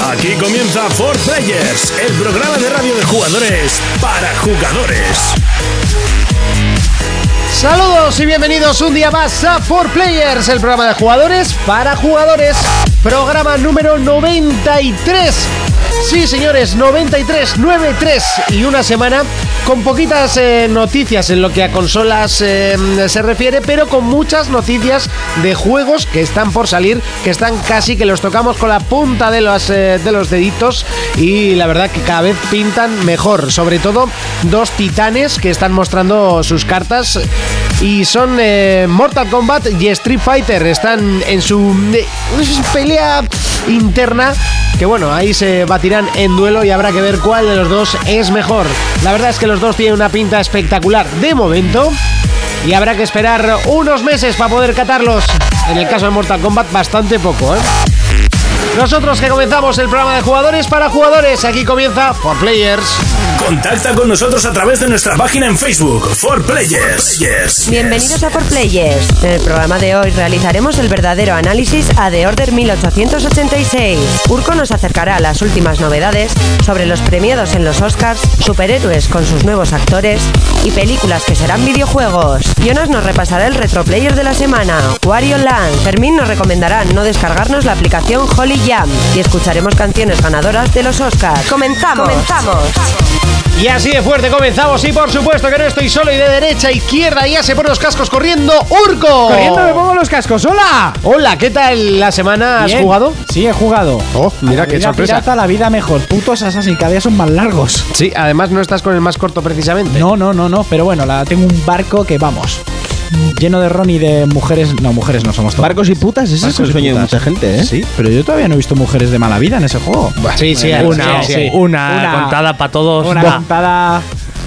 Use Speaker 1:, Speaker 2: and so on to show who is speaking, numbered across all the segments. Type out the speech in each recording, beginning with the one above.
Speaker 1: Aquí comienza For Players, el programa de radio de jugadores para jugadores.
Speaker 2: Saludos y bienvenidos un día más a 4Players, el programa de jugadores para jugadores. Programa número 93. Sí, señores, 93, 93 y una semana con poquitas eh, noticias en lo que a consolas eh, se refiere, pero con muchas noticias de juegos que están por salir, que están casi que los tocamos con la punta de los, eh, de los deditos y la verdad que cada vez pintan mejor, sobre todo dos titanes que están mostrando sus cartas y son eh, Mortal Kombat y Street Fighter. Están en su eh, pelea interna. Que bueno, ahí se batirán en duelo y habrá que ver cuál de los dos es mejor. La verdad es que los dos tienen una pinta espectacular de momento. Y habrá que esperar unos meses para poder catarlos. En el caso de Mortal Kombat, bastante poco, ¿eh? Nosotros que comenzamos el programa de jugadores para jugadores. Aquí comienza For Players.
Speaker 1: Contacta con nosotros a través de nuestra página en Facebook, For Players. Yes.
Speaker 3: Bienvenidos a Por Players. En el programa de hoy realizaremos el verdadero análisis a The Order 1886. Urco nos acercará a las últimas novedades sobre los premiados en los Oscars, superhéroes con sus nuevos actores y películas que serán videojuegos. Jonas nos repasará el retroplayer de la semana, Wario Land. Fermín nos recomendará no descargarnos la aplicación Holly Jam y escucharemos canciones ganadoras de los Oscars. ¡Comenzamos! ¡Comenzamos!
Speaker 2: Y así de fuerte comenzamos y por supuesto que no estoy solo y de derecha a izquierda ya se ponen los cascos corriendo Urco.
Speaker 4: Corriendo me pongo los cascos. ¡Hola!
Speaker 2: Hola, ¿qué tal la semana? ¿Has
Speaker 4: Bien.
Speaker 2: jugado?
Speaker 4: Sí, he jugado.
Speaker 5: Oh, mira qué
Speaker 4: Vida
Speaker 5: sorpresa.
Speaker 4: pirata, la vida mejor. Putos Assassin, cada día son más largos.
Speaker 2: Sí, además no estás con el más corto precisamente.
Speaker 4: No, no, no, no. Pero bueno, la, tengo un barco que vamos. Lleno de ron y de mujeres. No, mujeres no somos todos.
Speaker 6: Barcos y putas, ese es
Speaker 5: Barcos
Speaker 6: el
Speaker 5: y
Speaker 6: sueño de
Speaker 5: putas.
Speaker 6: mucha gente, ¿eh?
Speaker 4: Sí, pero yo todavía no he visto mujeres de mala vida en ese juego.
Speaker 2: Sí, sí,
Speaker 4: Una,
Speaker 2: sí,
Speaker 4: sí.
Speaker 7: Una,
Speaker 4: Una.
Speaker 7: contada para todos.
Speaker 4: Una
Speaker 7: Buah.
Speaker 4: cantada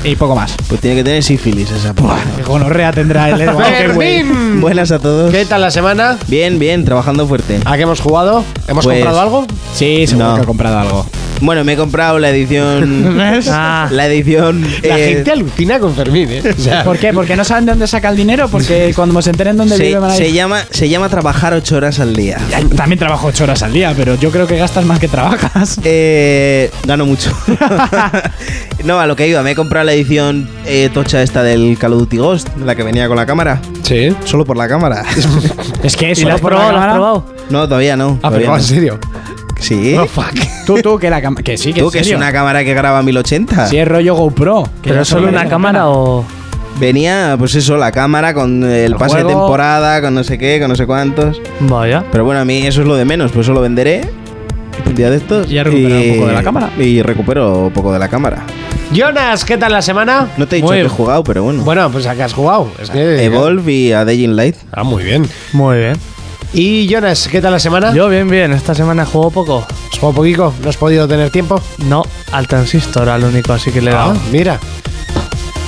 Speaker 4: y poco más.
Speaker 6: Pues tiene que tener sífilis esa puta.
Speaker 4: Qué gonorrea tendrá el Edward.
Speaker 2: Fermín,
Speaker 6: Buenas a todos.
Speaker 2: ¿qué Ah. tal la semana?
Speaker 6: Bien, bien, trabajando fuerte.
Speaker 2: ¿A qué hemos jugado? ¿Hemos
Speaker 6: Pues-
Speaker 2: comprado algo?
Speaker 4: Sí, seguro
Speaker 6: No.
Speaker 4: que ha comprado algo.
Speaker 6: Bueno, me he comprado la edición.
Speaker 4: ¿Ves?
Speaker 7: Ah,
Speaker 6: la edición.
Speaker 2: La
Speaker 6: eh,
Speaker 2: gente alucina con Fermín, ¿eh? O sea,
Speaker 4: ¿Por qué? ¿Porque no saben de dónde saca el dinero? Porque cuando se enteren dónde
Speaker 6: se,
Speaker 4: vive van a
Speaker 6: se
Speaker 4: decir,
Speaker 6: llama, se llama trabajar ocho horas al día.
Speaker 4: "Ya, También trabajo ocho horas al día, pero yo creo que gastas más que trabajas.
Speaker 6: Eh, gano mucho. no, a lo que iba, me he comprado la edición eh, tocha esta del Call of Duty Ghost, la que venía con la cámara.
Speaker 2: Sí.
Speaker 6: Solo por la cámara.
Speaker 4: Es que eso.
Speaker 7: ¿Y lo
Speaker 4: ¿eh?
Speaker 7: has
Speaker 4: Por la
Speaker 7: probado? ¿Lo has
Speaker 4: cámara.
Speaker 7: probado?
Speaker 6: no, todavía no.
Speaker 2: Ah,
Speaker 6: todavía
Speaker 2: pero en
Speaker 6: no.
Speaker 2: serio.
Speaker 6: Sí.
Speaker 2: No, fuck.
Speaker 4: Tú, tú, que la cámara. Que sí, que
Speaker 6: Tú,
Speaker 4: en
Speaker 6: que es
Speaker 4: serio.
Speaker 6: una cámara que graba 1080.
Speaker 4: Si es rollo GoPro. que
Speaker 7: ¿Pero
Speaker 4: no
Speaker 7: solo una
Speaker 4: merece
Speaker 7: cámara
Speaker 4: la pena.
Speaker 7: o.?
Speaker 6: Venía, pues eso, la cámara con el,
Speaker 7: El
Speaker 6: pase de
Speaker 7: juego.
Speaker 6: temporada, con no sé qué, con no sé cuántos.
Speaker 7: Vaya.
Speaker 6: Pero bueno, a mí eso es lo de menos, pues eso lo venderé un día de estos.
Speaker 4: Y ya recupero un poco de la cámara.
Speaker 6: Y recupero un poco de la cámara.
Speaker 2: Jonas, ¿qué tal la semana?
Speaker 6: No te he dicho
Speaker 7: Muy
Speaker 6: que Eh. he
Speaker 7: bien.
Speaker 6: jugado, pero bueno.
Speaker 2: Bueno, pues acá has jugado. Es que...
Speaker 6: Evolve y a Dying Light.
Speaker 2: Ah, muy bien.
Speaker 7: Muy bien.
Speaker 2: ¿Y Jonas, qué tal la semana?
Speaker 7: Yo bien, bien. Esta semana juego poco.
Speaker 2: ¿Has jugado poquito? ¿No has podido tener tiempo?
Speaker 7: No, al transistor al único, así que le he dado.
Speaker 2: Ah, mira.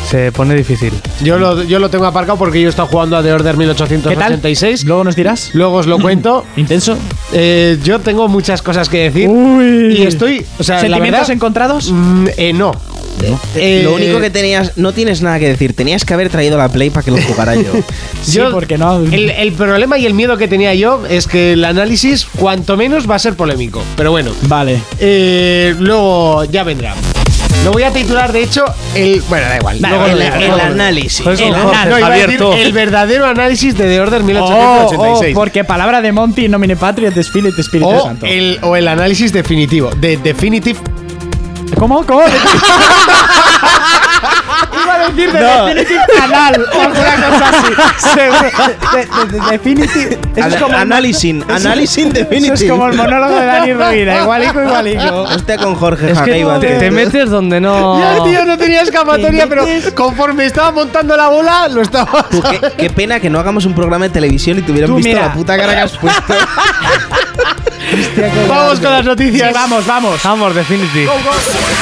Speaker 7: Se pone difícil.
Speaker 2: Yo lo, yo lo tengo aparcado porque yo he estado jugando a The Order
Speaker 4: ¿Qué tal?
Speaker 2: 1886.
Speaker 4: Luego nos dirás.
Speaker 2: Luego os lo cuento.
Speaker 4: Intenso.
Speaker 2: Eh, yo tengo muchas cosas que decir.
Speaker 4: Uy.
Speaker 2: Y estoy. O sea, la
Speaker 4: ¿Sentimientos
Speaker 2: verdad,
Speaker 4: encontrados?
Speaker 2: mm, eh, no. Eh,
Speaker 6: Lo único que tenías, no tienes nada que decir, tenías que haber traído la Play para que lo jugara yo.
Speaker 4: sí, porque no.
Speaker 2: El, el problema y el miedo que tenía yo es que el análisis, cuanto menos, va a ser polémico. Pero bueno.
Speaker 4: Vale.
Speaker 2: Eh, luego ya vendrá. Lo voy a titular, de hecho, el. Bueno, da igual. luego
Speaker 6: el,
Speaker 2: lo
Speaker 6: el
Speaker 2: digo, luego lo digo.
Speaker 6: análisis.
Speaker 7: Pues
Speaker 2: El,
Speaker 7: con Jorge,
Speaker 2: no, iba a decir
Speaker 7: abierto.
Speaker 2: el verdadero análisis de The Order
Speaker 4: Oh,
Speaker 2: 1886.
Speaker 4: oh, porque palabra de Monty, nomine patria, de Spirit, Espíritu
Speaker 2: o,
Speaker 4: Santo.
Speaker 2: Oh, el, o el análisis definitivo. De Definitive.
Speaker 4: ¿Cómo? ¿Cómo? Iba a decir de Definitive Canal o alguna cosa así. Seguro. De, de- de Definitive. Eso es
Speaker 6: Ana-
Speaker 4: como el-
Speaker 6: Analysis, analysis
Speaker 4: Eso
Speaker 6: definitive.
Speaker 4: es como el monólogo de Dani Rovira, igualico, igualico.
Speaker 6: Hostia con Jorge
Speaker 7: Es que
Speaker 6: Jaqueiba,
Speaker 7: te,
Speaker 6: tío.
Speaker 7: te metes donde no.
Speaker 2: Ya, tío, no tenía escapatoria,
Speaker 4: ¿Qué
Speaker 2: pero
Speaker 4: dices?
Speaker 2: conforme estaba montando la bola, lo estaba.
Speaker 6: Tú, qué, qué pena que no hagamos un programa de televisión y te hubieran
Speaker 4: Tú,
Speaker 6: visto
Speaker 4: mira.
Speaker 6: la puta cara que has puesto.
Speaker 2: Vamos con las
Speaker 4: Sí,
Speaker 2: noticias.
Speaker 4: vamos, vamos.
Speaker 7: Vamos, Definitive.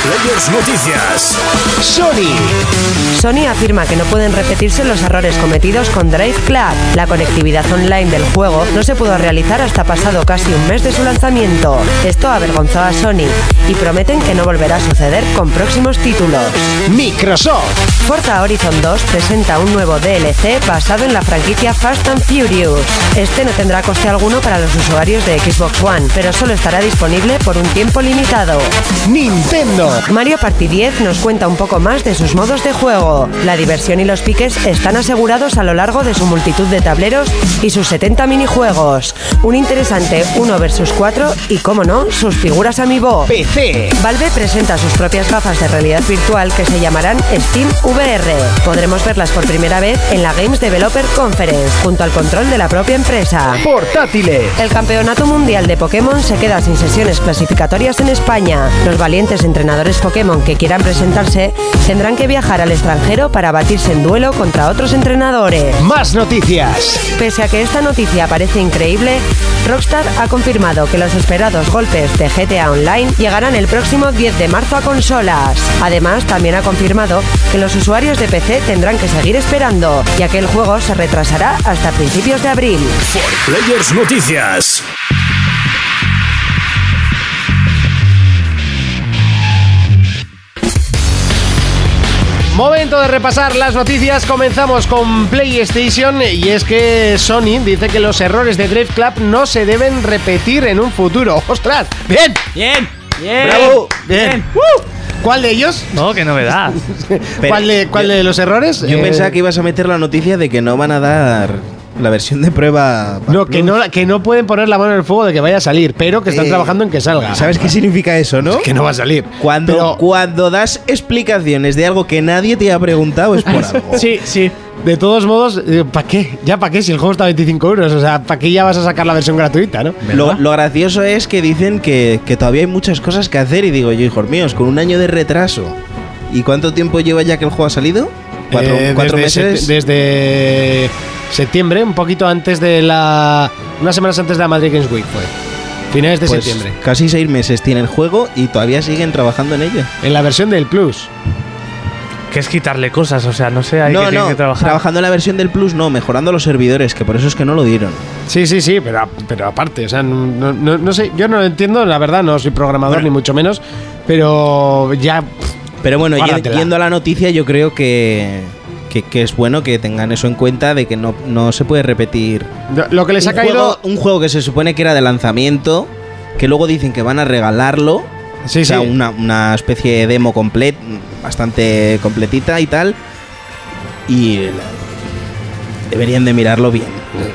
Speaker 1: Players Noticias.
Speaker 2: Sony.
Speaker 3: Sony afirma que no pueden repetirse los errores cometidos con Drive Club. La conectividad online del juego no se pudo realizar hasta pasado casi un mes de su lanzamiento. Esto avergonzó a Sony y prometen que no volverá a suceder con próximos títulos.
Speaker 2: Microsoft.
Speaker 3: Forza Horizon 2 presenta un nuevo DLC basado en la franquicia Fast and Furious. Este no tendrá coste alguno para los usuarios de Xbox One One, pero solo estará disponible por un tiempo limitado.
Speaker 2: Nintendo.
Speaker 3: Mario Party 10 nos cuenta un poco más de sus modos de juego. La diversión y los piques están asegurados a lo largo de su multitud de tableros y sus 70 minijuegos. Un interesante 1 versus 4 y, como no, sus figuras amiibo.
Speaker 2: PC.
Speaker 3: Valve presenta sus propias gafas de realidad virtual que se llamarán Steam VR. Podremos verlas por primera vez en la Games Developer Conference, junto al control de la propia empresa.
Speaker 2: Portátiles.
Speaker 3: El Campeonato Mundial de Pokémon se queda sin sesiones clasificatorias en España. Los valientes entrenadores Pokémon que quieran presentarse tendrán que viajar al extranjero para batirse en duelo contra otros entrenadores.
Speaker 2: Más noticias.
Speaker 3: Pese a que esta noticia parece increíble, Rockstar ha confirmado que los esperados golpes de GTA Online llegarán el próximo 10 de marzo a consolas. Además, también ha confirmado que los usuarios de PC tendrán que seguir esperando, ya que el juego se retrasará hasta principios de abril.
Speaker 1: Players Noticias.
Speaker 2: Momento de repasar las noticias. Comenzamos con PlayStation y es que Sony dice que los errores de Drift Club no se deben repetir en un futuro. ¡Ostras! ¡Bien!
Speaker 4: Bien, bien.
Speaker 6: Bravo.
Speaker 4: Bien.
Speaker 2: ¿Cuál de ellos?
Speaker 7: No, Oh, qué novedad.
Speaker 2: ¿Cuál, de, cuál de los errores?
Speaker 6: Yo
Speaker 2: Eh,
Speaker 6: pensaba que ibas a meter la noticia de que no van a dar la versión de prueba. para
Speaker 2: No, que
Speaker 6: Plus.
Speaker 2: no, la- que no pueden poner la mano en el fuego de que vaya a salir, pero que están
Speaker 6: Eh,
Speaker 2: trabajando en que salga.
Speaker 6: ¿Sabes qué significa eso, no?
Speaker 2: Que no va a salir.
Speaker 6: Cuando,
Speaker 2: Pero-
Speaker 6: cuando das explicaciones de algo que nadie te ha preguntado es por algo.
Speaker 4: Sí, sí.
Speaker 2: De todos modos, ¿para qué? Ya para qué si el juego está a 25 euros. O sea, ¿para qué ya vas a sacar la versión gratuita, no?
Speaker 6: Lo, lo gracioso es que dicen que, que todavía hay muchas cosas que hacer y digo yo, hijos míos, con un año de retraso. ¿Y cuánto tiempo lleva ya que el juego ha salido? ¿Cuatro,
Speaker 2: Eh,
Speaker 6: cuatro
Speaker 2: desde
Speaker 6: meses?
Speaker 2: sept- desde septiembre, un poquito antes de la. Unas semanas antes de la Madrid Games Week fue. Finales de
Speaker 6: Pues
Speaker 2: septiembre.
Speaker 6: Casi seis meses tiene el juego y todavía siguen trabajando en ello.
Speaker 2: En la versión del Plus.
Speaker 7: que es quitarle cosas, o sea, no sé, hay que,
Speaker 6: no,
Speaker 7: tiene
Speaker 6: no,
Speaker 7: que trabajar.
Speaker 6: trabajando en la versión del Plus no, mejorando los servidores, que por eso es que no lo dieron.
Speaker 2: Sí, sí, sí, pero, pero aparte, o sea, no, no- no- no sé, yo no lo entiendo, la verdad, no soy programador ni mucho menos, pero ya.
Speaker 6: Pero bueno, yendo-
Speaker 2: Guárdatela.
Speaker 6: yendo a la noticia, yo creo que, que, que es bueno que tengan eso en cuenta de que no, no se puede repetir.
Speaker 2: Lo que les
Speaker 6: un,
Speaker 2: ha caído.
Speaker 6: juego, un juego que se supone que era de lanzamiento, que luego dicen que van a regalarlo.
Speaker 2: Sí,
Speaker 6: o sea,
Speaker 2: sí.
Speaker 6: Una, una especie de demo completa, bastante completita y tal. Y la- deberían de mirarlo bien.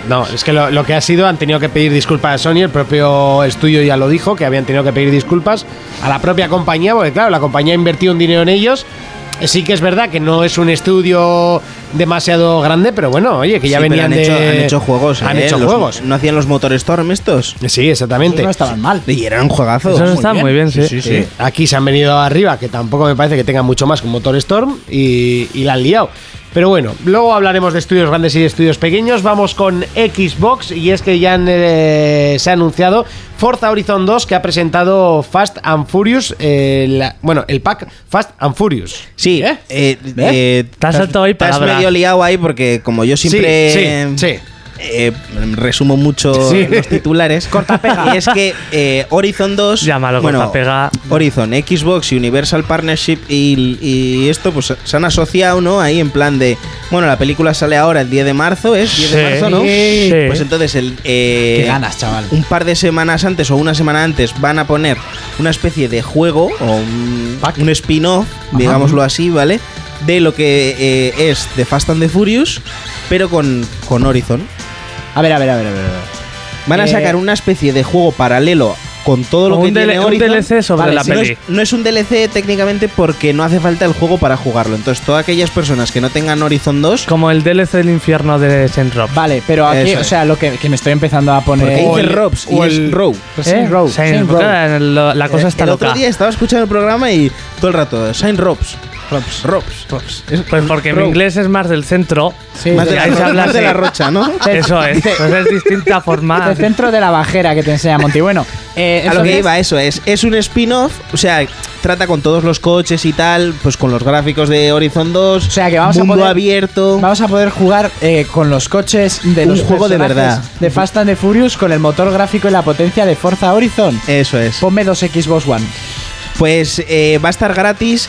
Speaker 2: No, es que lo, lo que ha sido, han tenido que pedir disculpas a Sony, el propio estudio ya lo dijo, que habían tenido que pedir disculpas a la propia compañía, porque claro, la compañía ha invertido un dinero en ellos. Sí que es verdad que no es un estudio demasiado grande, pero bueno, oye, que ya
Speaker 6: Sí, pero
Speaker 2: venían
Speaker 6: han hecho,
Speaker 2: de-
Speaker 6: han hecho juegos.
Speaker 2: Han
Speaker 6: ¿eh?
Speaker 2: hecho
Speaker 6: Los-
Speaker 2: juegos.
Speaker 6: ¿No hacían los Motor Storm estos?
Speaker 2: Sí, exactamente.
Speaker 4: No estaban mal.
Speaker 6: Y eran juegazos.
Speaker 7: Eso está muy bien, sí.
Speaker 2: Sí, Aquí se han venido arriba, que tampoco me parece que tengan mucho más que un Motor Storm, y, y la han liado. Pero bueno, luego hablaremos de estudios grandes y de estudios pequeños. Vamos con Xbox, y es que ya han, eh, se ha anunciado Forza Horizon 2, que ha presentado Fast and Furious, eh, la- bueno, el pack Fast and Furious.
Speaker 6: Sí,
Speaker 2: ¿Eh?
Speaker 6: eh, eh,
Speaker 7: Te has saltado ahí
Speaker 6: te has
Speaker 7: palabra.
Speaker 6: medio liado ahí porque como yo siempre
Speaker 2: Sí, sí, sí.
Speaker 6: eh, resumo mucho
Speaker 2: Sí.
Speaker 6: los titulares. Y es que eh, Horizon 2.
Speaker 7: Llámalo cortapega.
Speaker 6: Horizon, Xbox y Universal Partnership y, y esto, pues se han asociado, ¿no? Ahí en plan de. Bueno, la película sale ahora el 10 de marzo, ¿es? 10 de
Speaker 7: Sí.
Speaker 6: marzo, ¿no?
Speaker 7: Sí.
Speaker 6: Pues entonces el. eh,
Speaker 4: Qué ganas, chaval.
Speaker 6: Un par de semanas antes o una semana antes van a poner una especie de juego o un, un spin-off, digámoslo así, ¿vale? De lo que eh, es The Fast and the Furious, pero con, con Horizon.
Speaker 4: A ver, a ver, a ver, a ver.
Speaker 6: Van a
Speaker 4: Eh,
Speaker 6: sacar una especie de juego paralelo con todo lo
Speaker 7: O
Speaker 6: que
Speaker 7: un,
Speaker 6: tiene
Speaker 7: DL- un
Speaker 6: Horizon.
Speaker 7: DLC sobre
Speaker 4: Vale,
Speaker 7: la
Speaker 4: sí,
Speaker 6: no,
Speaker 7: peli.
Speaker 6: es, no es un DLC técnicamente porque no hace falta el juego para jugarlo. Entonces, todas aquellas personas que no tengan Horizon 2,
Speaker 7: Como el DLC del infierno de Saint-Rob.
Speaker 4: Vale, pero aquí,
Speaker 6: Eso
Speaker 4: o
Speaker 6: es.
Speaker 4: sea, lo que, que me estoy empezando a poner.
Speaker 6: porque
Speaker 4: O
Speaker 6: dice
Speaker 4: el-
Speaker 6: Robs y
Speaker 4: o
Speaker 6: es
Speaker 4: el-
Speaker 6: Row.
Speaker 4: Pues Saint
Speaker 2: Eh,
Speaker 4: Row,
Speaker 7: Saint
Speaker 4: Saint
Speaker 7: Rob.
Speaker 4: Row.
Speaker 7: Claro, lo- La cosa está
Speaker 6: el
Speaker 7: loca.
Speaker 6: otro día estaba escuchando el programa y todo el rato, Saint Robs. Robs. Robs.
Speaker 7: Pues porque mi
Speaker 6: Row.
Speaker 7: inglés es más del centro.
Speaker 4: Sí,
Speaker 6: Más de, la,
Speaker 7: ahí se habla
Speaker 6: más de
Speaker 7: así.
Speaker 6: la rocha, ¿no?
Speaker 7: Eso es. Pues es distinta forma.
Speaker 4: El centro de la bajera que te enseña Monty. Bueno, eh,
Speaker 6: A lo que
Speaker 4: entonces-
Speaker 6: iba eso es, es un spin-off, o sea, trata con todos los coches y tal, pues con los gráficos de Horizon 2,
Speaker 4: O sea, que vamos a
Speaker 6: mundo
Speaker 4: poder-
Speaker 6: abierto.
Speaker 4: Vamos a poder jugar eh, con los coches de
Speaker 6: Un
Speaker 4: los
Speaker 6: juego de
Speaker 4: personajes
Speaker 6: verdad.
Speaker 4: De Fast and the Furious con el motor gráfico y la potencia de Forza Horizon.
Speaker 6: Eso es.
Speaker 4: Ponme dos Xbox One.
Speaker 6: Pues eh, va a estar gratis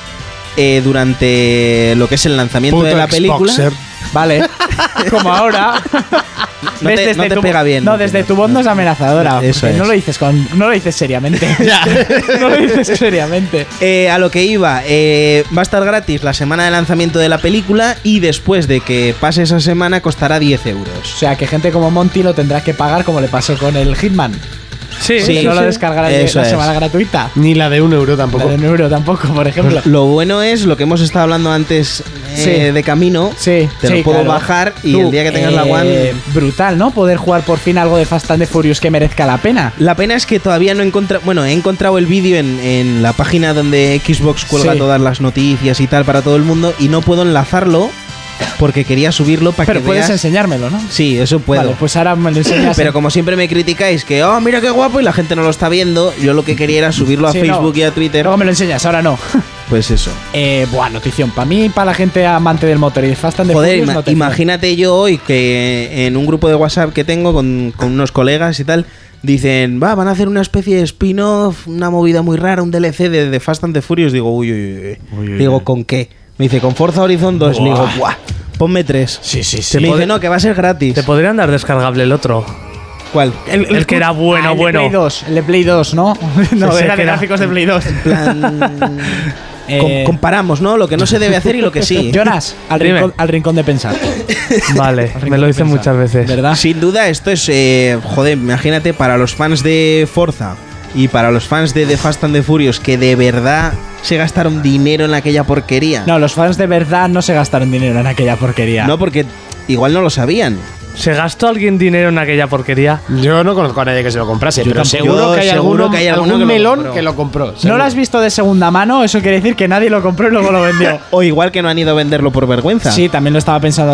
Speaker 6: eh, durante lo que es el lanzamiento
Speaker 2: Puto
Speaker 6: de la película.
Speaker 2: Xboxer.
Speaker 4: Vale. Como ahora.
Speaker 6: No
Speaker 4: Ah, Ves
Speaker 6: te- no te
Speaker 4: tu-
Speaker 6: pega bien,
Speaker 4: No,
Speaker 6: no te-
Speaker 4: desde tu voz no es amenazadora.
Speaker 6: Eso
Speaker 4: porque No
Speaker 6: es.
Speaker 4: lo dices con. No lo dices seriamente. no lo dices seriamente.
Speaker 6: Eh, a lo que iba, eh, va a estar gratis la semana de lanzamiento de la película y después de que pase esa semana costará 10
Speaker 4: O
Speaker 6: euros.
Speaker 4: sea, que gente como Monty lo tendrá que pagar como le pasó con el Hitman.
Speaker 7: Sí,
Speaker 6: Sí.
Speaker 4: no lo descargará de
Speaker 6: Eso
Speaker 4: la
Speaker 6: es.
Speaker 4: semana gratuita.
Speaker 8: Ni la de un euro
Speaker 4: La
Speaker 8: tampoco.
Speaker 4: de un euro tampoco, por ejemplo.
Speaker 6: Lo bueno es lo que hemos estado hablando antes eh,
Speaker 4: Sí.
Speaker 6: de camino.
Speaker 4: Sí,
Speaker 6: Te
Speaker 4: sí,
Speaker 6: lo puedo
Speaker 4: claro.
Speaker 6: bajar y
Speaker 4: Tú,
Speaker 6: el día que tengas la
Speaker 4: eh,
Speaker 6: One.
Speaker 4: Brutal, ¿no? Poder jugar por fin algo de Fast and the Furious que merezca la pena.
Speaker 6: La pena es que todavía no he encontrado. Bueno, he encontrado el vídeo en, en la página donde Xbox cuelga
Speaker 4: Sí.
Speaker 6: todas las noticias y tal para todo el mundo y no puedo enlazarlo porque quería subirlo para
Speaker 4: Pero
Speaker 6: que
Speaker 4: puedes
Speaker 6: veas.
Speaker 4: enseñármelo, ¿no?
Speaker 6: Sí, eso puedo.
Speaker 4: Vale, pues ahora me lo enseñas.
Speaker 6: Pero como siempre me criticáis que, oh, mira qué guapo y la gente no lo está viendo, yo lo que quería era subirlo a
Speaker 4: Sí,
Speaker 6: Facebook
Speaker 4: no.
Speaker 6: y a Twitter.
Speaker 4: Luego me lo enseñas, ahora no.
Speaker 6: Pues eso.
Speaker 4: Eh, buah, notición. Para mí, para la gente amante del motor y de Fast and the
Speaker 6: Joder,
Speaker 4: Furious,
Speaker 6: ima-
Speaker 4: notición.
Speaker 6: imagínate yo hoy que en un grupo de WhatsApp que tengo con, con unos colegas y tal, dicen, va, van a hacer una especie de spin-off, una movida muy rara, un DLC de, de Fast and the Furious. Digo, uy, uy, uy.
Speaker 8: Uy, uy,
Speaker 6: digo,
Speaker 8: uy.
Speaker 6: ¿con qué? Me dice, con Forza Horizon 2. Le digo, buah, ponme tres.
Speaker 4: Sí, sí,
Speaker 6: Se
Speaker 4: sí.
Speaker 6: me dice, no, que va a ser gratis.
Speaker 7: Te podrían dar descargable el otro.
Speaker 6: ¿Cuál?
Speaker 7: El, que era bueno,
Speaker 4: Ah, el
Speaker 7: bueno.
Speaker 4: De Play 2, el de Play 2, ¿no? no,
Speaker 7: Sí, sí,
Speaker 4: era
Speaker 7: que
Speaker 4: de
Speaker 7: era-
Speaker 4: gráficos de Play 2.
Speaker 6: plan,
Speaker 4: Eh,
Speaker 6: com- comparamos, ¿no? Lo que no se debe hacer y lo que sí.
Speaker 4: Jonas, al
Speaker 7: Dime.
Speaker 4: rincón, al rincón de pensar.
Speaker 7: Vale,
Speaker 4: Al rincón
Speaker 7: me lo
Speaker 4: de
Speaker 7: dicen
Speaker 4: pensar,
Speaker 7: muchas veces.
Speaker 4: ¿Verdad?
Speaker 6: Sin duda, esto es. eh, joder, imagínate, para los fans de Forza y para los fans de The Fast and the Furious, que de verdad se gastaron dinero en aquella porquería.
Speaker 4: No, los fans de verdad no se gastaron dinero en aquella porquería.
Speaker 6: No, porque igual no lo sabían.
Speaker 7: ¿Se gastó alguien dinero en aquella porquería?
Speaker 8: Yo no conozco a nadie que se lo comprase, pero
Speaker 6: tampoco.
Speaker 8: seguro
Speaker 6: Yo
Speaker 8: que hay,
Speaker 6: seguro
Speaker 8: alguno,
Speaker 6: que hay alguno
Speaker 8: algún
Speaker 6: que lo
Speaker 8: melón
Speaker 6: compró.
Speaker 8: que lo compró.
Speaker 4: ¿No
Speaker 8: seguro.
Speaker 4: lo has visto de segunda mano? Eso quiere decir que nadie lo compró y luego lo vendió.
Speaker 6: O igual que no han ido a venderlo por vergüenza.
Speaker 4: sí, también lo estaba pensando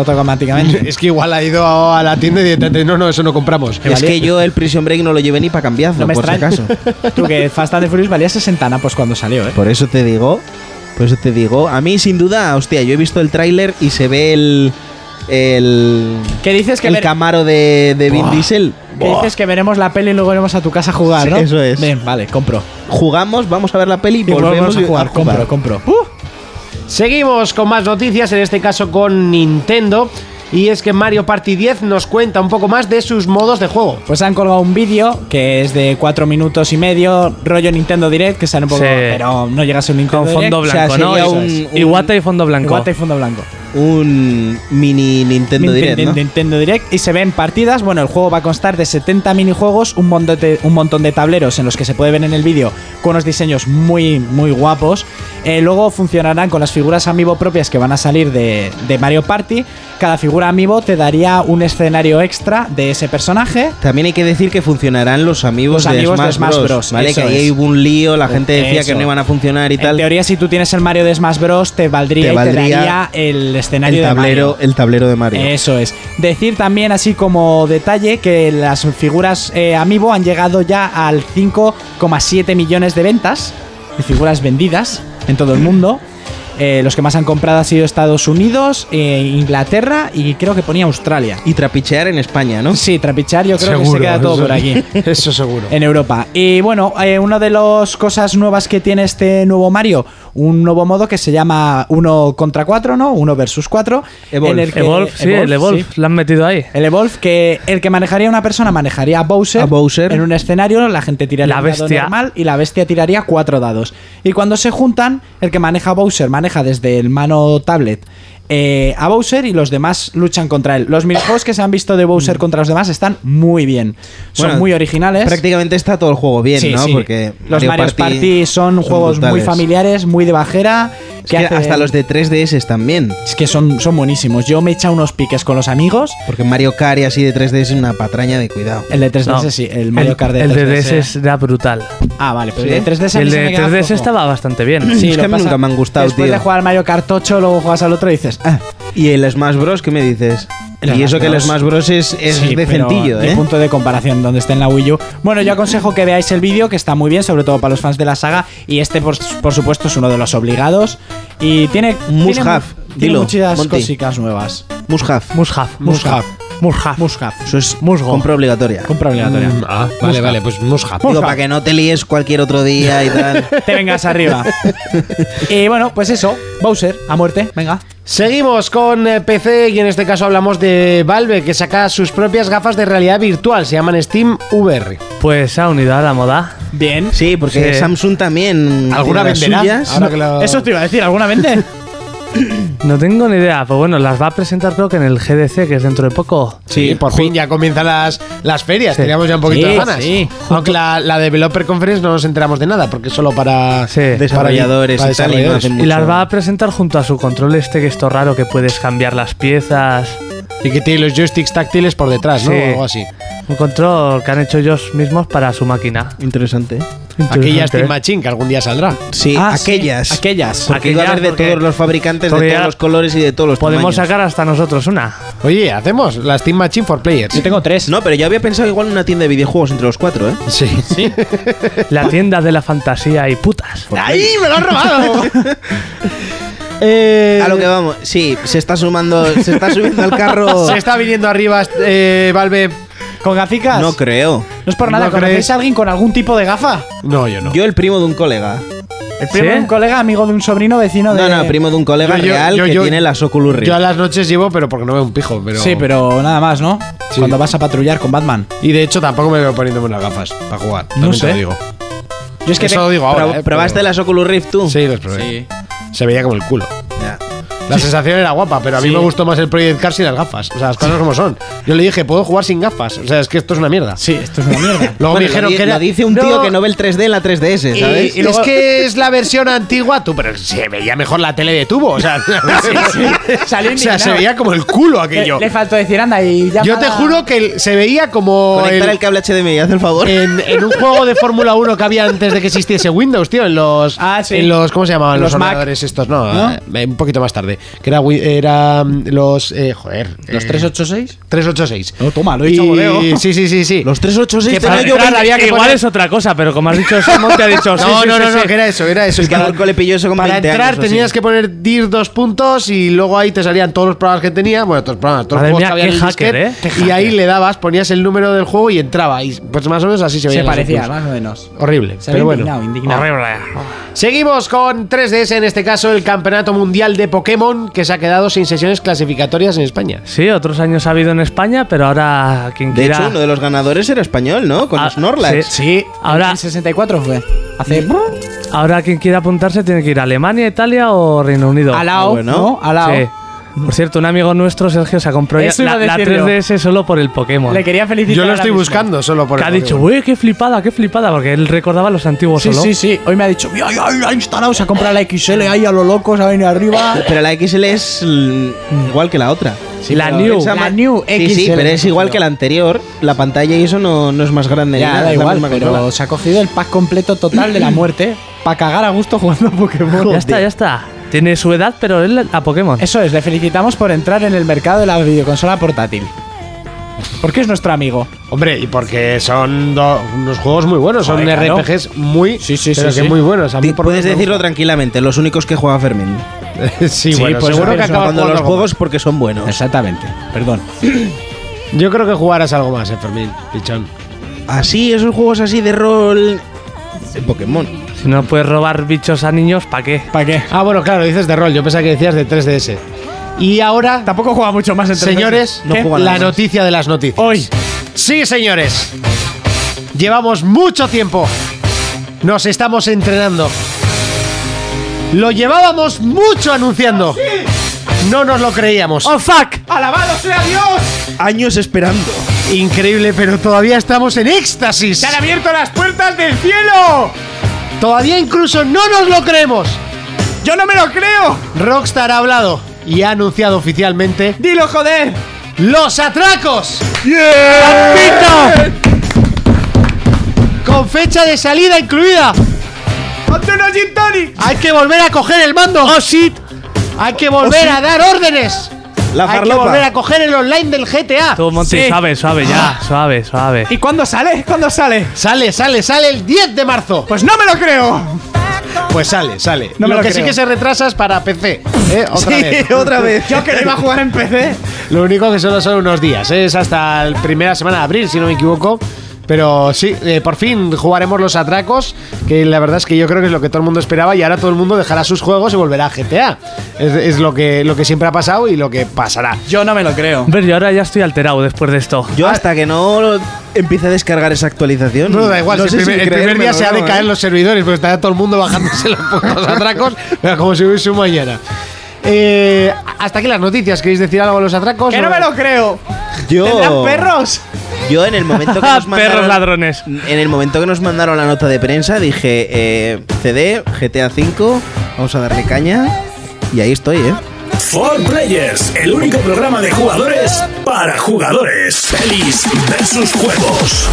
Speaker 4: automáticamente.
Speaker 8: Es que igual ha ido a la tienda y directamente, no, no, eso no compramos.
Speaker 6: Es que yo el Prison Break no lo llevé ni para cambiarlo,
Speaker 4: No me
Speaker 6: por si
Speaker 4: extraña.
Speaker 6: acaso.
Speaker 4: Tú que Fast and the Furious valía 60 napos cuando salió, ¿eh?
Speaker 6: Por eso te digo. Por eso te digo. A mí, sin duda, hostia, yo he visto el tráiler y se ve el. El.
Speaker 4: ¿Qué dices que
Speaker 6: el
Speaker 4: ver-
Speaker 6: camaro de, de Vin Diesel.
Speaker 4: Que dices que veremos la peli y luego iremos a tu casa a jugar,
Speaker 6: Sí,
Speaker 4: ¿no?
Speaker 6: eso es.
Speaker 4: Bien, vale, compro.
Speaker 6: Jugamos, vamos a ver la peli y
Speaker 4: Y
Speaker 6: volvemos
Speaker 4: a jugar. Compro, compro. Uh,
Speaker 8: Seguimos con más noticias, en este caso con Nintendo. Y es que Mario Party 10 nos cuenta un poco más de sus modos de juego.
Speaker 4: pues han colgado un vídeo que es de 4 minutos y medio, rollo Nintendo Direct, que sale un poco.
Speaker 7: Sí.
Speaker 4: Pero no llega a ser un Nintendo
Speaker 7: Con fondo
Speaker 4: Direct.
Speaker 6: sea,
Speaker 7: blanco, ¿no?
Speaker 6: sería
Speaker 7: Eso
Speaker 6: un-
Speaker 7: es.
Speaker 6: un-
Speaker 7: Iguata y fondo blanco.
Speaker 4: Guata y fondo blanco.
Speaker 6: Uh, un mini Nintendo
Speaker 4: Ninten-
Speaker 6: Direct, ¿no?
Speaker 4: Nintendo Direct y se ven partidas. Bueno, el juego va a constar de 70 minijuegos, un, montón de- un montón de tableros en los que se puede ver en el vídeo con unos diseños muy, muy guapos. Eh, luego funcionarán con las figuras amiibo propias que van a salir de, de Mario Party. Cada figura amiibo te daría un escenario extra de ese personaje.
Speaker 6: También hay que decir que funcionarán los amigos,
Speaker 4: Los amigos
Speaker 6: de, Smash
Speaker 4: de Smash
Speaker 6: Bros.
Speaker 4: Bros,
Speaker 6: ¿vale?
Speaker 4: eso
Speaker 6: Que ahí
Speaker 4: es.
Speaker 6: hubo un lío, la gente decía
Speaker 4: Eso.
Speaker 6: que no iban a funcionar y
Speaker 4: En
Speaker 6: tal.
Speaker 4: teoría, si tú tienes el Mario de Smash Bros, te valdría,
Speaker 6: Te
Speaker 4: y te
Speaker 6: valdría
Speaker 4: daría el escenario
Speaker 6: el
Speaker 4: de
Speaker 6: tablero,
Speaker 4: Mario.
Speaker 6: el tablero de Mario.
Speaker 4: Eso es. Decir también así como detalle que las figuras eh, Amiibo han llegado ya al 5,7 millones de ventas de figuras vendidas en todo
Speaker 7: Mm.
Speaker 4: el mundo. Eh, los que más han comprado han sido Estados Unidos, eh, Inglaterra y creo que ponía Australia.
Speaker 6: Y trapichear en España, ¿no?
Speaker 4: Sí, trapichar yo creo que se queda todo
Speaker 8: eso-
Speaker 4: por aquí.
Speaker 8: Eso seguro.
Speaker 4: En Europa. Y bueno, eh, una de las cosas nuevas que tiene este nuevo Mario, un nuevo modo que se llama 1 contra 4, ¿no? 1 versus 4.
Speaker 6: Evolve.
Speaker 7: Evolve, sí, el Evolve. ¿La han metido ahí?
Speaker 4: El Evolve, que el que manejaría una persona manejaría a Bowser,
Speaker 6: A Bowser.
Speaker 4: en un escenario, la gente tiraría
Speaker 7: La
Speaker 4: un dado
Speaker 7: bestia.
Speaker 4: normal y la bestia tiraría cuatro dados. Y cuando se juntan, el que maneja a Bowser maneja desde el mano tablet eh, a Bowser y los demás luchan contra él. Los minijuegos que se han visto de Bowser contra los demás están muy bien. Son
Speaker 6: Mm. Bueno,
Speaker 4: muy originales.
Speaker 6: Prácticamente está todo el juego bien,
Speaker 4: Sí,
Speaker 6: ¿no?
Speaker 4: sí.
Speaker 6: Porque
Speaker 4: los Mario Party, son, juegos muy
Speaker 6: brutales.
Speaker 4: familiares, muy de bajera.
Speaker 6: Es que
Speaker 4: hacen-
Speaker 6: hasta los de 3DS también.
Speaker 4: Es que son, son buenísimos. Yo me he echado unos piques con los amigos.
Speaker 6: Porque Mario Kart y así de 3DS es una patraña de cuidado.
Speaker 4: El de 3DS
Speaker 7: No.
Speaker 4: sí, el Mario Kart de
Speaker 7: el
Speaker 4: 3DS.
Speaker 7: DS era brutal.
Speaker 4: Ah, vale, pero
Speaker 6: Sí.
Speaker 4: el de 3DS a mí
Speaker 7: El
Speaker 4: se
Speaker 7: de
Speaker 4: me queda
Speaker 7: 3DS
Speaker 4: flojo.
Speaker 7: estaba bastante bien.
Speaker 6: Es que a mí nunca me han gustado,
Speaker 4: después
Speaker 6: tío.
Speaker 4: de jugar al Mario Kart 8, luego juegas al otro y dices, ah,
Speaker 6: Y el Smash Bros, ¿qué me dices?
Speaker 4: El
Speaker 6: y
Speaker 4: Smash
Speaker 6: eso que el
Speaker 4: Bros.
Speaker 6: Smash Bros es, es
Speaker 4: sí, pero
Speaker 6: decentillo,
Speaker 4: de
Speaker 6: ¿eh?
Speaker 4: punto de comparación donde esté en la Wii U. Bueno, yo aconsejo que veáis el vídeo, que está muy bien, sobre todo para los fans de la saga. Y este, por, por supuesto, es uno de los obligados. Y tiene,
Speaker 6: Must
Speaker 4: tiene,
Speaker 6: have,
Speaker 4: tiene
Speaker 6: dilo,
Speaker 4: muchas
Speaker 6: Monty.
Speaker 4: cositas nuevas.
Speaker 6: Mushaf.
Speaker 7: Mushaf.
Speaker 4: Must have.
Speaker 7: Murhaf.
Speaker 4: Mushaf.
Speaker 6: Eso es
Speaker 7: Musgo.
Speaker 6: compra obligatoria.
Speaker 4: Compra obligatoria.
Speaker 2: Mm, ah, vale, vale, pues Musha.
Speaker 6: Digo, para que no te líes cualquier otro día y tal.
Speaker 4: Te vengas arriba. y bueno, pues eso. Bowser, a muerte. Venga.
Speaker 8: Seguimos con eh, PC y en este caso hablamos de Valve que saca sus propias gafas de realidad virtual, se llaman Steam VR.
Speaker 7: Pues se ha unido a la moda.
Speaker 4: Bien.
Speaker 6: Sí, porque
Speaker 7: Sí.
Speaker 6: Samsung también.
Speaker 2: ¿Alguna
Speaker 6: tiene las
Speaker 2: venderá?
Speaker 6: suyas.
Speaker 2: Ahora que lo-
Speaker 4: Eso te iba a decir, ¿alguna vende?
Speaker 7: No tengo ni idea, pues bueno, las va a presentar creo que en el GDC, que es dentro de poco.
Speaker 2: Sí, por fin ya comienzan las, las ferias.
Speaker 7: Sí.
Speaker 2: Teníamos ya un poquito
Speaker 4: Sí,
Speaker 2: de ganas.
Speaker 4: sí.
Speaker 2: Aunque la, la Developer Conference no nos enteramos de nada, porque es solo para
Speaker 7: Sí.
Speaker 6: Desarrolladores
Speaker 2: para
Speaker 6: y tal, y no
Speaker 2: desarrolladores.
Speaker 6: hacen
Speaker 7: Y las
Speaker 6: mucho.
Speaker 7: va a presentar junto a su control este que es todo raro, que puedes cambiar las piezas.
Speaker 2: Y que tiene los joysticks táctiles por detrás, ¿no?
Speaker 7: Sí.
Speaker 2: O algo así.
Speaker 7: Un control que han hecho ellos mismos para su máquina.
Speaker 6: Interesante.
Speaker 2: Aquella
Speaker 7: Interesante, ¿eh?
Speaker 2: Steam Machine que algún día saldrá.
Speaker 6: Sí,
Speaker 4: Ah, sí,
Speaker 6: aquellas.
Speaker 4: Aquellas.
Speaker 6: Porque iba a
Speaker 7: Aquellas,
Speaker 6: haber de
Speaker 7: porque-
Speaker 6: todos los fabricantes, de
Speaker 7: porque
Speaker 6: todos
Speaker 7: ya
Speaker 6: los colores y de todos los
Speaker 7: ¿eh? Podemos
Speaker 6: tamaños.
Speaker 7: sacar hasta nosotros una.
Speaker 2: Oye, hacemos la Steam Machine for Players.
Speaker 4: Yo tengo tres.
Speaker 6: No, pero yo había pensado igual en una tienda de videojuegos entre los cuatro, ¿eh?
Speaker 2: Sí.
Speaker 7: La tienda de la fantasía y putas.
Speaker 2: ¡Ay, me lo han robado!
Speaker 6: A lo que vamos. Sí, se está sumando, se está subiendo al carro.
Speaker 2: Se está viniendo arriba eh, Valve.
Speaker 4: ¿Con gaficas?
Speaker 6: No creo.
Speaker 4: No es por nada,
Speaker 2: ¿No
Speaker 4: ¿conocéis
Speaker 2: crees?
Speaker 4: a alguien con algún tipo de gafa?
Speaker 2: No, yo no.
Speaker 6: Yo el primo de un colega.
Speaker 4: El primo
Speaker 7: ¿Sí?
Speaker 4: de un colega, amigo de un sobrino, vecino de.
Speaker 6: No, no, primo de un colega
Speaker 2: eh, Yo- yo-
Speaker 6: real
Speaker 2: yo-
Speaker 6: que
Speaker 2: yo-
Speaker 6: tiene las Oculus Rift.
Speaker 2: Yo a las noches llevo, pero porque no veo un pijo. Pero...
Speaker 4: Sí, pero nada más, ¿no?
Speaker 2: Sí.
Speaker 4: Cuando vas a patrullar con Batman.
Speaker 2: Y de hecho tampoco me veo poniéndome unas gafas para jugar.
Speaker 4: No
Speaker 2: también te
Speaker 4: sé.
Speaker 2: lo digo.
Speaker 4: Yo es que
Speaker 2: Eso
Speaker 4: te-
Speaker 2: lo digo ahora.
Speaker 6: Pro-
Speaker 2: eh,
Speaker 6: ¿Probaste
Speaker 2: pero-
Speaker 6: las Oculus Rift tú?
Speaker 2: Sí, las probé.
Speaker 4: Sí.
Speaker 2: Se veía como el culo.
Speaker 6: Ya.
Speaker 2: La sensación era guapa, pero a mí me gustó más el Project Cars y las gafas. O sea, las cosas como son. Yo le dije, puedo jugar sin gafas. O sea, es que esto es una mierda.
Speaker 4: Sí, esto es una mierda.
Speaker 2: Luego me
Speaker 6: Bueno,
Speaker 2: dijeron
Speaker 6: lo, di-
Speaker 2: que
Speaker 6: lo
Speaker 2: era.
Speaker 6: dice un tío
Speaker 2: No,
Speaker 6: que no ve el 3D en la 3DS,
Speaker 4: Eh,
Speaker 2: y-
Speaker 6: ¿sabes?
Speaker 2: y es que es la versión antigua, tú, pero se veía mejor la tele de tubo. O sea,
Speaker 4: Salió
Speaker 2: o sea se
Speaker 4: indignado.
Speaker 2: veía como el culo aquello.
Speaker 4: Le, le faltó decir, anda, y ya.
Speaker 2: Yo te juro que el- se veía como.
Speaker 6: Conectar
Speaker 2: el-
Speaker 6: el, cable HDMI, haz el favor.
Speaker 2: en, en un juego de Fórmula 1 que había antes de que existiese Windows, tío, en los
Speaker 4: Ah, sí.
Speaker 2: en los ¿cómo se llamaban los,
Speaker 4: Los Mac.
Speaker 2: ordenadores estos? No,
Speaker 4: ¿No?
Speaker 2: eh, un poquito más tarde, que era Win- era mm, los eh, joder,
Speaker 4: ¿Los
Speaker 2: eh,
Speaker 4: 386?
Speaker 2: 386.
Speaker 4: No, toma, lo he dicho a
Speaker 2: Y-
Speaker 4: voleo.
Speaker 2: Sí, sí, sí, sí.
Speaker 6: Los 386
Speaker 7: Para
Speaker 6: tenía yo
Speaker 7: entrar,
Speaker 6: 20
Speaker 7: había que
Speaker 6: igual
Speaker 7: igual es otra cosa, pero como has dicho eso, Monte ha dicho. sí,
Speaker 2: no,
Speaker 7: sí,
Speaker 2: no,
Speaker 7: sí,
Speaker 2: no, no,
Speaker 7: sí.
Speaker 2: que era eso, era eso.
Speaker 6: Es
Speaker 2: Y
Speaker 6: que
Speaker 2: para-
Speaker 6: al cole pilló eso con
Speaker 2: para
Speaker 6: 20
Speaker 2: entrar
Speaker 6: años o
Speaker 2: tenías
Speaker 6: así.
Speaker 2: que poner dir dos puntos y luego ahí te salían todos los programas que tenía, bueno, todos los programas, todos
Speaker 7: Madre
Speaker 2: los
Speaker 7: mía,
Speaker 2: juegos que había
Speaker 7: qué
Speaker 2: en el
Speaker 7: hacker,
Speaker 2: disquete,
Speaker 7: ¿eh? Qué
Speaker 2: y ahí le dabas, ponías el número del juego y entraba y pues más o menos así se veía. Pues,
Speaker 4: Se parecía, más o menos.
Speaker 2: Horrible,
Speaker 4: Se había
Speaker 2: pero bueno.
Speaker 4: indignado, indignado.
Speaker 7: Horrible.
Speaker 2: Seguimos con 3DS, en este caso el Campeonato Mundial de Pokémon, que se ha quedado sin sesiones clasificatorias en España.
Speaker 7: Sí, otros años ha habido en España, pero ahora quien
Speaker 6: De
Speaker 7: quiera.
Speaker 6: hecho, uno de los ganadores era español, ¿no? Con
Speaker 7: Ah,
Speaker 6: Snorlax.
Speaker 7: sí.
Speaker 4: Sí,
Speaker 7: Ahora-
Speaker 4: ahora. 64 fue. Hace.
Speaker 7: Ahora quien quiera apuntarse tiene que ir a Alemania, Italia o Reino Unido.
Speaker 4: Al lado,
Speaker 6: bueno.
Speaker 4: ¿no? Al lado.
Speaker 7: Sí. Por cierto, un amigo nuestro, Sergio, se compró ya
Speaker 4: Eso iba
Speaker 7: la,
Speaker 4: a
Speaker 7: la
Speaker 4: decir yo.
Speaker 7: 3DS solo por el Pokémon.
Speaker 4: Le
Speaker 7: Que
Speaker 4: quería felicitar.
Speaker 2: Yo lo
Speaker 4: ahora
Speaker 2: estoy
Speaker 4: mismo.
Speaker 2: buscando solo por
Speaker 7: ha
Speaker 2: el
Speaker 7: dicho,
Speaker 2: Pokémon.
Speaker 7: uy, qué flipada, qué flipada, porque él recordaba los antiguos
Speaker 4: Sí,
Speaker 7: solo.
Speaker 4: sí, sí. Hoy me ha dicho, mira, ya la ha instalado, se ha comprado la XL ahí a lo loco, se ha venido arriba.
Speaker 6: Pero la XL es l- igual que la otra.
Speaker 7: la
Speaker 6: pero
Speaker 7: New.
Speaker 6: esa
Speaker 4: la
Speaker 6: ma-
Speaker 4: New
Speaker 6: Sí, sí,
Speaker 4: XL.
Speaker 6: pero es igual que la anterior. La pantalla y eso no, no es más grande. ni
Speaker 4: Ya,
Speaker 6: nada,
Speaker 4: da
Speaker 6: es la
Speaker 4: igual,
Speaker 6: misma
Speaker 4: pero
Speaker 6: consola.
Speaker 4: se ha cogido el pack completo total de la muerte para cagar a gusto jugando a Pokémon.
Speaker 7: Ya está, ya está. Tiene su edad, pero él a Pokémon.
Speaker 4: Eso es, le felicitamos por entrar en el mercado de la videoconsola portátil. Porque es nuestro amigo.
Speaker 2: Hombre, y porque son do- unos juegos muy buenos, son
Speaker 4: Joder, claro.
Speaker 2: RPGs muy,
Speaker 4: Sí, sí,
Speaker 2: pero
Speaker 4: sí,
Speaker 2: que
Speaker 4: sí.
Speaker 2: muy buenos. A mí
Speaker 6: Ti-
Speaker 2: por lo
Speaker 6: Puedes
Speaker 2: menos me
Speaker 6: decirlo tranquilamente, los únicos que juega Fermín.
Speaker 2: gusta. sí,
Speaker 4: Sí,
Speaker 2: bueno,
Speaker 4: pues
Speaker 2: seguro
Speaker 4: eso,
Speaker 2: que
Speaker 4: eso.
Speaker 2: acabas
Speaker 6: Cuando
Speaker 2: jugando
Speaker 6: los
Speaker 2: algo
Speaker 6: juegos porque son buenos.
Speaker 4: Exactamente, perdón.
Speaker 2: más. Yo creo que jugarás algo más, eh, Fermín, pichón.
Speaker 6: Así, esos juegos así de rol. de Pokémon.
Speaker 7: Si no puedes robar bichos a niños, ¿para qué?
Speaker 4: ¿Para qué?
Speaker 2: Ah, bueno, claro, dices de rol, yo pensaba que decías de 3DS. Y ahora,
Speaker 4: Tampoco juega mucho más entre
Speaker 2: señores, eh,
Speaker 6: No juega nada
Speaker 2: la
Speaker 6: más.
Speaker 2: noticia de las noticias.
Speaker 4: Hoy.
Speaker 2: Sí, señores. Llevamos mucho tiempo. Nos estamos entrenando. Lo llevábamos mucho anunciando. No nos lo creíamos.
Speaker 4: ¡Oh, fuck! ¡Alabado sea Dios!
Speaker 6: Años esperando.
Speaker 2: Increíble, pero todavía estamos en éxtasis.
Speaker 4: abierto las puertas del cielo!
Speaker 2: Todavía incluso no nos lo creemos.
Speaker 4: ¡Yo no me lo creo!
Speaker 2: Rockstar ha hablado y ha anunciado oficialmente
Speaker 4: ¡Dilo, joder!
Speaker 2: los atracos. Con fecha de salida incluida.
Speaker 4: ¡Ponte unos gin tonic!
Speaker 2: Hay que volver a coger el mando. Oh shit. Hay que volver a dar órdenes.
Speaker 6: La
Speaker 2: Hay que
Speaker 6: farlopa.
Speaker 2: volver a coger el online del GTA.
Speaker 7: Tú, Monty,
Speaker 4: Sí. Ah.
Speaker 7: suave, suave, ya, suave, suave.
Speaker 4: ¿Y cuándo sale? ¿Cuándo sale?
Speaker 2: Sale, sale, sale el 10 de marzo.
Speaker 4: ¡Pues no me lo creo!
Speaker 2: Pues sale, sale.
Speaker 4: No me
Speaker 2: lo,
Speaker 4: lo
Speaker 2: que
Speaker 4: creo.
Speaker 2: sí que se retrasa es para PC. ¿eh? Otra
Speaker 6: Sí,
Speaker 2: vez.
Speaker 6: otra vez.
Speaker 4: Yo que no iba a jugar en PC.
Speaker 2: Lo único que solo son unos días, ¿eh? es hasta la primera semana de abril, si no me equivoco. Pero sí, eh, por fin jugaremos los atracos, que la verdad es que yo creo que es lo que todo el mundo esperaba y ahora todo el mundo dejará sus juegos y volverá a GTA. Es, es lo, que, lo que siempre ha pasado y lo que pasará.
Speaker 4: Yo no me lo creo.
Speaker 7: Ver, yo ahora ya estoy alterado después de esto.
Speaker 6: Yo hasta que no lo- empiece a descargar esa actualización.
Speaker 2: Mm, No, da igual,
Speaker 6: no
Speaker 2: si
Speaker 6: sé
Speaker 2: el, primer,
Speaker 6: si
Speaker 2: el primer
Speaker 6: creérmelo
Speaker 2: día se ha
Speaker 6: o
Speaker 2: de
Speaker 6: no,
Speaker 2: caer
Speaker 6: ¿eh?
Speaker 2: los servidores, pues estará todo el mundo bajándose los putos atracos, pero como si hubiese un mañana. Eh, hasta aquí las noticias, ¿queréis decir algo a los atracos?
Speaker 4: ¡Que no
Speaker 2: o-
Speaker 4: me lo creo!
Speaker 6: Yo,
Speaker 4: ¿Tendrán perros?
Speaker 6: yo en el momento que nos mandaron,
Speaker 7: Ah, Perros ladrones.
Speaker 6: En el momento que nos mandaron la nota de prensa dije eh, CD, GTA V, vamos a darle caña y ahí estoy, ¿eh?
Speaker 1: For Players, el único programa de jugadores para jugadores. Pelis versus juegos.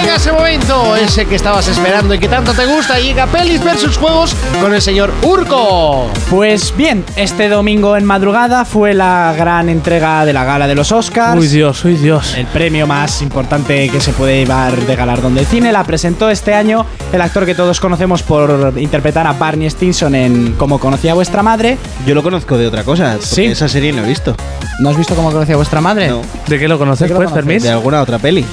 Speaker 2: Llega ese momento, ese que estabas esperando y que tanto te gusta. Llega Pelis versus Juegos con el señor Urco.
Speaker 4: Pues bien, este domingo en madrugada fue la gran entrega de la gala de los Oscars.
Speaker 7: Uy Dios, uy Dios.
Speaker 4: El premio más importante que se puede llevar de galardón del cine la presentó este año el actor que todos conocemos por interpretar a Barney Stinson en Como conocía vuestra madre.
Speaker 6: Yo lo conozco de otra cosa, porque
Speaker 4: Sí.
Speaker 6: esa serie no he visto.
Speaker 4: ¿No has visto Cómo conocía vuestra madre?
Speaker 2: ¿Eh?
Speaker 6: No.
Speaker 7: ¿De qué lo
Speaker 4: ¿De
Speaker 7: conoces,
Speaker 4: qué lo
Speaker 7: pues,
Speaker 4: conoces?
Speaker 7: Fermín?
Speaker 6: De alguna otra peli.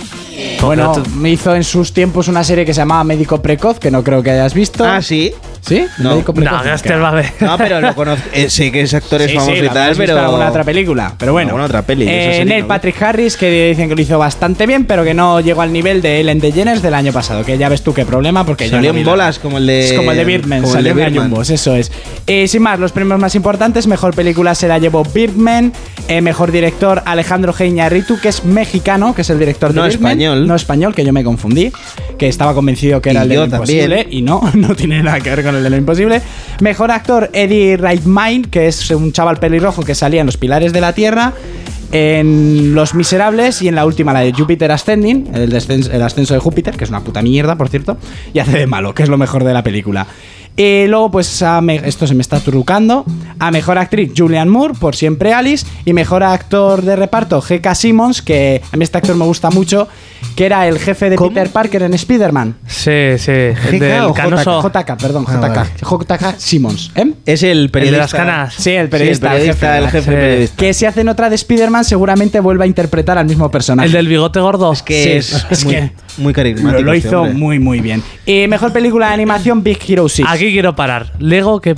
Speaker 4: Bueno,
Speaker 7: Pero
Speaker 4: me hizo en sus tiempos una serie que se llamaba Médico Precoz, que no creo que hayas visto.
Speaker 6: Ah, sí.
Speaker 4: ¿Sí?
Speaker 6: No.
Speaker 4: Médico
Speaker 7: No, este va a ver.
Speaker 6: No, pero lo conozco. eh, sé que es actor es
Speaker 4: Sí,
Speaker 6: famoso
Speaker 4: sí,
Speaker 6: y
Speaker 4: la
Speaker 6: tal,
Speaker 4: hemos visto
Speaker 6: pero.
Speaker 4: en alguna otra película. Pero bueno.
Speaker 6: Alguna otra peli, esa
Speaker 4: Eh,
Speaker 6: serie
Speaker 4: Neil
Speaker 6: no.
Speaker 4: Patrick Harris, que dicen que lo hizo bastante bien, pero que no llegó al nivel de Ellen DeGeneres del año pasado. Que ya ves tú qué problema, porque yo
Speaker 6: Salió
Speaker 4: no vi
Speaker 6: en
Speaker 4: la-
Speaker 6: bolas como el de.
Speaker 4: Es como el de Birdman,
Speaker 6: como el
Speaker 4: salió
Speaker 6: de
Speaker 4: en
Speaker 6: Birdman.
Speaker 4: gallumbos, eso es. Eh, sin más, los premios más importantes, mejor película se la llevó Birdman, eh, mejor director Alejandro Ritu, que es mexicano, que es el director de
Speaker 6: No
Speaker 4: Birdman.
Speaker 6: español.
Speaker 4: No español, que yo me confundí, que estaba convencido que era
Speaker 6: Y
Speaker 4: el de
Speaker 6: yo
Speaker 4: lo imposible
Speaker 6: también.
Speaker 4: y no, no tiene nada que ver con el de lo imposible. Mejor actor Eddie Redmayne, que es un chaval pelirrojo que salía en Los Pilares de la Tierra. En Los Miserables y en la última, la de Júpiter Ascending, el, descens- el ascenso de Júpiter, que es una puta mierda, por cierto, y hace de malo, que es lo mejor de la película. Y luego, pues, a me- esto se me está trucando. A mejor actriz, Julianne Moore, por siempre Alice. Y mejor actor de reparto, G.K. Simmons, que a mí este actor me gusta mucho, que era el jefe de
Speaker 6: ¿Cómo?
Speaker 4: Peter Parker en Spider-Man.
Speaker 7: Sí, sí.
Speaker 6: ¿GK o
Speaker 7: Del
Speaker 6: JK?
Speaker 7: canoso.
Speaker 4: JK, perdón, JK.
Speaker 6: Ah, vale.
Speaker 4: JK Simmons, ¿eh?
Speaker 6: Es el
Speaker 7: El
Speaker 6: periodista.
Speaker 7: de las canas.
Speaker 4: Sí, el periodista.
Speaker 6: Sí, el periodista, el
Speaker 4: jefe.
Speaker 6: jefe
Speaker 7: Sí.
Speaker 6: periodista.
Speaker 4: Que si hacen otra de Spider-Man, seguramente vuelva a interpretar al mismo personaje.
Speaker 7: El del bigote gordo.
Speaker 6: Que
Speaker 4: Sí,
Speaker 6: es,
Speaker 4: es
Speaker 6: muy,
Speaker 4: que-
Speaker 6: muy carismático.
Speaker 4: lo, lo
Speaker 6: este
Speaker 4: hizo
Speaker 6: hombre.
Speaker 4: muy, muy bien. Y mejor película de animación, Big Hero 6.
Speaker 7: Aquí quiero parar. Lego que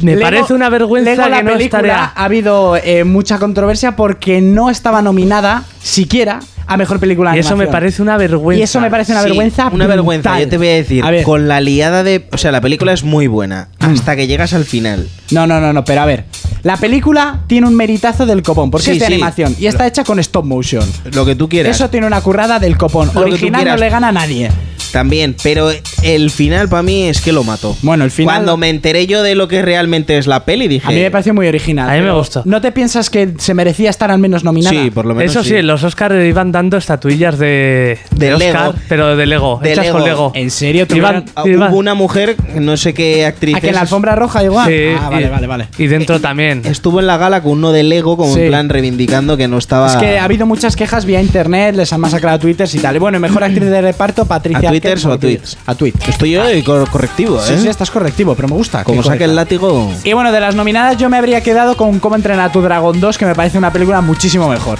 Speaker 7: me
Speaker 4: Lego-
Speaker 7: parece una vergüenza
Speaker 4: Lego,
Speaker 7: que
Speaker 4: la
Speaker 7: no
Speaker 4: película
Speaker 7: estará.
Speaker 4: ha habido eh, mucha controversia porque no estaba nominada siquiera a mejor película de
Speaker 7: Y eso me
Speaker 4: animación.
Speaker 7: parece una vergüenza.
Speaker 4: Y eso me parece una
Speaker 6: Sí,
Speaker 4: vergüenza
Speaker 6: Una vergüenza,
Speaker 4: brutal.
Speaker 6: yo te voy a decir.
Speaker 4: ver, Mm.
Speaker 6: Con la liada de. O sea, la película es muy buena. Hasta que llegas al final.
Speaker 4: No, no, no, no, pero a ver. La película tiene un meritazo del copón, porque
Speaker 6: Sí,
Speaker 4: es de
Speaker 6: sí.
Speaker 4: animación y está hecha con stop motion.
Speaker 6: Lo que tú quieras.
Speaker 4: Eso tiene una currada del copón.
Speaker 6: Lo que tú
Speaker 4: Original no
Speaker 6: quieras.
Speaker 4: le gana a nadie.
Speaker 6: También, pero el final para mí es que lo mató.
Speaker 4: Bueno, el final-
Speaker 6: Cuando me enteré yo de lo que realmente es la peli, dije.
Speaker 4: A mí me pareció muy original.
Speaker 7: A mí me
Speaker 4: pero
Speaker 7: gustó.
Speaker 4: ¿No te piensas que se merecía estar al menos nominada?
Speaker 6: Sí, por lo menos.
Speaker 7: Eso sí, en los Oscars iban dando estatuillas de,
Speaker 6: De
Speaker 7: Oscar,
Speaker 6: Lego.
Speaker 7: pero de Lego,
Speaker 6: De
Speaker 7: hechas
Speaker 6: Lego.
Speaker 7: con Lego.
Speaker 4: ¿En serio? tuvieron-
Speaker 7: Iban-
Speaker 6: Ah,
Speaker 7: iban-
Speaker 6: Hubo una mujer, no sé qué actriz.
Speaker 4: ¿A que en la
Speaker 6: es,
Speaker 4: alfombra roja igual?
Speaker 7: Sí,
Speaker 4: ah,
Speaker 7: y-
Speaker 4: vale, vale, vale.
Speaker 7: Y dentro también.
Speaker 6: Estuvo en la gala con uno de Lego, como
Speaker 4: Sí.
Speaker 6: en plan reivindicando que no estaba.
Speaker 4: Es que ha habido muchas quejas vía internet, les han masacrado a Twitter y tal. Y bueno, mejor actriz de reparto, Patricia.
Speaker 6: ¿A Twitter
Speaker 4: Arquette,
Speaker 6: o a
Speaker 4: porque-
Speaker 6: tweets?
Speaker 4: A Twitter.
Speaker 6: Estoy yo de cor- correctivo,
Speaker 4: Sí,
Speaker 6: ¿eh?
Speaker 4: sí, estás correctivo, pero me gusta.
Speaker 6: como
Speaker 4: que
Speaker 6: saque el
Speaker 4: corrija.
Speaker 6: látigo.
Speaker 4: Y bueno, de las nominadas yo me habría quedado con Cómo entrenar a tu dragón 2, que me parece una película muchísimo mejor.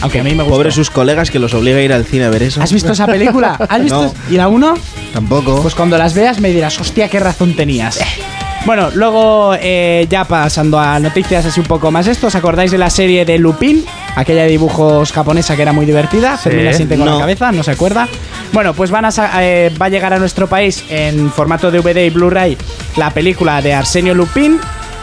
Speaker 4: Aunque a mí me gustó.
Speaker 6: Pobre sus colegas que los obliga a ir al cine a ver eso.
Speaker 4: ¿Has visto esa película? ¿Has visto?
Speaker 6: No.
Speaker 4: ¿Y la 1?
Speaker 6: Tampoco.
Speaker 4: Pues cuando las veas me dirás, hostia, qué razón tenías. Bueno, luego eh, ya pasando a noticias así un poco más esto, ¿os acordáis de la serie de Lupin? Aquella de dibujos japonesa que era muy divertida,
Speaker 7: Sí.
Speaker 4: Fermín la siente con
Speaker 6: No.
Speaker 4: la cabeza, no se acuerda. Bueno, pues van a sa- eh, va a llegar a nuestro país en formato DVD y Blu-ray la película de Arsenio Lupin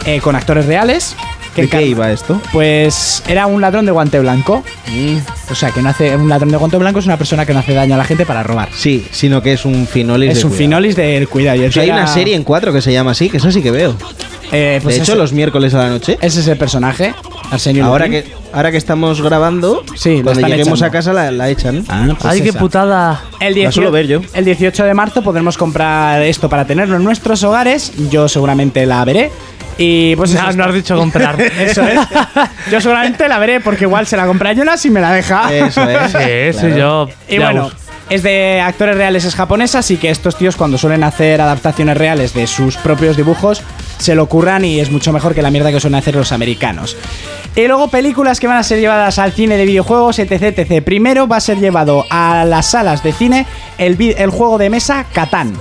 Speaker 4: eh, con actores reales. que
Speaker 6: ¿De qué
Speaker 4: encar-
Speaker 6: iba esto?
Speaker 4: Pues era un ladrón de guante blanco.
Speaker 6: Mm.
Speaker 4: O sea, que no hace un ladrón de guante blanco es una persona que no hace daño a la gente para robar.
Speaker 6: Sí, sino que es un finolis.
Speaker 4: Es
Speaker 6: de
Speaker 4: un
Speaker 6: cuidado.
Speaker 4: finolis del cuidado. y el
Speaker 6: O sea, hay
Speaker 4: tío
Speaker 6: una
Speaker 4: era-
Speaker 6: serie en cuatro que se llama así, que eso sí que veo.
Speaker 4: Eh, pues
Speaker 6: de hecho,
Speaker 4: ese,
Speaker 6: los miércoles a la noche.
Speaker 4: ese es el personaje, Arsenio
Speaker 6: Ahora
Speaker 4: Lupin.
Speaker 6: que, ahora que estamos grabando,
Speaker 4: Sí, la
Speaker 6: cuando
Speaker 4: están
Speaker 6: lleguemos
Speaker 4: echando.
Speaker 6: a casa la, la echan.
Speaker 4: Ah, pues
Speaker 7: Ay, qué
Speaker 4: esa.
Speaker 7: putada.
Speaker 4: El
Speaker 6: La
Speaker 4: 18,
Speaker 6: suelo ver yo.
Speaker 4: el 18 de marzo podremos comprar esto para tenerlo en nuestros hogares. Yo seguramente la veré. Y pues eso
Speaker 7: No,
Speaker 4: está.
Speaker 7: no has dicho comprar.
Speaker 4: Eso es. Yo seguramente la veré porque igual se la compra Jonas y me la deja.
Speaker 6: Eso es.
Speaker 7: Sí, soy
Speaker 6: claro.
Speaker 7: yo.
Speaker 4: Y
Speaker 7: ya
Speaker 4: bueno,
Speaker 7: us-
Speaker 4: es de actores reales, es japonesa, así que estos tíos cuando suelen hacer adaptaciones reales de sus propios dibujos, se lo curran y es mucho mejor que la mierda que suelen hacer los americanos. Y luego películas que van a ser llevadas al cine de videojuegos, etc, etc. Primero va a ser llevado a las salas de cine el, vi- el juego de mesa Catán.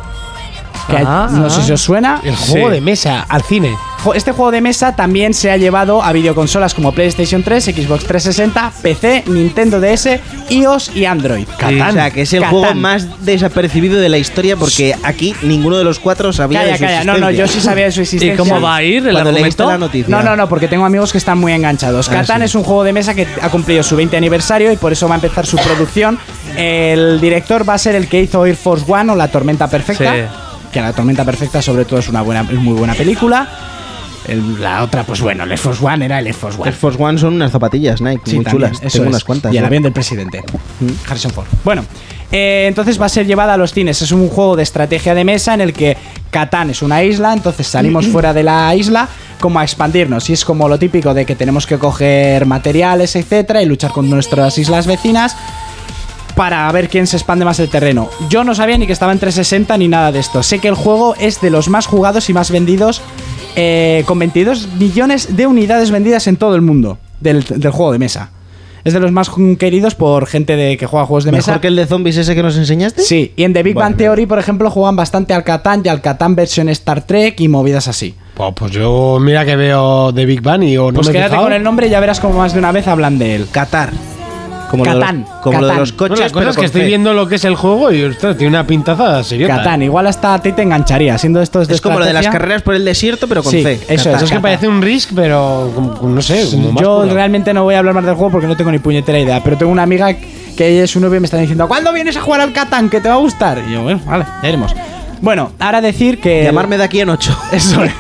Speaker 4: Que
Speaker 7: Ah,
Speaker 4: no sé
Speaker 7: ah.
Speaker 4: si os suena.
Speaker 2: El juego de mesa al cine.
Speaker 4: Jo- Este juego de mesa también se ha llevado a videoconsolas como PlayStation 3, Xbox 360, PC, Nintendo DS, iOS y Android.
Speaker 6: O sea, que es el
Speaker 4: Catán.
Speaker 6: juego más desapercibido de la historia porque aquí ninguno de los cuatro sabía de
Speaker 4: Calla,
Speaker 6: su
Speaker 4: calla. No, no,
Speaker 6: existencia.
Speaker 4: yo sí sabía de su existencia.
Speaker 7: ¿Y cómo va a ir el
Speaker 6: Cuando leíste
Speaker 7: argumento?
Speaker 6: la noticia. Ah,
Speaker 4: No, no, no, porque tengo amigos que están muy enganchados. Catán
Speaker 6: sí.
Speaker 4: es un juego de mesa que ha cumplido su 20 aniversario y por eso va a empezar su producción. El director va a ser el que hizo Air Force One o La Tormenta Perfecta.
Speaker 7: Sí.
Speaker 4: Que La Tormenta Perfecta, sobre todo, es una buena, es muy buena película. El- la otra, pues bueno, el Air Force One era el Air Force One.
Speaker 6: Air Force One son unas zapatillas Nike
Speaker 4: Sí,
Speaker 6: muy
Speaker 4: también,
Speaker 6: chulas.
Speaker 4: eso
Speaker 6: Tengo
Speaker 4: es.
Speaker 6: unas cuantas.
Speaker 4: Y el
Speaker 6: ¿eh? Mm.
Speaker 4: avión del presidente. Harrison Ford. Bueno, eh, entonces va a ser llevada a los cines. Es un juego de estrategia de mesa en el que Catán es una isla, entonces
Speaker 6: Mm.
Speaker 4: salimos fuera de la isla como a expandirnos. Y es como lo típico de que tenemos que coger materiales, etcétera, y luchar con nuestras islas vecinas para ver quién se expande más el terreno. Yo no sabía ni que estaba en 360 ni nada de esto. Sé que el juego es de los más jugados y más vendidos, eh, con 22 millones de unidades vendidas en todo el mundo del, del juego de mesa. Es de los más ju- queridos por gente de, que juega juegos de
Speaker 6: ¿Mejor
Speaker 4: mesa.
Speaker 6: que el de zombies ese que nos enseñaste?
Speaker 4: Sí, y en The Big
Speaker 6: Vale,
Speaker 4: Bang Theory, por ejemplo, juegan bastante al Catán y al Catán versión Star Trek y movidas así.
Speaker 2: Pues, pues yo, mira que veo The Big Bang y o no
Speaker 4: Pues
Speaker 2: me he
Speaker 4: quédate
Speaker 2: fijado.
Speaker 4: con el nombre y ya verás como más de una vez hablan de él.
Speaker 6: Qatar. Como
Speaker 4: Catán,
Speaker 6: Lo de los, como lo de
Speaker 4: Catán.
Speaker 6: los
Speaker 2: No,
Speaker 6: coches.
Speaker 2: la cosa
Speaker 6: pero
Speaker 2: es que
Speaker 6: con
Speaker 2: estoy
Speaker 6: C.
Speaker 2: viendo lo que es el juego y ostras, tiene una pintaza seriota.
Speaker 4: Catán, igual hasta a ti te engancharía, siendo esto de
Speaker 6: Es como lo de las
Speaker 4: estrategia.
Speaker 6: carreras por el desierto, pero con
Speaker 4: Sí,
Speaker 6: C.
Speaker 4: eso
Speaker 2: Es
Speaker 6: Qatar.
Speaker 2: que
Speaker 4: Catán.
Speaker 2: parece un Risk, pero como- como no sé. como más
Speaker 4: Pues, Yo
Speaker 2: puro.
Speaker 4: realmente no voy a hablar más del juego porque no tengo ni puñetera idea, pero tengo una amiga que ella es su novio y me está diciendo, ¿cuándo vienes a jugar al Catán? Que te va a gustar. Y yo, bueno, vale, ya veremos. Bueno, ahora decir que...
Speaker 6: Llamarme de aquí en 8.
Speaker 4: Eso es.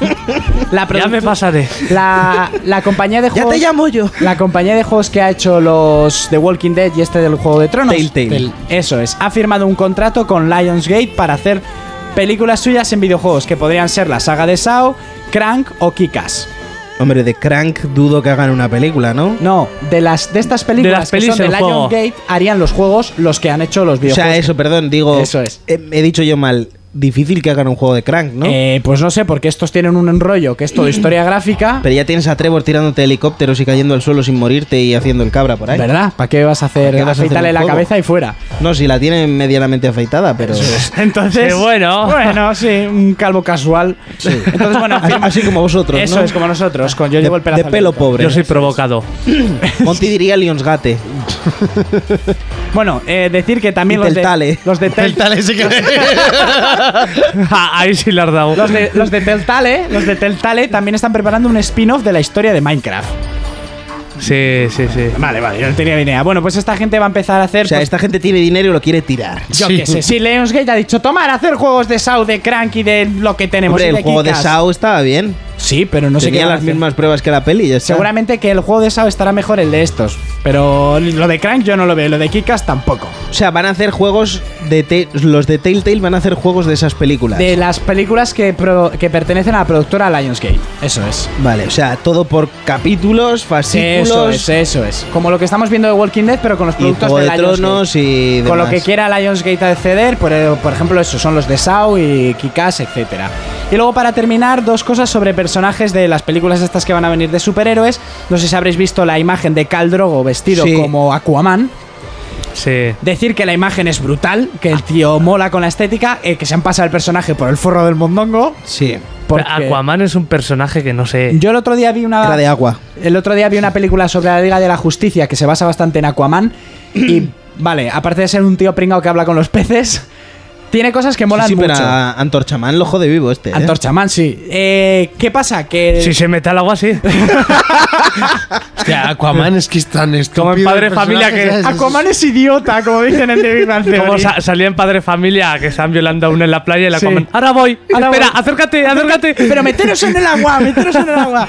Speaker 4: La
Speaker 7: Ya me
Speaker 4: produ-
Speaker 7: pasaré.
Speaker 4: La, la compañía de
Speaker 6: Ya
Speaker 4: juegos...
Speaker 6: te llamo yo.
Speaker 4: La compañía de juegos que ha hecho los The Walking Dead y este del Juego de Tronos.
Speaker 6: Telltale.
Speaker 4: Tell- Eso es. Ha firmado un contrato con Lionsgate para hacer películas suyas en videojuegos que podrían ser la saga de Sao, Crank o Kikas.
Speaker 6: Hombre, de Crank dudo que hagan una película, ¿no?
Speaker 4: No, de las de estas películas
Speaker 7: De las
Speaker 4: que
Speaker 7: pelis
Speaker 4: son de
Speaker 7: el juego.
Speaker 4: Lionsgate harían los juegos los que han hecho los
Speaker 6: O
Speaker 4: videojuegos.
Speaker 6: sea, eso, perdón, digo.
Speaker 4: Eso es.
Speaker 6: eh, He, dicho yo mal. Difícil que hagan un juego de Crank, ¿no?
Speaker 4: Eh, pues no sé, porque estos tienen un enrollo que es todo historia gráfica.
Speaker 6: Pero ya tienes a Trevor tirándote helicópteros y cayendo al suelo sin morirte y haciendo el cabra por ahí.
Speaker 4: ¿Verdad? ¿Para qué vas a hacer?
Speaker 6: ¿eh? ¿Para qué vas a hacer
Speaker 4: Afeitarle
Speaker 6: un
Speaker 4: la
Speaker 6: juego?
Speaker 4: cabeza y fuera.
Speaker 6: No, si la tienen medianamente afeitada, pero.
Speaker 4: Entonces,
Speaker 7: Qué bueno.
Speaker 4: Bueno, sí, un calvo casual. Entonces, bueno,
Speaker 6: Así- así como vosotros,
Speaker 4: Eso
Speaker 6: ¿no?
Speaker 4: es como nosotros. Con yo
Speaker 6: De-
Speaker 4: llevo el pelazo
Speaker 6: de
Speaker 4: al
Speaker 6: pelo
Speaker 4: viento.
Speaker 6: pobre.
Speaker 7: Yo soy provocado.
Speaker 6: Monty diría Lionsgate.
Speaker 4: Bueno, eh, decir que también
Speaker 6: Y
Speaker 4: los de,
Speaker 6: Telltale.
Speaker 4: los de
Speaker 2: El tal ese que.
Speaker 7: Ah, Ahí sí le has dado.
Speaker 4: Los de, los de Telltale, los de Telltale también están preparando un spin-off de la historia de Minecraft.
Speaker 7: Sí, sí, sí.
Speaker 4: Vale, vale, yo no tenía ni idea. Bueno, pues esta gente va a empezar a hacer.
Speaker 6: O sea,
Speaker 4: pues,
Speaker 6: esta gente tiene dinero y lo quiere tirar.
Speaker 4: Yo qué sé, si Lionsgate ha dicho tomar, hacer juegos de Saw, de Crank y de lo que tenemos.
Speaker 6: Hombre,
Speaker 4: y
Speaker 6: el juego de
Speaker 4: Kikas".
Speaker 6: Sao estaba bien.
Speaker 4: Sí, pero no sé qué.
Speaker 6: Tenía
Speaker 4: van a
Speaker 6: las
Speaker 4: hacer.
Speaker 6: mismas pruebas que la peli. ya está.
Speaker 4: Seguramente que el juego de Saw estará mejor el de estos. Pero lo de Crank yo no lo veo, lo de Kikas tampoco.
Speaker 6: O sea, van a hacer juegos de. Te- Los de Telltale van a hacer juegos de esas películas.
Speaker 4: De las películas que, pro- que pertenecen a la productora Lionsgate. Eso es.
Speaker 6: Vale, o sea, todo por capítulos, fascículos.
Speaker 4: Eso es, eso es. Como lo que estamos viendo de Walking Dead, pero con los
Speaker 6: Y
Speaker 4: productos
Speaker 6: Juego
Speaker 4: de,
Speaker 6: de
Speaker 4: Lionsgate.
Speaker 6: Tronos y demás.
Speaker 4: Con lo que quiera Lionsgate acceder, por, eh, por ejemplo, eso son los de Sao y Kikas, etcétera. Y luego para terminar, dos cosas sobre personajes de las películas estas que van a venir de superhéroes. No sé si habréis visto la imagen de Khal Drogo vestido
Speaker 6: Sí.
Speaker 4: como Aquaman.
Speaker 7: Sí.
Speaker 4: Decir que la imagen es brutal, que el tío mola con la estética, eh, que se han pasado el personaje por el forro del mondongo.
Speaker 6: Sí,
Speaker 4: porque
Speaker 7: Aquaman es un personaje que no sé.
Speaker 4: Yo el otro día vi una
Speaker 6: era de agua.
Speaker 4: el otro día vi una película sobre la Liga de la Justicia que se basa bastante en Aquaman y vale, aparte de ser un tío pringao que habla con los peces, tiene cosas que molan
Speaker 6: sí, sí, pero
Speaker 4: mucho.
Speaker 6: a Antorchaman lo jode vivo este. ¿eh?
Speaker 4: Antorchaman, sí. Eh, ¿Qué pasa? Que
Speaker 7: Si se mete al agua, sí.
Speaker 2: Hostia, Aquaman es que es tan estúpido.
Speaker 7: Como en Padre
Speaker 2: el
Speaker 7: Familia
Speaker 2: personaje,
Speaker 7: que-
Speaker 2: ¿sabes?
Speaker 4: Aquaman es idiota, como dicen en The Big Bang Theory.
Speaker 7: Como sa- salía en Padre Familia que estaban violando a uno en la playa y la
Speaker 4: Sí.
Speaker 7: comen. Ahora voy.
Speaker 4: Ahora
Speaker 7: Espera,
Speaker 4: voy.
Speaker 7: acércate, acércate.
Speaker 4: Pero meteros en el agua, meteros en el agua.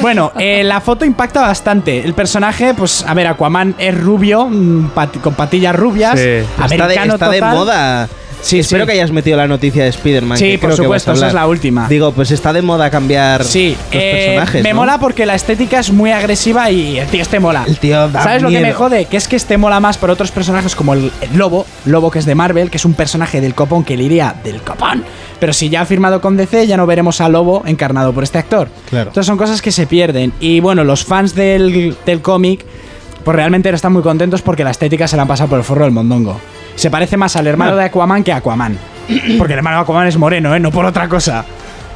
Speaker 4: Bueno, eh, la foto impacta bastante. El personaje, pues, a ver, Aquaman es rubio, mm, pati- con patillas rubias.
Speaker 7: Sí.
Speaker 6: Está de,
Speaker 4: americano
Speaker 6: está de
Speaker 4: total.
Speaker 6: moda.
Speaker 4: Sí,
Speaker 6: Espero
Speaker 4: sí.
Speaker 6: que hayas metido la noticia de Spider-Man.
Speaker 4: Sí,
Speaker 6: que creo
Speaker 4: por
Speaker 6: que
Speaker 4: supuesto,
Speaker 6: vas a
Speaker 4: esa es
Speaker 6: hablar.
Speaker 4: la última.
Speaker 6: Digo, pues está de moda cambiar
Speaker 4: Sí,
Speaker 6: los
Speaker 4: eh,
Speaker 6: personajes.
Speaker 4: me
Speaker 6: ¿no?
Speaker 4: mola porque la estética es muy agresiva y el tío este mola.
Speaker 6: El tío da
Speaker 4: ¿Sabes lo que me
Speaker 6: miedo.
Speaker 4: jode? Que es que este mola más por otros personajes como el, el Lobo, Lobo que es de Marvel, que es un personaje del copón que le iría del copón. Pero si ya ha firmado con DC, ya no veremos a Lobo encarnado por este actor.
Speaker 6: Claro.
Speaker 4: Entonces son cosas que se pierden. Y bueno, los fans del, del cómic, pues realmente no están muy contentos porque la estética se la han pasado por el forro del mondongo. Se parece más al
Speaker 6: Ah.
Speaker 4: hermano de Aquaman que a Aquaman. Porque el hermano de Aquaman es moreno, ¿eh? No por otra cosa.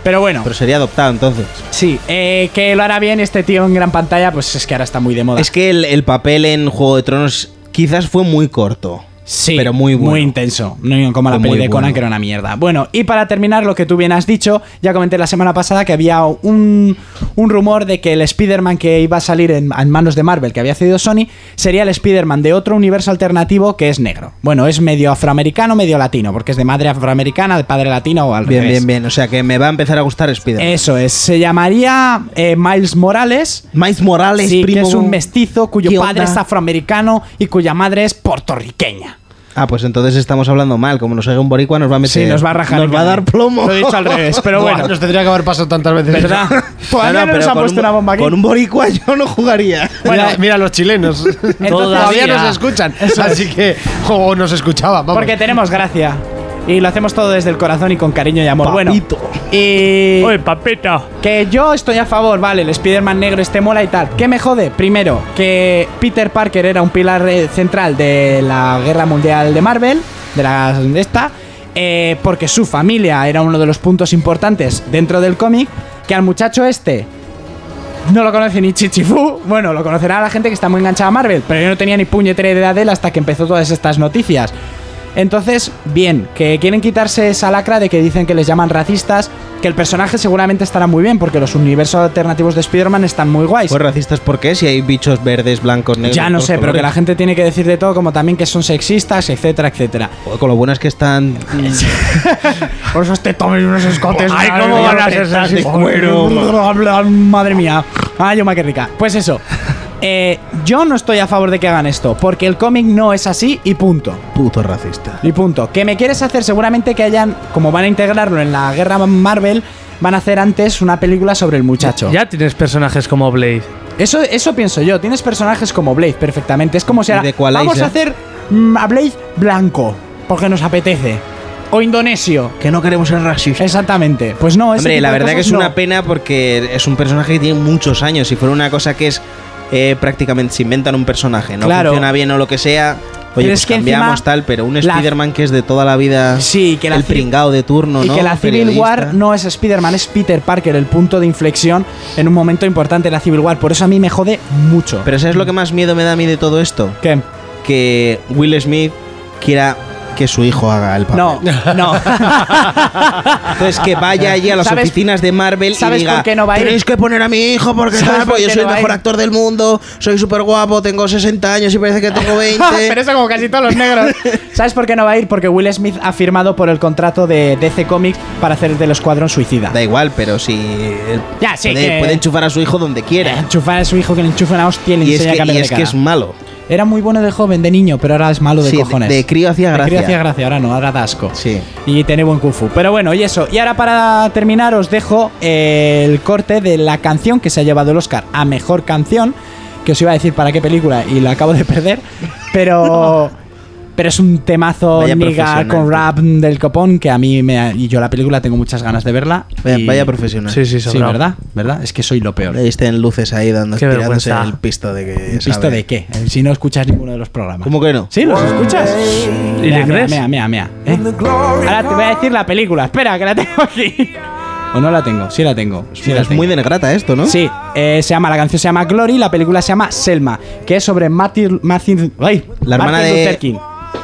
Speaker 4: Pero bueno.
Speaker 6: Pero sería adoptado entonces.
Speaker 4: Sí, eh, que lo hará bien este tío en gran pantalla, pues es que ahora está muy de moda.
Speaker 6: Es que el, el papel en Juego de Tronos quizás fue muy corto.
Speaker 4: Sí,
Speaker 6: pero muy bueno.
Speaker 4: Muy intenso. No como la
Speaker 6: Fue
Speaker 4: peli
Speaker 6: muy
Speaker 4: de Conan,
Speaker 6: bueno.
Speaker 4: que era una mierda. Bueno, y para terminar, lo que tú bien has dicho, ya comenté la semana pasada que había un, un rumor de que el Spider-Man que iba a salir en, en manos de Marvel, que había cedido Sony, sería el Spider-Man de otro universo alternativo que es negro. Bueno, es medio afroamericano, medio latino, porque es de madre afroamericana, de padre latino o al
Speaker 6: Bien,
Speaker 4: revés.
Speaker 6: bien, bien. O sea que me va a empezar a gustar Spider-Man.
Speaker 4: Eso es, se llamaría eh, Miles Morales.
Speaker 6: Miles Morales,
Speaker 4: Sí,
Speaker 6: primo.
Speaker 4: que es un mestizo cuyo
Speaker 6: ¿Qué
Speaker 4: padre
Speaker 6: onda?
Speaker 4: es afroamericano y cuya madre es puertorriqueña.
Speaker 6: Ah, pues entonces estamos hablando mal. Como nos oiga un boricua, nos va a meter.
Speaker 4: Sí, nos va a rajar.
Speaker 6: Nos
Speaker 4: el
Speaker 6: va a
Speaker 4: cabrón.
Speaker 6: dar plomo.
Speaker 4: Lo he dicho al revés, pero
Speaker 2: Buah,
Speaker 4: bueno.
Speaker 2: Nos tendría que haber pasado tantas veces.
Speaker 4: ¿Verdad?
Speaker 6: No,
Speaker 4: Todavía
Speaker 6: no,
Speaker 4: no, nos
Speaker 6: pero
Speaker 4: han
Speaker 6: con
Speaker 4: puesto
Speaker 6: un-
Speaker 4: una bomba aquí.
Speaker 6: Con un boricua yo no jugaría.
Speaker 4: Bueno,
Speaker 2: mira, mira los chilenos. todavía nos escuchan.
Speaker 4: Eso es.
Speaker 2: Así que, o nos escuchaban. Vamos.
Speaker 4: Porque tenemos gracia. Y lo hacemos todo desde el corazón y con cariño y amor.
Speaker 6: Papito.
Speaker 4: Bueno, y
Speaker 7: Oye, papeta.
Speaker 4: que yo estoy a favor, vale, el Spider-Man negro este mola y tal. ¿Qué me jode? Primero, que Peter Parker era un pilar eh, central de la Guerra Mundial de Marvel, de la de esta, eh, porque su familia era uno de los puntos importantes dentro del cómic, que al muchacho este no lo conoce ni Chichifú. Bueno, lo conocerá la gente que está muy enganchada a Marvel, pero yo no tenía ni puñetera idea de él hasta que empezó todas estas noticias. Entonces, bien, que quieren quitarse esa lacra de que dicen que les llaman racistas, que el personaje seguramente estará muy bien, porque los universos alternativos de Spider-Man están muy guays.
Speaker 6: Pues racistas, ¿por qué? Si hay bichos verdes, blancos, negros.
Speaker 4: ya no
Speaker 6: todos
Speaker 4: sé, pero que
Speaker 6: colores.
Speaker 4: la gente tiene que decir de todo, como también que son sexistas, etcétera, etcétera.
Speaker 6: Joder, con lo buenas que están.
Speaker 4: Por eso te tomes unos escotes.
Speaker 7: Ay, cómo van a ser
Speaker 4: esas
Speaker 7: esas de cuero.
Speaker 4: Madre mía. Ay, yo más que rica. Pues eso. Eh, yo no estoy a favor de que hagan esto, porque el cómic no es así y punto.
Speaker 6: Puto racista.
Speaker 4: Y punto. Que me quieres hacer? Seguramente que hayan, como van a integrarlo en la guerra Marvel, van a hacer antes una película sobre el muchacho.
Speaker 7: Ya tienes personajes como Blade.
Speaker 4: Eso, eso pienso yo. Tienes personajes como Blade perfectamente. Es como si
Speaker 6: ¿Y
Speaker 4: ahora
Speaker 6: de cuál
Speaker 4: vamos
Speaker 6: Ace,
Speaker 4: a
Speaker 6: eh?
Speaker 4: hacer mm, a Blade blanco, porque nos apetece. O indonesio,
Speaker 6: Que no queremos ser racistas.
Speaker 4: Exactamente. Pues no, ese
Speaker 6: Hombre,
Speaker 4: tipo
Speaker 6: la
Speaker 4: de
Speaker 6: verdad que
Speaker 4: cosas
Speaker 6: es
Speaker 4: no.
Speaker 6: una pena porque es un personaje que tiene muchos años. Si fuera una cosa que es eh, prácticamente se inventan un personaje, no
Speaker 4: Claro.
Speaker 6: funciona bien o lo que sea. Oye,
Speaker 4: Pero
Speaker 6: pues
Speaker 4: es que
Speaker 6: cambiamos
Speaker 4: encima
Speaker 6: tal, pero un
Speaker 4: la-
Speaker 6: Spider-Man que es de toda la vida
Speaker 4: Sí, que la
Speaker 6: el
Speaker 4: ci-
Speaker 6: pringao de turno,
Speaker 4: y
Speaker 6: ¿no?
Speaker 4: que la Civil
Speaker 6: Periodista.
Speaker 4: War no es Spider-Man, es Peter Parker, el punto de inflexión en un momento importante de la Civil War. Por eso a mí me jode mucho.
Speaker 6: Pero ¿sabes lo que más miedo me da a mí de todo esto?
Speaker 4: ¿Qué?
Speaker 6: Que Will Smith quiera que su hijo haga el papel.
Speaker 4: No, no.
Speaker 6: Entonces que vaya allí a las
Speaker 4: ¿Sabes-
Speaker 6: oficinas de Marvel
Speaker 4: sabes
Speaker 6: y diga,
Speaker 4: por qué no va a ir?
Speaker 6: tenéis que poner a mi hijo porque
Speaker 4: ¿Sabes
Speaker 6: tal,
Speaker 4: por
Speaker 6: porque yo
Speaker 4: qué
Speaker 6: soy el
Speaker 4: no va a
Speaker 6: mejor
Speaker 4: ir?
Speaker 6: actor del mundo, soy súper guapo, tengo 60 años y parece que tengo 20.
Speaker 4: Pero eso como casi todos los negros. ¿Sabes por qué no va a ir? Porque Will Smith ha firmado por el contrato de DC Comics para hacer el del Escuadrón Suicida.
Speaker 6: Da igual, pero si eh,
Speaker 4: Ya, sí,
Speaker 6: puede,
Speaker 4: que- Eh,
Speaker 6: puede enchufar a su hijo donde quiera.
Speaker 4: Enchufar a su hijo que le enchufe la hostia y le
Speaker 6: y es,
Speaker 4: enseña
Speaker 6: que,
Speaker 4: a cambiar
Speaker 6: y
Speaker 4: de
Speaker 6: es que
Speaker 4: cara.
Speaker 6: es malo.
Speaker 4: Era muy bueno de joven, de niño, pero ahora es malo de
Speaker 6: Sí, de-
Speaker 4: cojones.
Speaker 6: de crío hacía
Speaker 4: De
Speaker 6: gracia.
Speaker 4: hacía gracia, ahora no, ahora da asco.
Speaker 6: Sí.
Speaker 4: Y tiene buen kung fu. Pero bueno, y eso. Y ahora para terminar os dejo eh, el corte de la canción que se ha llevado el Oscar a Mejor Canción, que os iba a decir para qué película y la acabo de perder, pero... Pero es un temazo
Speaker 6: Vaya
Speaker 4: nigga
Speaker 6: profesional,
Speaker 4: con
Speaker 6: tío.
Speaker 4: rap del copón que a mí me... Y yo la película tengo muchas ganas de verla.
Speaker 6: Vaya,
Speaker 4: y-
Speaker 6: vaya profesional.
Speaker 7: Sí, sí,
Speaker 4: Sí,
Speaker 7: sobrado.
Speaker 4: ¿verdad? ¿Verdad? Es que soy lo peor.
Speaker 6: Ahí estén luces ahí dando,
Speaker 7: Qué
Speaker 6: tirándose
Speaker 7: vergüenza.
Speaker 6: el pisto de que.
Speaker 4: ¿Visto
Speaker 6: sabe.
Speaker 4: de qué? Si no escuchas ninguno de los programas.
Speaker 6: ¿Cómo que no?
Speaker 4: ¿Sí? ¿Los escuchas?
Speaker 7: ¿Y
Speaker 4: Mira,
Speaker 7: le
Speaker 4: mira,
Speaker 7: crees?
Speaker 4: mira, mira, mira, ¿eh? Ahora te voy a decir la película. Espera, que la tengo aquí. O no la tengo, sí la tengo. Sí la
Speaker 6: es
Speaker 4: tengo.
Speaker 6: muy de negrata esto, ¿no?
Speaker 4: Sí, eh, se llama, la canción se llama Glory, la película se llama Selma, que es sobre Martin, Martin, ay,
Speaker 6: La hermana
Speaker 4: Martin
Speaker 6: de.
Speaker 4: Luther King.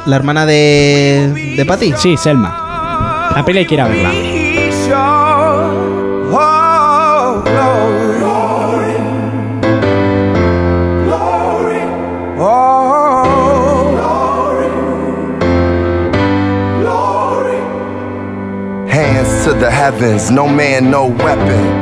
Speaker 6: La hermana de. de Patty.
Speaker 4: Sí, Selma. La peli hay que ir a verla.
Speaker 9: Hands to the heavens, no man, no weapon.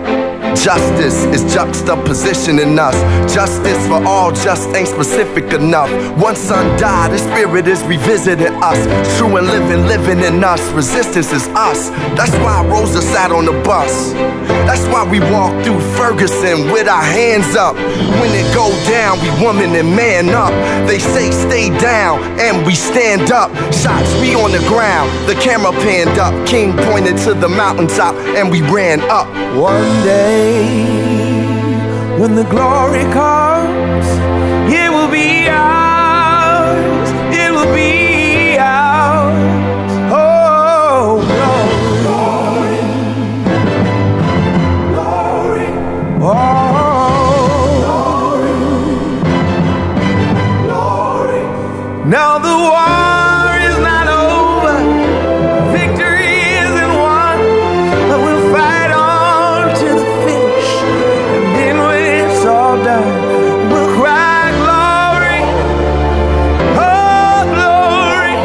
Speaker 9: Justice is juxtapositioning us. Justice for all just ain't specific enough. One son died, his spirit is revisiting us. True and living, living in us. Resistance is us. That's why Rosa sat on the bus. That's why we walked through Ferguson with our hands up. When it go down, we woman and man up. They say stay down, and we stand up. Shots we on the ground, the camera panned up. King pointed to the mountaintop, and we ran up.
Speaker 10: One day, when the glory comes, it will be ours. It will be ours. Oh, glory, glory, glory, glory. Now the war is not over. Victory isn't won. But we'll fight on to the finish. And then when it's all done, we'll cry glory. Oh, glory.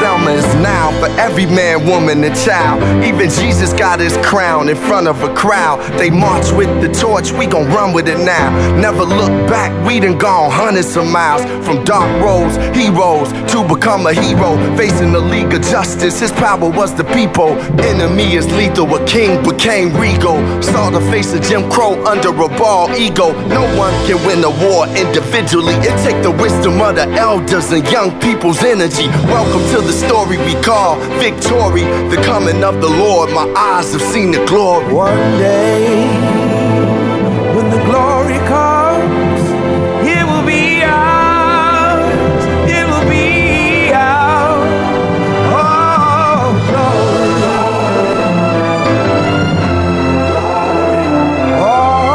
Speaker 9: Selma is now for every man, woman, and child. Even Jesus got his crown in front of a crowd. They march with the torch, we gon' run with it now. Never look back, we done gone hundreds of miles. From dark roads, heroes, to become a hero. Facing the League of Justice, his power was the people. Enemy is lethal, a king became regal. Saw the face of Jim Crow under a bald ego. No one can win a war individually. It take the wisdom of the elders and young people's energy. Welcome to the story we call victory. The coming of the Lord, my eyes have seen the glory.
Speaker 10: One day, when the glory comes, it will be ours. It will be ours. Oh, glory, glory, oh.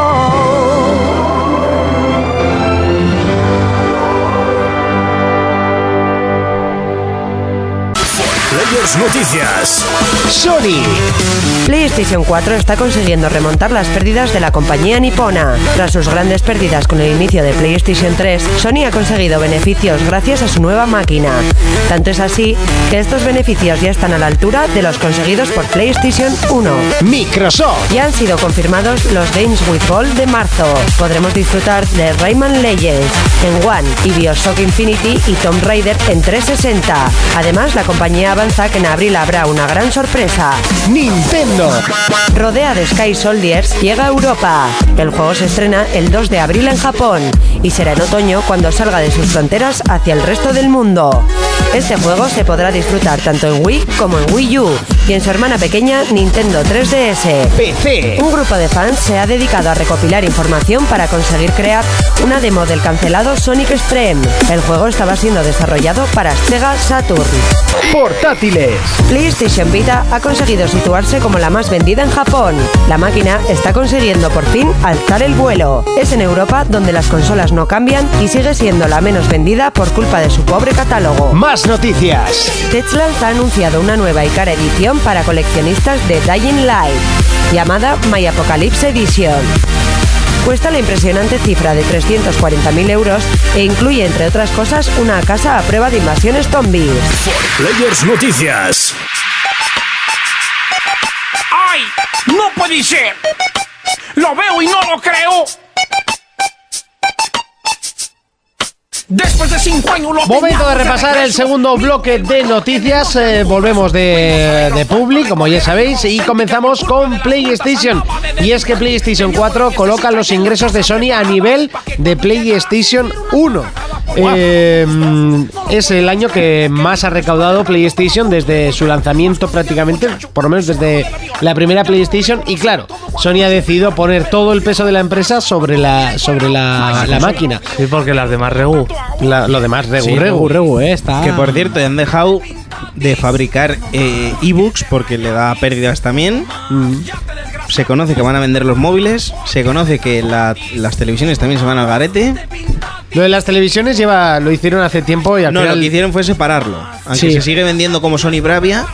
Speaker 1: Players Noticias.
Speaker 8: Sony.
Speaker 3: PlayStation 4 está consiguiendo remontar las pérdidas de la compañía nipona. Tras sus grandes pérdidas con el inicio de PlayStation 3, Sony ha conseguido beneficios gracias a su nueva máquina. Tanto es así que estos beneficios ya están a la altura de los conseguidos por PlayStation 1.
Speaker 8: Microsoft.
Speaker 3: Ya han sido confirmados los Games with Gold de marzo. Podremos disfrutar de Rayman Legends en One y Bioshock Infinity y Tomb Raider en 360. Además, la compañía avanza que en abril habrá una gran sorpresa.
Speaker 8: Nintendo.
Speaker 3: Rodea de Sky Soldiers llega a Europa. El juego se estrena el 2 de abril en Japón y será en otoño cuando salga de sus fronteras hacia el resto del mundo. Este juego se podrá disfrutar tanto en Wii como en Wii U y en su hermana pequeña Nintendo 3DS.
Speaker 8: PC.
Speaker 3: Un grupo de fans se ha dedicado a recopilar información para conseguir crear una demo del cancelado Sonic Extreme. El juego estaba siendo desarrollado para Sega Saturn.
Speaker 8: Portátiles.
Speaker 3: PlayStation Vita ha conseguido situarse como la más vendida en Japón. La máquina está consiguiendo por fin alzar el vuelo. Es en Europa donde las consolas no cambian y sigue siendo la menos vendida por culpa de su pobre catálogo.
Speaker 8: Más noticias.
Speaker 3: Techland ha anunciado una nueva y cara edición para coleccionistas de Dying Light, llamada My Apocalypse Edition. Cuesta la impresionante cifra de 340.000 euros e incluye, entre otras cosas, una casa a prueba de invasiones zombies.
Speaker 1: Players Noticias.
Speaker 10: ¡Ay! ¡No puede ser! ¡Lo veo y no lo creo! Después de cinco años lo
Speaker 8: Momento de
Speaker 10: teníamos
Speaker 8: repasar el
Speaker 10: regreso.
Speaker 8: segundo bloque de noticias. Eh, volvemos de, de Public, como ya sabéis, y comenzamos con PlayStation. Y es que PlayStation 4 coloca los ingresos de Sony a nivel de PlayStation 1. Eh, es el año que más ha recaudado PlayStation desde su lanzamiento prácticamente, por lo menos desde la primera PlayStation. Y claro, Sony ha decidido poner todo el peso de la empresa sobre la, sobre la, la máquina.
Speaker 7: Sí, porque las demás regu.
Speaker 8: La- lo demás, regu,
Speaker 4: Sí,
Speaker 8: regu.
Speaker 4: regu, regu, eh, está.
Speaker 6: Que por cierto, han dejado de fabricar eh, ebooks porque le da pérdidas también. Se conoce que van a vender los móviles. Se conoce que la- las televisiones también se van al garete.
Speaker 2: Lo de las televisiones lleva, lo hicieron hace tiempo y al
Speaker 6: No, lo
Speaker 2: final.
Speaker 6: que hicieron fue separarlo. Aunque
Speaker 2: Sí.
Speaker 6: se sigue vendiendo como Sony Bravia,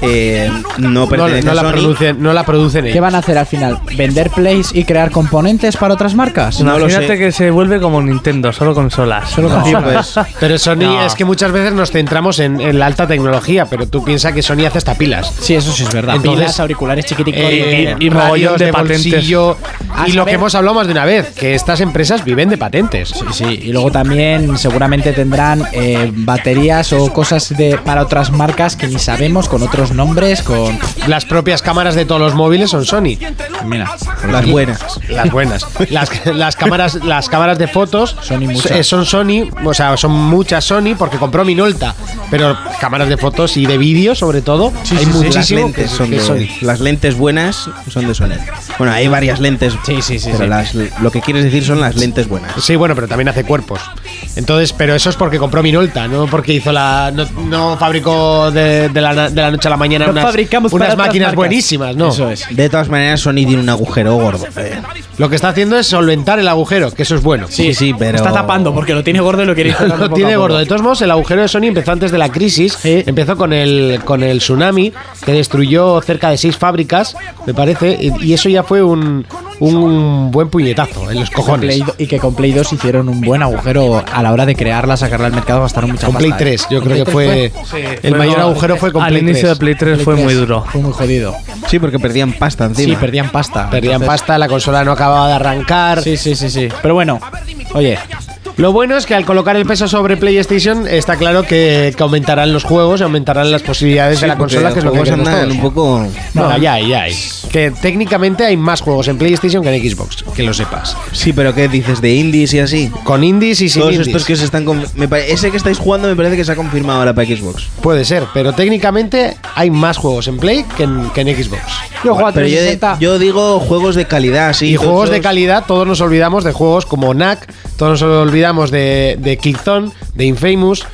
Speaker 6: eh, no
Speaker 2: no,
Speaker 6: pertenece
Speaker 2: no
Speaker 6: a
Speaker 2: la
Speaker 6: Sony.
Speaker 2: producen, no la producen
Speaker 4: ¿Qué
Speaker 2: ellos.
Speaker 4: van a hacer al final? ¿Vender plays y crear componentes para otras marcas?
Speaker 6: No lo
Speaker 7: Imagínate
Speaker 6: sé.
Speaker 7: que se vuelve como Nintendo, solo consolas. Solo
Speaker 6: No, pues,
Speaker 2: Pero Sony
Speaker 7: No.
Speaker 2: es que muchas veces nos centramos en, en la alta tecnología, pero tú piensas que Sony hace hasta pilas.
Speaker 4: Sí, eso sí es verdad.
Speaker 2: Entonces-
Speaker 4: Pilas, auriculares chiquiticos.
Speaker 2: Eh,
Speaker 7: y- y
Speaker 2: radios
Speaker 7: mogollón de patentes. Ah,
Speaker 2: bolsillo,
Speaker 4: A
Speaker 2: y lo que
Speaker 4: saber.
Speaker 2: hemos hablado más de una vez, que estas empresas viven de patentes.
Speaker 4: Sí, sí, y luego también seguramente tendrán eh, baterías o cosas de, para otras marcas que ni sabemos, con otros nombres, con...
Speaker 2: Las propias cámaras de todos los móviles son Sony,
Speaker 4: Mira,
Speaker 6: las buenas.
Speaker 2: las buenas. las, las cámaras, las cámaras de fotos
Speaker 4: Sony muchas.
Speaker 2: eh, son Sony, o sea, son muchas Sony porque compró Minolta, pero cámaras de fotos y de vídeo sobre todo, hay
Speaker 6: Las
Speaker 2: muchísimo que-
Speaker 6: lentes, son
Speaker 2: que
Speaker 6: de-
Speaker 2: Sony.
Speaker 6: las lentes buenas son de Sony. Bueno, hay varias lentes.
Speaker 4: Sí, sí, sí,
Speaker 6: Pero
Speaker 4: sí.
Speaker 6: las- lo que quieres decir son las lentes buenas.
Speaker 2: Sí, bueno, pero también hace cuerpos. Entonces, pero eso es porque compró Minolta, no porque hizo la. No, no fabricó de, de la, de la noche a la mañana
Speaker 4: No
Speaker 2: unas,
Speaker 4: fabricamos para
Speaker 2: unas
Speaker 4: otras
Speaker 2: máquinas
Speaker 4: marcas.
Speaker 2: buenísimas, ¿no?
Speaker 4: Eso es.
Speaker 6: De todas maneras, Sony tiene un agujero gordo. eh.
Speaker 2: Lo que está haciendo es solventar el agujero, que eso es bueno.
Speaker 6: Sí, sí, pero.
Speaker 4: Está tapando porque lo tiene gordo y lo quiere ir tapando
Speaker 2: Lo
Speaker 4: poco a
Speaker 2: tiene
Speaker 4: poco.
Speaker 2: gordo. De todos modos, el agujero de Sony empezó antes de la crisis. Empezó con el, con el tsunami que destruyó cerca de seis fábricas, me parece. Y, y eso ya fue un, un buen puñetazo en los cojones.
Speaker 4: Play do- y que con Play 2 hicieron un buen agujero a la hora de crearla, sacarla al mercado, gastaron mucha
Speaker 2: Con Play
Speaker 4: pasta, ¿eh?
Speaker 2: 3, yo
Speaker 4: Con
Speaker 2: creo que
Speaker 4: Play 3
Speaker 2: fue. El
Speaker 7: fue-
Speaker 2: mayor
Speaker 7: no,
Speaker 2: agujero fue con
Speaker 7: Al
Speaker 2: Play
Speaker 7: inicio
Speaker 2: 3.
Speaker 7: de Play 3 fue
Speaker 4: Play
Speaker 7: muy
Speaker 4: 3,
Speaker 7: duro.
Speaker 4: Fue muy jodido.
Speaker 6: Sí, porque perdían pasta encima.
Speaker 4: Sí, perdían pasta.
Speaker 2: Perdían
Speaker 4: Entonces-
Speaker 2: pasta, la consola no acababa de arrancar.
Speaker 4: Sí, sí, sí, sí. Pero bueno, oye,
Speaker 2: Lo bueno es que al colocar el peso sobre PlayStation está claro que, que aumentarán los juegos y aumentarán las posibilidades de la
Speaker 6: porque
Speaker 2: consola, que es lo que
Speaker 6: los
Speaker 2: queremos
Speaker 6: juegos andan
Speaker 2: todos.
Speaker 6: un poco.
Speaker 2: No, ya hay, ya hay. Que técnicamente hay más juegos en PlayStation que en Xbox, que lo sepas.
Speaker 6: Sí, pero ¿qué dices? ¿De indies y así?
Speaker 2: Con indies y sin
Speaker 6: Todos
Speaker 2: indies.
Speaker 6: estos que se están. con- me pare- Ese que estáis jugando me parece que se ha confirmado ahora para Xbox.
Speaker 2: Puede ser, pero técnicamente hay más juegos en Play que en, que en Xbox.
Speaker 4: yo juego a
Speaker 6: Pero yo, de-
Speaker 4: 360.
Speaker 6: yo digo juegos de calidad, sí.
Speaker 2: Y
Speaker 6: todos
Speaker 2: juegos de
Speaker 6: esos-
Speaker 2: calidad, todos nos olvidamos de juegos como Knack, todos nos olvidamos de, de Killzone, de Infamous.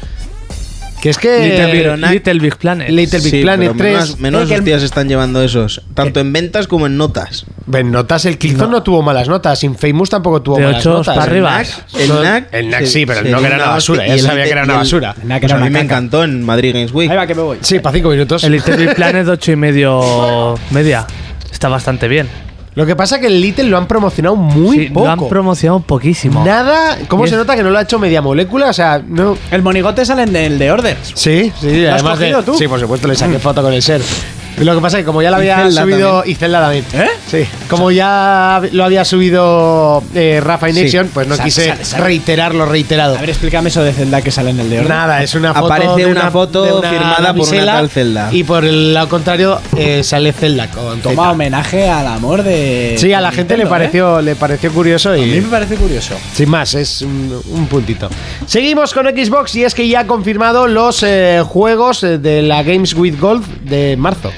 Speaker 2: Que es que.
Speaker 6: Little Big- Pero Knack-
Speaker 7: Little Big Planet.
Speaker 2: Little Big
Speaker 6: Sí,
Speaker 2: Planet
Speaker 6: pero
Speaker 2: 3.
Speaker 6: Menos, menos
Speaker 4: Eh, que el-
Speaker 6: hostias están llevando esos. Tanto en ventas como en notas.
Speaker 2: Ven, notas, el Killzone no. tuvo malas notas, Infamous tampoco tuvo
Speaker 7: De
Speaker 2: malas
Speaker 7: ocho
Speaker 2: notas.
Speaker 7: para
Speaker 2: El
Speaker 7: arriba.
Speaker 2: Knack-
Speaker 6: El
Speaker 2: Son-
Speaker 6: NAC.
Speaker 2: el Knack sí, pero el no que era una basura, ya sabía que era una basura.
Speaker 6: El NAC era
Speaker 4: una
Speaker 6: a mí me
Speaker 4: caca.
Speaker 6: encantó en Madrid Games Week.
Speaker 4: Ahí va que me voy.
Speaker 2: Sí, para cinco minutos.
Speaker 7: El Little Big Planet de 8 y medio media. Está bastante bien.
Speaker 2: Lo que pasa que el Little lo han promocionado muy
Speaker 7: Sí,
Speaker 2: poco.
Speaker 7: Lo han promocionado poquísimo.
Speaker 2: Nada, ¿cómo
Speaker 7: Y
Speaker 2: se
Speaker 7: es-
Speaker 2: nota que no lo ha hecho media molécula? O sea, no.
Speaker 4: El monigote sale del de Orders.
Speaker 2: Sí, sí,
Speaker 4: has
Speaker 2: además de.
Speaker 4: cogido tú?
Speaker 2: Sí, por supuesto, le saqué foto con el ser. Mm. Lo que pasa es que como ya lo había
Speaker 6: Zelda
Speaker 2: subido.
Speaker 6: también.
Speaker 2: Y Zelda también.
Speaker 4: ¿Eh?
Speaker 2: Sí. Como ya lo había subido eh, Rafa Inexion, pues no
Speaker 4: Sale,
Speaker 2: quise
Speaker 4: sale, sale.
Speaker 2: reiterar lo reiterado.
Speaker 4: A ver, explícame eso de Zelda que sale en el de Orders.
Speaker 2: Nada, es una foto.
Speaker 6: Aparece
Speaker 2: de
Speaker 6: una foto
Speaker 2: de
Speaker 6: firmada por una
Speaker 2: damisela
Speaker 6: tal Zelda.
Speaker 2: Y por el lado contrario eh, sale Zelda con
Speaker 4: Toma
Speaker 2: Z.
Speaker 4: homenaje al amor de.
Speaker 2: Sí, a la gente le
Speaker 4: Nintendo, ¿eh?
Speaker 2: pareció, le pareció curioso
Speaker 4: A mí
Speaker 2: y.
Speaker 4: me parece curioso.
Speaker 2: Sin más, es un, un puntito. Seguimos con Xbox y es que ya ha confirmado los eh, juegos eh, de la Games with Gold de marzo.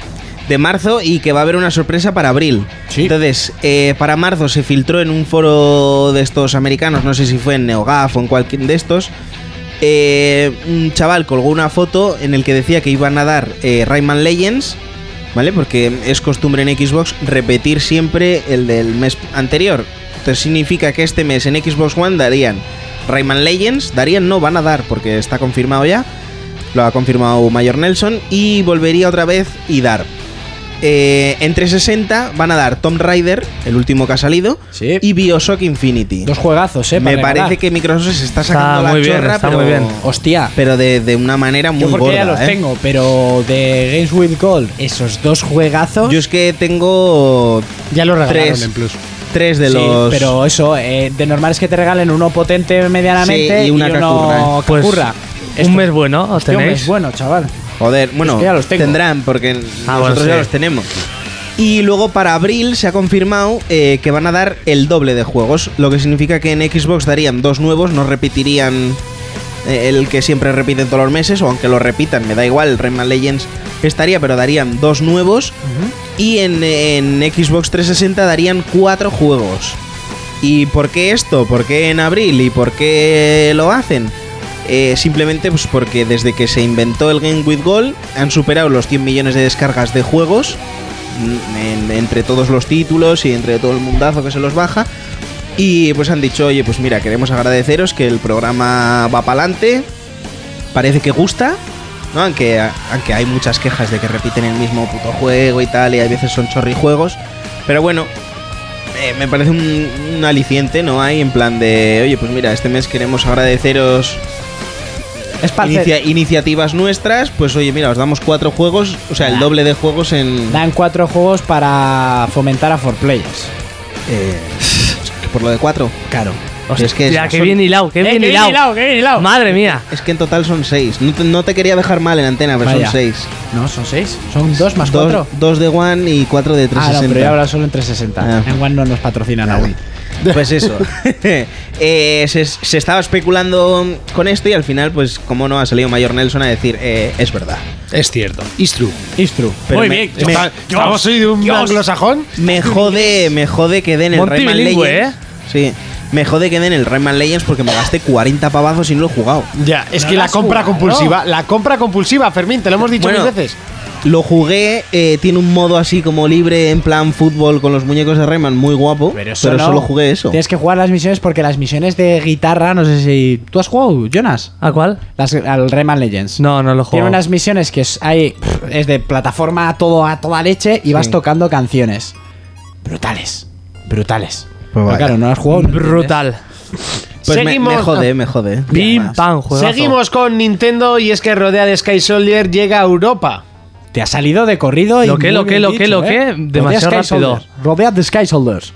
Speaker 6: de marzo y que va a haber una sorpresa para abril.
Speaker 4: Sí.
Speaker 6: Entonces, eh, para marzo se filtró en un foro de estos americanos, no sé si fue en NeoGAF o en cualquier de estos. eh, un chaval colgó una foto en el que decía que iban a dar eh, Rayman Legends, ¿vale? Porque es costumbre en Xbox repetir siempre el del mes anterior. Entonces significa que este mes en Xbox One darían Rayman Legends, darían no, van a dar porque está confirmado ya, lo ha confirmado Mayor Nelson y volvería otra vez y dar. Eh, entre 60 van a dar Tomb Raider, el último que ha salido,
Speaker 4: Sí.
Speaker 6: y Bioshock Infinity.
Speaker 4: Dos juegazos, ¿eh?
Speaker 6: Me
Speaker 4: para
Speaker 6: parece
Speaker 4: regalar.
Speaker 6: que Microsoft se está
Speaker 7: Está
Speaker 6: sacando la
Speaker 7: muy bien,
Speaker 6: chorra,
Speaker 7: está
Speaker 6: pero,
Speaker 7: muy bien.
Speaker 4: Hostia.
Speaker 6: pero de, de una manera muy
Speaker 4: Yo porque
Speaker 6: gorda.
Speaker 4: ya los
Speaker 6: ¿eh?
Speaker 4: tengo, pero de Games with Gold, esos dos juegazos.
Speaker 6: Yo es que tengo
Speaker 2: Ya lo regalaron
Speaker 6: Tres.
Speaker 2: en Plus.
Speaker 6: tres de
Speaker 4: sí,
Speaker 6: los.
Speaker 4: pero eso, eh, de normal es que te regalen uno potente medianamente
Speaker 6: Sí, y una
Speaker 4: uno
Speaker 6: cacurra, ¿eh?
Speaker 7: Pues
Speaker 4: cacurra. Esto-
Speaker 7: un mes bueno os
Speaker 4: Hostia, un mes
Speaker 7: tenéis.
Speaker 4: bueno, chaval.
Speaker 6: Joder, bueno,
Speaker 4: que ya los tengo.
Speaker 6: tendrán porque
Speaker 7: Ah,
Speaker 6: nosotros
Speaker 7: bueno,
Speaker 6: ya
Speaker 7: sí.
Speaker 6: los tenemos. Y luego para abril se ha confirmado eh, que van a dar el doble de juegos, lo que significa que en Xbox darían dos nuevos, no repetirían eh, el que siempre repiten todos los meses, o aunque lo repitan, me da igual, el Rayman Legends estaría, pero darían dos nuevos. Y en, en Xbox 360 darían cuatro juegos. ¿Y por qué esto? ¿Por qué en abril? ¿Y por qué lo hacen? Eh, simplemente pues porque desde que se inventó el Game with Gold han superado los 100 millones de descargas de juegos mm, en- entre todos los títulos y entre todo el mundazo que se los baja. Y pues han dicho, oye, pues mira, queremos agradeceros que el programa va para adelante, parece que gusta, ¿no? Aunque, aunque hay muchas quejas de que repiten el mismo puto juego y tal, y a veces son chorrijuegos, pero bueno, eh, me parece un, un aliciente, ¿no? Hay en plan de, oye, pues mira, este mes queremos agradeceros
Speaker 4: Es para
Speaker 6: inicia- iniciativas nuestras, pues oye, mira, os damos cuatro juegos, o sea, el doble de juegos en...
Speaker 4: Dan cuatro juegos para fomentar a For Players.
Speaker 6: eh, Por lo de cuatro.
Speaker 4: Claro.
Speaker 6: Es que,
Speaker 7: Ya,
Speaker 6: es-
Speaker 7: que
Speaker 6: son-
Speaker 7: bien hilado, que
Speaker 4: Eh,
Speaker 7: bien
Speaker 4: qué bien
Speaker 7: hilado.
Speaker 4: hilado, qué bien hilado.
Speaker 7: Madre mía.
Speaker 6: es que en total son seis. No te, no te quería dejar mal en antena, pero
Speaker 4: Vaya.
Speaker 6: son seis.
Speaker 4: No, son seis. Son dos más
Speaker 6: dos,
Speaker 4: cuatro.
Speaker 6: dos de One y cuatro de
Speaker 4: Ah, no,
Speaker 6: 360.
Speaker 4: pero yo hablo solo en 360.
Speaker 6: Ah.
Speaker 4: En One no nos patrocinan aún.
Speaker 6: Pues eso. Eh, se, se estaba especulando con esto y al final, pues, como no, ha salido Mayor Nelson a decir, eh, es verdad.
Speaker 2: Es cierto. It's true.
Speaker 4: It's true.
Speaker 6: Pero
Speaker 7: Muy
Speaker 6: me-
Speaker 7: bien.
Speaker 6: Me,
Speaker 2: Está- ¿Estamos hoy de un anglosajón?
Speaker 6: me jode, me jode que den el
Speaker 7: Monty
Speaker 6: Rayman
Speaker 7: bilingüe,
Speaker 6: Legends. Sí. Me jode que den el Rayman Legends porque me gasté 40 pavazos y no lo he jugado.
Speaker 2: Ya, es que la compra compulsiva, la compra compulsiva, Fermín, te lo hemos dicho
Speaker 6: Bueno,
Speaker 2: mil veces.
Speaker 6: Lo jugué, eh, tiene un modo así como libre, en plan fútbol con los muñecos de Rayman, muy guapo. Pero,
Speaker 4: no.
Speaker 6: solo jugué eso.
Speaker 4: Tienes que jugar las misiones porque las misiones de guitarra, no sé si. ¿Tú has jugado, Jonas?
Speaker 7: ¿A cuál?
Speaker 4: Las, al Rayman Legends.
Speaker 7: No, no lo juego.
Speaker 4: Tiene unas misiones que es, hay, es de plataforma a, todo, a toda leche y vas tocando canciones. Brutales. Brutales. Pero
Speaker 6: vaya.
Speaker 4: claro, no las has jugado. no entiendes.
Speaker 7: Brutal.
Speaker 6: Pues me- me,
Speaker 2: Seguimos-
Speaker 6: jode, me jode.
Speaker 7: Pim, pam, juegazo.
Speaker 2: Seguimos con Nintendo y es que Rodea de Sky Soldier llega a Europa.
Speaker 4: Te ha salido de corrido y.
Speaker 7: Lo que,
Speaker 4: muy
Speaker 7: lo que,
Speaker 4: bien
Speaker 7: lo que,
Speaker 4: dicho,
Speaker 7: lo
Speaker 4: ¿eh?
Speaker 7: que,
Speaker 4: Rodea
Speaker 7: demasiado
Speaker 4: Sky
Speaker 7: rápido.
Speaker 4: Soldiers. Rodea the Sky Soldiers.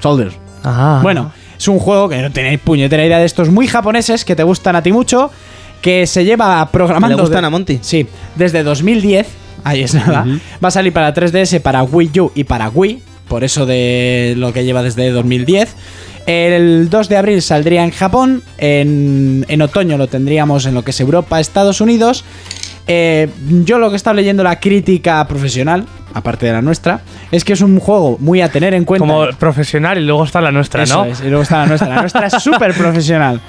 Speaker 4: Soldiers.
Speaker 7: Ajá.
Speaker 6: Ah,
Speaker 4: Bueno, es un juego que no tenéis puñetera idea de estos muy japoneses que te gustan a ti mucho, que se lleva programando.
Speaker 6: Le gustan a Monty.
Speaker 4: Sí, desde 2010, ahí es nada. Va a salir para 3DS, para Wii U y para Wii, por eso de lo que lleva desde 2010. El 2 de abril saldría en Japón, en, en otoño lo tendríamos en lo que es Europa, Estados Unidos. Eh, yo lo que he estado leyendo la crítica profesional, aparte de la nuestra, es que es un juego muy a tener en cuenta.
Speaker 7: Como profesional y luego está la nuestra,
Speaker 4: Eso
Speaker 7: ¿no?
Speaker 4: es, y luego está la nuestra. La nuestra es súper profesional.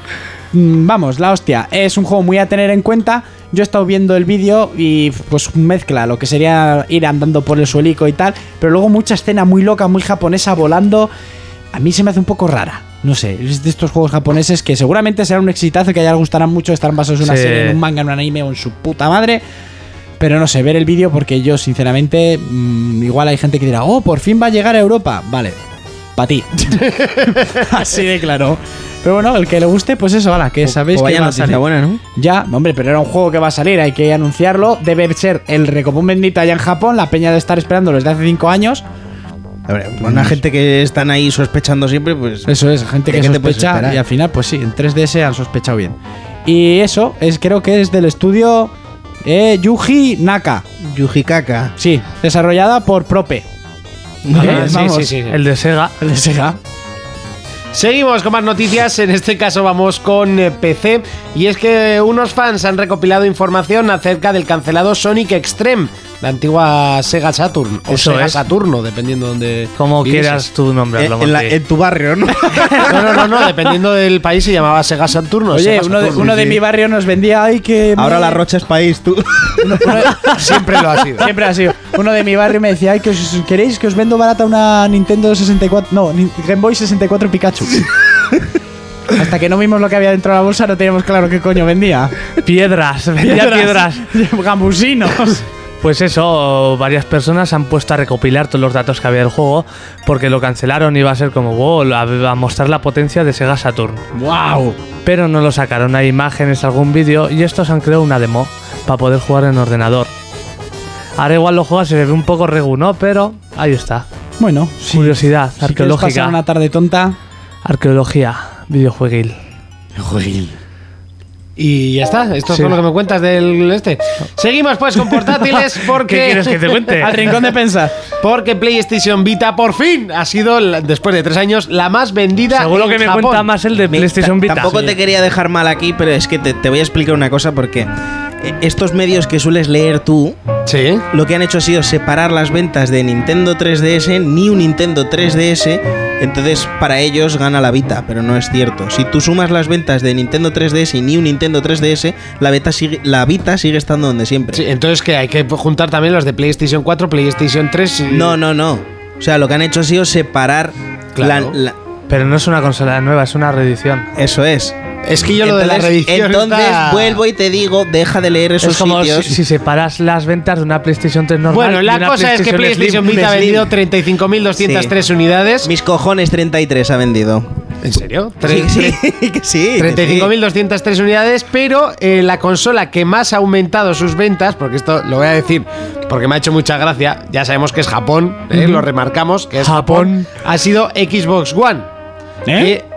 Speaker 4: Mm, Vamos, la hostia. Es un juego muy a tener en cuenta. Yo he estado viendo el vídeo y pues mezcla lo que sería ir andando por el suelico y tal, pero luego mucha escena muy loca, muy japonesa volando. A mí se me hace un poco rara. No sé, es de estos juegos japoneses que seguramente serán un exitazo y que a ella le gustarán mucho, estarán basados en una
Speaker 7: Sí.
Speaker 4: serie, en un manga, en un anime o en su puta madre. Pero no sé, ver el vídeo porque yo sinceramente mm, igual hay gente que dirá, "Oh, por fin va a llegar a Europa." Vale. Para ti. Así de claro. Pero bueno, el que le guste, pues eso, ala, que sabéis
Speaker 6: o
Speaker 4: que
Speaker 6: vaya
Speaker 4: va a
Speaker 6: noticia
Speaker 4: salir.
Speaker 6: buena, ¿no?
Speaker 4: Ya, hombre, pero era un juego que va a salir, hay que anunciarlo. Debe ser el recopón bendito allá en Japón, la peña de estar esperándolo desde hace 5 años.
Speaker 6: A ver, una gente que están ahí sospechando siempre, pues.
Speaker 4: Eso es, gente
Speaker 6: ¿De
Speaker 4: que
Speaker 6: qué te puedes
Speaker 4: sospecha
Speaker 6: esperar?
Speaker 4: y al final, pues sí, en 3DS han sospechado bien. Y eso, es, creo que es del estudio eh, Yuji Naka.
Speaker 6: Yuji Kaka.
Speaker 4: Sí, desarrollada por Prope.
Speaker 2: Ah,
Speaker 4: Eh,
Speaker 2: sí,
Speaker 4: vamos.
Speaker 2: sí, sí, sí.
Speaker 7: El de Sega.
Speaker 4: El de Sega.
Speaker 2: Seguimos con más noticias, en este caso vamos con eh, PC y es que unos fans han recopilado información acerca del cancelado Sonic Extreme, la antigua Sega Saturn o
Speaker 7: Eso
Speaker 2: Sega
Speaker 7: es.
Speaker 2: Saturno, dependiendo donde
Speaker 7: Como
Speaker 2: vivieses.
Speaker 7: quieras tú nombrarlo,
Speaker 6: eh, en, la-
Speaker 7: Monty.
Speaker 6: en tu barrio, ¿no?
Speaker 2: No, no, no, no, dependiendo del país se llamaba Sega Saturno.
Speaker 4: Oye,
Speaker 2: Sega
Speaker 4: uno de,
Speaker 2: Saturno.
Speaker 4: uno de mi barrio nos vendía ahí que.
Speaker 6: Ahora la rocha es país, tú.
Speaker 2: siempre lo ha sido.
Speaker 4: Siempre ha sido. Uno de mi barrio me decía, ay, que os, ¿queréis que os vendo barata una Nintendo 64? No, Ni- Game Boy 64 Pikachu. Hasta que no vimos lo que había dentro de la bolsa, no teníamos claro qué coño vendía.
Speaker 7: Piedras, vendía piedras.
Speaker 4: Gambusinos.
Speaker 7: Pues eso, varias personas se han puesto a recopilar todos los datos que había del juego porque lo cancelaron y iba a ser como wow, a, a mostrar la potencia de Sega Saturn.
Speaker 4: ¡Wow!
Speaker 7: Pero no lo sacaron, hay imágenes, algún vídeo y estos han creado una demo para poder jugar en ordenador. Ahora igual lo juegas y se ve un poco regu, ¿no? Pero ahí está.
Speaker 4: Bueno, sí.
Speaker 7: Curiosidad
Speaker 4: Si quieres pasar
Speaker 7: arqueológica.
Speaker 4: una tarde tonta.
Speaker 7: Arqueología, videojueguil.
Speaker 2: Y ya está, esto es
Speaker 7: Sí.
Speaker 2: todo lo que me cuentas del este. Seguimos pues con portátiles porque...
Speaker 7: ¿Qué quieres que te cuente?
Speaker 4: Al rincón de pensar.
Speaker 2: Porque PlayStation Vita por fin ha sido, la- después de tres años, la más vendida.
Speaker 7: Seguro
Speaker 2: en
Speaker 7: que me
Speaker 2: Japón.
Speaker 7: cuenta más el de PlayStation Vita.
Speaker 6: Tampoco te quería dejar mal aquí, pero es que te, te voy a explicar una cosa porque eh, estos medios que sueles leer tú,
Speaker 2: Sí.
Speaker 6: lo que han hecho ha sido separar las ventas de Nintendo 3DS, ni un Nintendo 3DS, entonces para ellos gana la Vita, pero no es cierto. Si tú sumas las ventas de Nintendo 3DS y ni un Nintendo 3DS, la, Vita sigue, la Vita sigue estando donde siempre.
Speaker 2: Sí, entonces que hay que juntar también los de PlayStation 4, PlayStation 3. y-
Speaker 6: No, no, no. O sea, lo que han hecho ha sido separar
Speaker 2: Claro.
Speaker 6: la- la-
Speaker 7: Pero no es una consola nueva, es una reedición.
Speaker 6: Eso es.
Speaker 2: Es que yo lo de la
Speaker 6: Entonces-
Speaker 2: reedición.
Speaker 6: Entonces
Speaker 2: está-
Speaker 6: vuelvo y te digo, deja de leer esos
Speaker 7: es como si,
Speaker 6: sitios.
Speaker 7: si separas las ventas de una PlayStation 3 normal.
Speaker 2: Bueno,
Speaker 7: y
Speaker 2: la
Speaker 7: una
Speaker 2: cosa es que PlayStation
Speaker 7: PlayStation
Speaker 2: Vita ha
Speaker 6: Slim.
Speaker 2: vendido 35.203 unidades.
Speaker 6: Mis cojones 33 ha vendido.
Speaker 2: ¿En serio?
Speaker 6: Sí, sí, que sí. que sí.
Speaker 2: 35.203 unidades, pero eh, la consola que más ha aumentado sus ventas, porque esto lo voy a decir porque me ha hecho mucha gracia, ya sabemos que es Japón, ¿eh? lo remarcamos, que es Japón.
Speaker 7: Japón.
Speaker 2: ha sido Xbox One.
Speaker 4: ¿Eh?
Speaker 2: que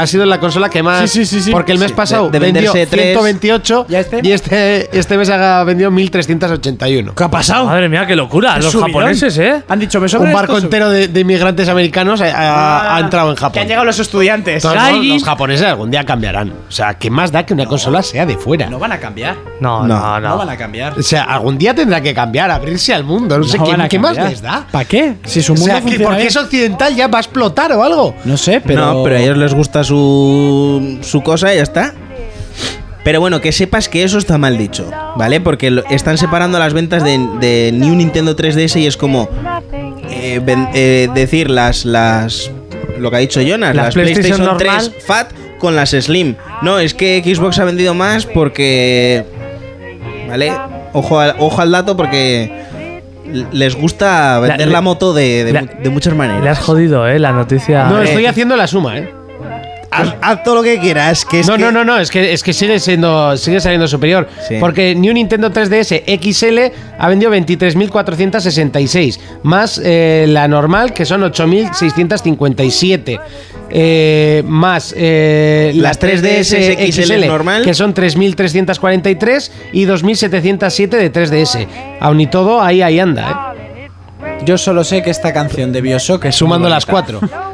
Speaker 2: ha sido la consola que más.
Speaker 4: Sí, sí, sí, sí.
Speaker 2: Porque el mes
Speaker 6: Sí,
Speaker 2: pasado
Speaker 6: de- de
Speaker 2: vendió
Speaker 6: venderse tres.
Speaker 2: 128
Speaker 4: ¿Y este?
Speaker 2: y este, este mes ha vendido 1.381.
Speaker 4: ¿Qué ha pasado?
Speaker 7: Madre mía, qué locura.
Speaker 4: Qué
Speaker 7: Los
Speaker 4: subidón.
Speaker 7: japoneses, ¿eh?
Speaker 4: Han dicho, me sobra
Speaker 2: Un barco
Speaker 4: esto,
Speaker 2: entero de, de inmigrantes americanos ha, ha-
Speaker 4: Ah,
Speaker 2: ha entrado en
Speaker 4: Que han
Speaker 2: Japón.
Speaker 4: llegado los estudiantes.
Speaker 2: Todos, ¿no?
Speaker 7: Gaijin.
Speaker 2: los japoneses algún día cambiarán. O sea, ¿qué más da que una consola sea de fuera?
Speaker 4: No van a cambiar.
Speaker 7: No, Ah, no, no.
Speaker 4: No van a cambiar.
Speaker 2: O sea, algún día tendrá que cambiar, abrirse al mundo. No, sé
Speaker 4: No
Speaker 2: qué,
Speaker 4: van a
Speaker 2: qué más
Speaker 4: cambiar.
Speaker 2: les da.
Speaker 4: ¿Para qué? Si su
Speaker 2: O
Speaker 4: mundo
Speaker 2: sea, que
Speaker 4: funciona
Speaker 2: porque
Speaker 4: bien.
Speaker 2: es occidental ya va a explotar o algo.
Speaker 4: No sé, pero...
Speaker 6: No, pero a ellos les gusta su, su cosa y ya está. Pero bueno, que sepas que eso está mal dicho, ¿vale? Porque lo- están separando las ventas de, de New Nintendo 3DS y es como eh, ven- eh, decir las, las. Lo que ha dicho Jonas, las,
Speaker 7: Las
Speaker 6: PlayStation,
Speaker 7: PlayStation
Speaker 6: 3
Speaker 7: normal.
Speaker 6: Fat con las Slim. No, es que Xbox ha vendido más porque. ¿Vale? Ojo al, ojo al dato porque les gusta vender la,
Speaker 7: la-
Speaker 6: moto de, de
Speaker 7: la-
Speaker 6: mu- de muchas maneras.
Speaker 7: Le has jodido, ¿eh? La noticia.
Speaker 2: no,
Speaker 7: Eh,
Speaker 2: estoy haciendo la suma, ¿eh?
Speaker 6: haz, haz todo lo que quieras, que es
Speaker 2: no,
Speaker 6: que-
Speaker 2: no, no, no, es que, es que sigue, siendo, sigue saliendo superior.
Speaker 6: Sí.
Speaker 2: Porque New Nintendo 3DS XL ha vendido 23.466, más eh, la normal, que son 8.657. eh, más eh, la
Speaker 6: Las 3DS XL normal.
Speaker 2: que son 3.343 y 2.707 de 3DS. Aún y todo, ahí, ahí anda, ¿eh?
Speaker 4: Yo solo sé que esta canción de Bioshock es
Speaker 2: sumando
Speaker 4: muy
Speaker 2: las
Speaker 4: bonita.
Speaker 2: cuatro.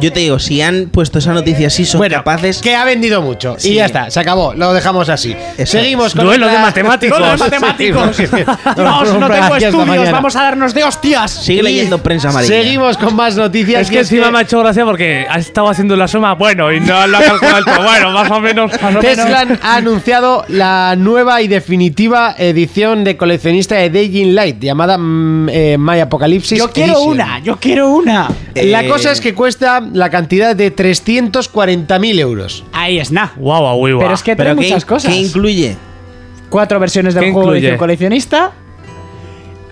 Speaker 6: Yo te digo, si han puesto esa noticia así, son
Speaker 2: Bueno,
Speaker 6: capaces.
Speaker 2: que ha vendido mucho.
Speaker 6: Sí.
Speaker 2: Y ya está, se acabó, lo dejamos así.
Speaker 6: Eso
Speaker 2: Seguimos
Speaker 6: es.
Speaker 2: con
Speaker 7: Duelo
Speaker 2: otra-
Speaker 7: de matemáticos.
Speaker 2: Duelo de
Speaker 4: matemáticos.
Speaker 2: Vamos,
Speaker 4: Dios, no
Speaker 2: hombre,
Speaker 4: tengo
Speaker 2: gracias, hasta
Speaker 4: estudios,
Speaker 2: mañana.
Speaker 4: vamos a darnos de hostias.
Speaker 6: Sigue leyendo prensa amarilla.
Speaker 2: Seguimos con más noticias.
Speaker 7: Es
Speaker 2: y
Speaker 7: que encima me ha hecho gracia porque has estado haciendo la suma, bueno, y no lo ha calculado. bueno, más o menos. Más o menos.
Speaker 2: Tesla ha anunciado la nueva y definitiva edición de coleccionista de Dying Light llamada mm, eh, My Apocalypse.
Speaker 4: Yo quiero una, yo quiero una.
Speaker 2: La
Speaker 6: Eh,
Speaker 2: cosa es que cuesta la cantidad de 340.000 euros.
Speaker 4: Ahí es nada.
Speaker 7: Guau, guau, guau.
Speaker 4: Pero es que trae
Speaker 6: Pero ¿qué,
Speaker 4: muchas cosas.
Speaker 6: ¿Qué incluye?
Speaker 4: Cuatro versiones del
Speaker 7: ¿Qué
Speaker 4: juego
Speaker 7: incluye?
Speaker 4: edición coleccionista.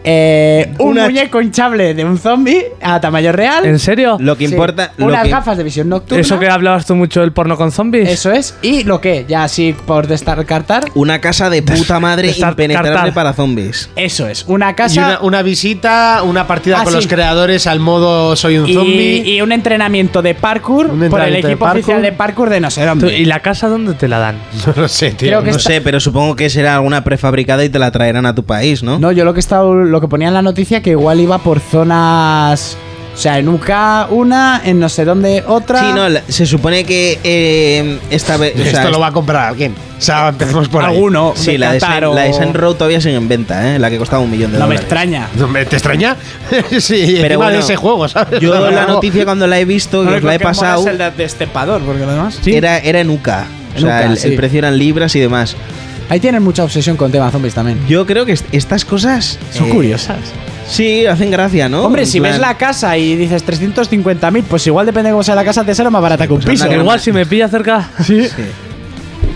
Speaker 4: eh, un
Speaker 6: Una-
Speaker 4: muñeco hinchable de un zombie a tamaño real.
Speaker 7: ¿En serio?
Speaker 6: Lo que
Speaker 4: Sí.
Speaker 6: importa. lo
Speaker 4: Unas
Speaker 6: que-
Speaker 4: gafas de visión nocturna.
Speaker 7: ¿Eso que hablabas tú mucho del porno con zombies?
Speaker 4: Eso es. Y lo que, ya así por descartar,
Speaker 6: Una casa de puta madre
Speaker 7: Estar
Speaker 6: impenetrable
Speaker 7: cartaz.
Speaker 6: para zombies.
Speaker 4: eso es. Una
Speaker 2: Y
Speaker 4: casa
Speaker 2: una, una visita, una partida
Speaker 4: Ah,
Speaker 2: con los
Speaker 4: sí.
Speaker 2: creadores al modo soy un
Speaker 4: y,
Speaker 2: zombie.
Speaker 4: y un entrenamiento de parkour
Speaker 2: Un
Speaker 4: por el
Speaker 2: entrenamiento de
Speaker 4: equipo
Speaker 2: parkour.
Speaker 4: oficial de parkour de no sé
Speaker 7: Tú,
Speaker 4: dónde.
Speaker 7: ¿Y la casa dónde te la dan?
Speaker 2: No lo sé, tío.
Speaker 4: Creo que
Speaker 6: No
Speaker 4: está-
Speaker 6: sé, pero supongo que será alguna prefabricada y te la traerán a tu país, ¿no?
Speaker 4: No, yo lo que estaba, lo que ponía en la noticia que igual iba por zonas, o sea, en UK una, en no sé dónde otra.
Speaker 6: Sí, no, la- se supone que eh, esta vez. o sea,
Speaker 2: Esto lo va a comprar alguien. O sea, empecemos por ahí.
Speaker 4: alguno.
Speaker 6: Sí,
Speaker 4: de
Speaker 6: la de,
Speaker 4: Qatar
Speaker 6: Sen-
Speaker 4: o-
Speaker 6: la de Road todavía sigue en venta, ¿eh? La que costaba un millón de
Speaker 4: No me
Speaker 6: dólares.
Speaker 4: extraña.
Speaker 2: No me- ¿Te extraña? sí, pero
Speaker 6: Pero
Speaker 2: de
Speaker 6: bueno,
Speaker 2: ese juego, ¿sabes?
Speaker 6: Yo la
Speaker 2: Luego-
Speaker 6: noticia cuando la he visto, que os la he pasado.
Speaker 4: de destepador, porque lo demás.
Speaker 6: Era, era en UCA. O
Speaker 4: En
Speaker 6: sea,
Speaker 4: UCA,
Speaker 6: el,
Speaker 4: sí.
Speaker 6: el precio eran libras y demás.
Speaker 4: Ahí tienen mucha obsesión con temas zombies también.
Speaker 6: Yo creo que est- estas cosas.
Speaker 4: Son
Speaker 6: eh,
Speaker 4: curiosas.
Speaker 6: Sí, hacen gracia, ¿no?
Speaker 4: Hombre,
Speaker 6: En
Speaker 4: si
Speaker 6: plan,
Speaker 4: ves la casa y dices 350.000, pues igual depende de cómo sea la casa, te sale más barata que un
Speaker 6: pues
Speaker 4: piso.
Speaker 6: anda
Speaker 7: Que igual si me pilla cerca.
Speaker 4: Sí.
Speaker 6: sí.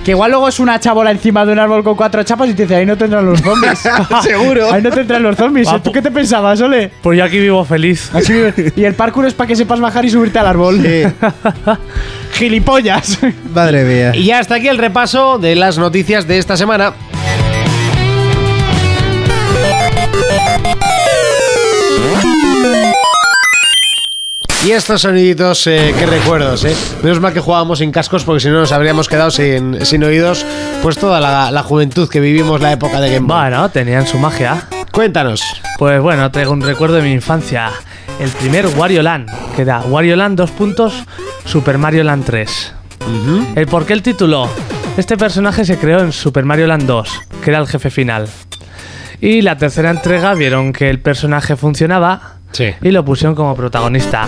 Speaker 4: Que igual luego es una chabola encima de un árbol con cuatro chapas y te dice, ahí no tendrán los zombies.
Speaker 6: Seguro.
Speaker 4: Ahí no tendrán los zombies.
Speaker 7: Guapo.
Speaker 4: ¿Tú qué te pensabas, Ole?
Speaker 7: Pues yo aquí vivo feliz.
Speaker 4: Así vive. y el parkour es para que sepas bajar y subirte al árbol. Gilipollas.
Speaker 6: Madre mía.
Speaker 2: Y ya hasta aquí el repaso de las noticias de esta semana. Y estos soniditos, eh, qué recuerdos, ¿eh? Menos mal que jugábamos sin cascos porque si no nos habríamos quedado sin, sin oídos pues toda la, la juventud que vivimos la época de Game Boy.
Speaker 7: Bueno, tenían su magia.
Speaker 2: Cuéntanos.
Speaker 7: Pues bueno, traigo un recuerdo de mi infancia. El primer Wario Land, que da Wario Land 2 puntos, Super Mario Land 3. ¿El por qué el título? Este personaje se creó en Super Mario Land 2, que era el jefe final. Y la tercera entrega vieron que el personaje funcionaba
Speaker 2: Sí.
Speaker 7: y lo pusieron como protagonista.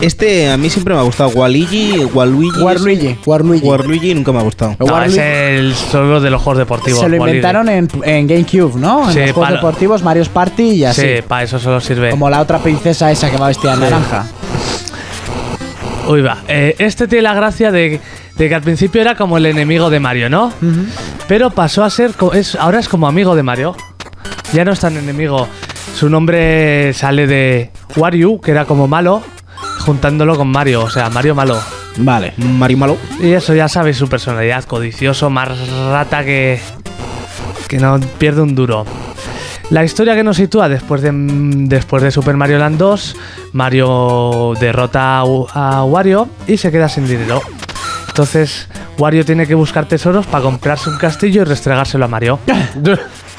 Speaker 6: Este a mí siempre me ha gustado. Waluigi, Waluigi.
Speaker 4: Warluigi.
Speaker 6: ese-
Speaker 4: Warluigi.
Speaker 6: Waluigi nunca me ha gustado.
Speaker 4: El
Speaker 7: No,
Speaker 4: Wario
Speaker 7: es
Speaker 4: Land
Speaker 7: el solo de los juegos deportivos.
Speaker 4: Se lo
Speaker 7: Wario.
Speaker 4: inventaron en, en GameCube, ¿no? En
Speaker 7: Sí,
Speaker 4: los juegos
Speaker 7: palo.
Speaker 4: deportivos, Mario's Party y así.
Speaker 7: Sí, para eso solo sirve.
Speaker 4: Como la otra princesa esa que va vestida de naranja.
Speaker 7: Uy, va. Eh, este tiene la gracia de, de que al principio era como el enemigo de Mario, ¿no? Pero pasó a ser. co- Es, ahora es como amigo de Mario. Ya no es tan enemigo. Su nombre sale de Wario, que era como malo, juntándolo con Mario, o sea, Mario malo.
Speaker 4: Vale.
Speaker 6: Mario Malo.
Speaker 7: Y eso ya sabes su personalidad, codicioso, más rata que. que no pierde un duro. La historia que nos sitúa después de, después de Super Mario Land 2, Mario derrota a, Wa- a Wario y se queda sin dinero. Entonces, Wario tiene que buscar tesoros para comprarse un castillo y restregárselo a Mario.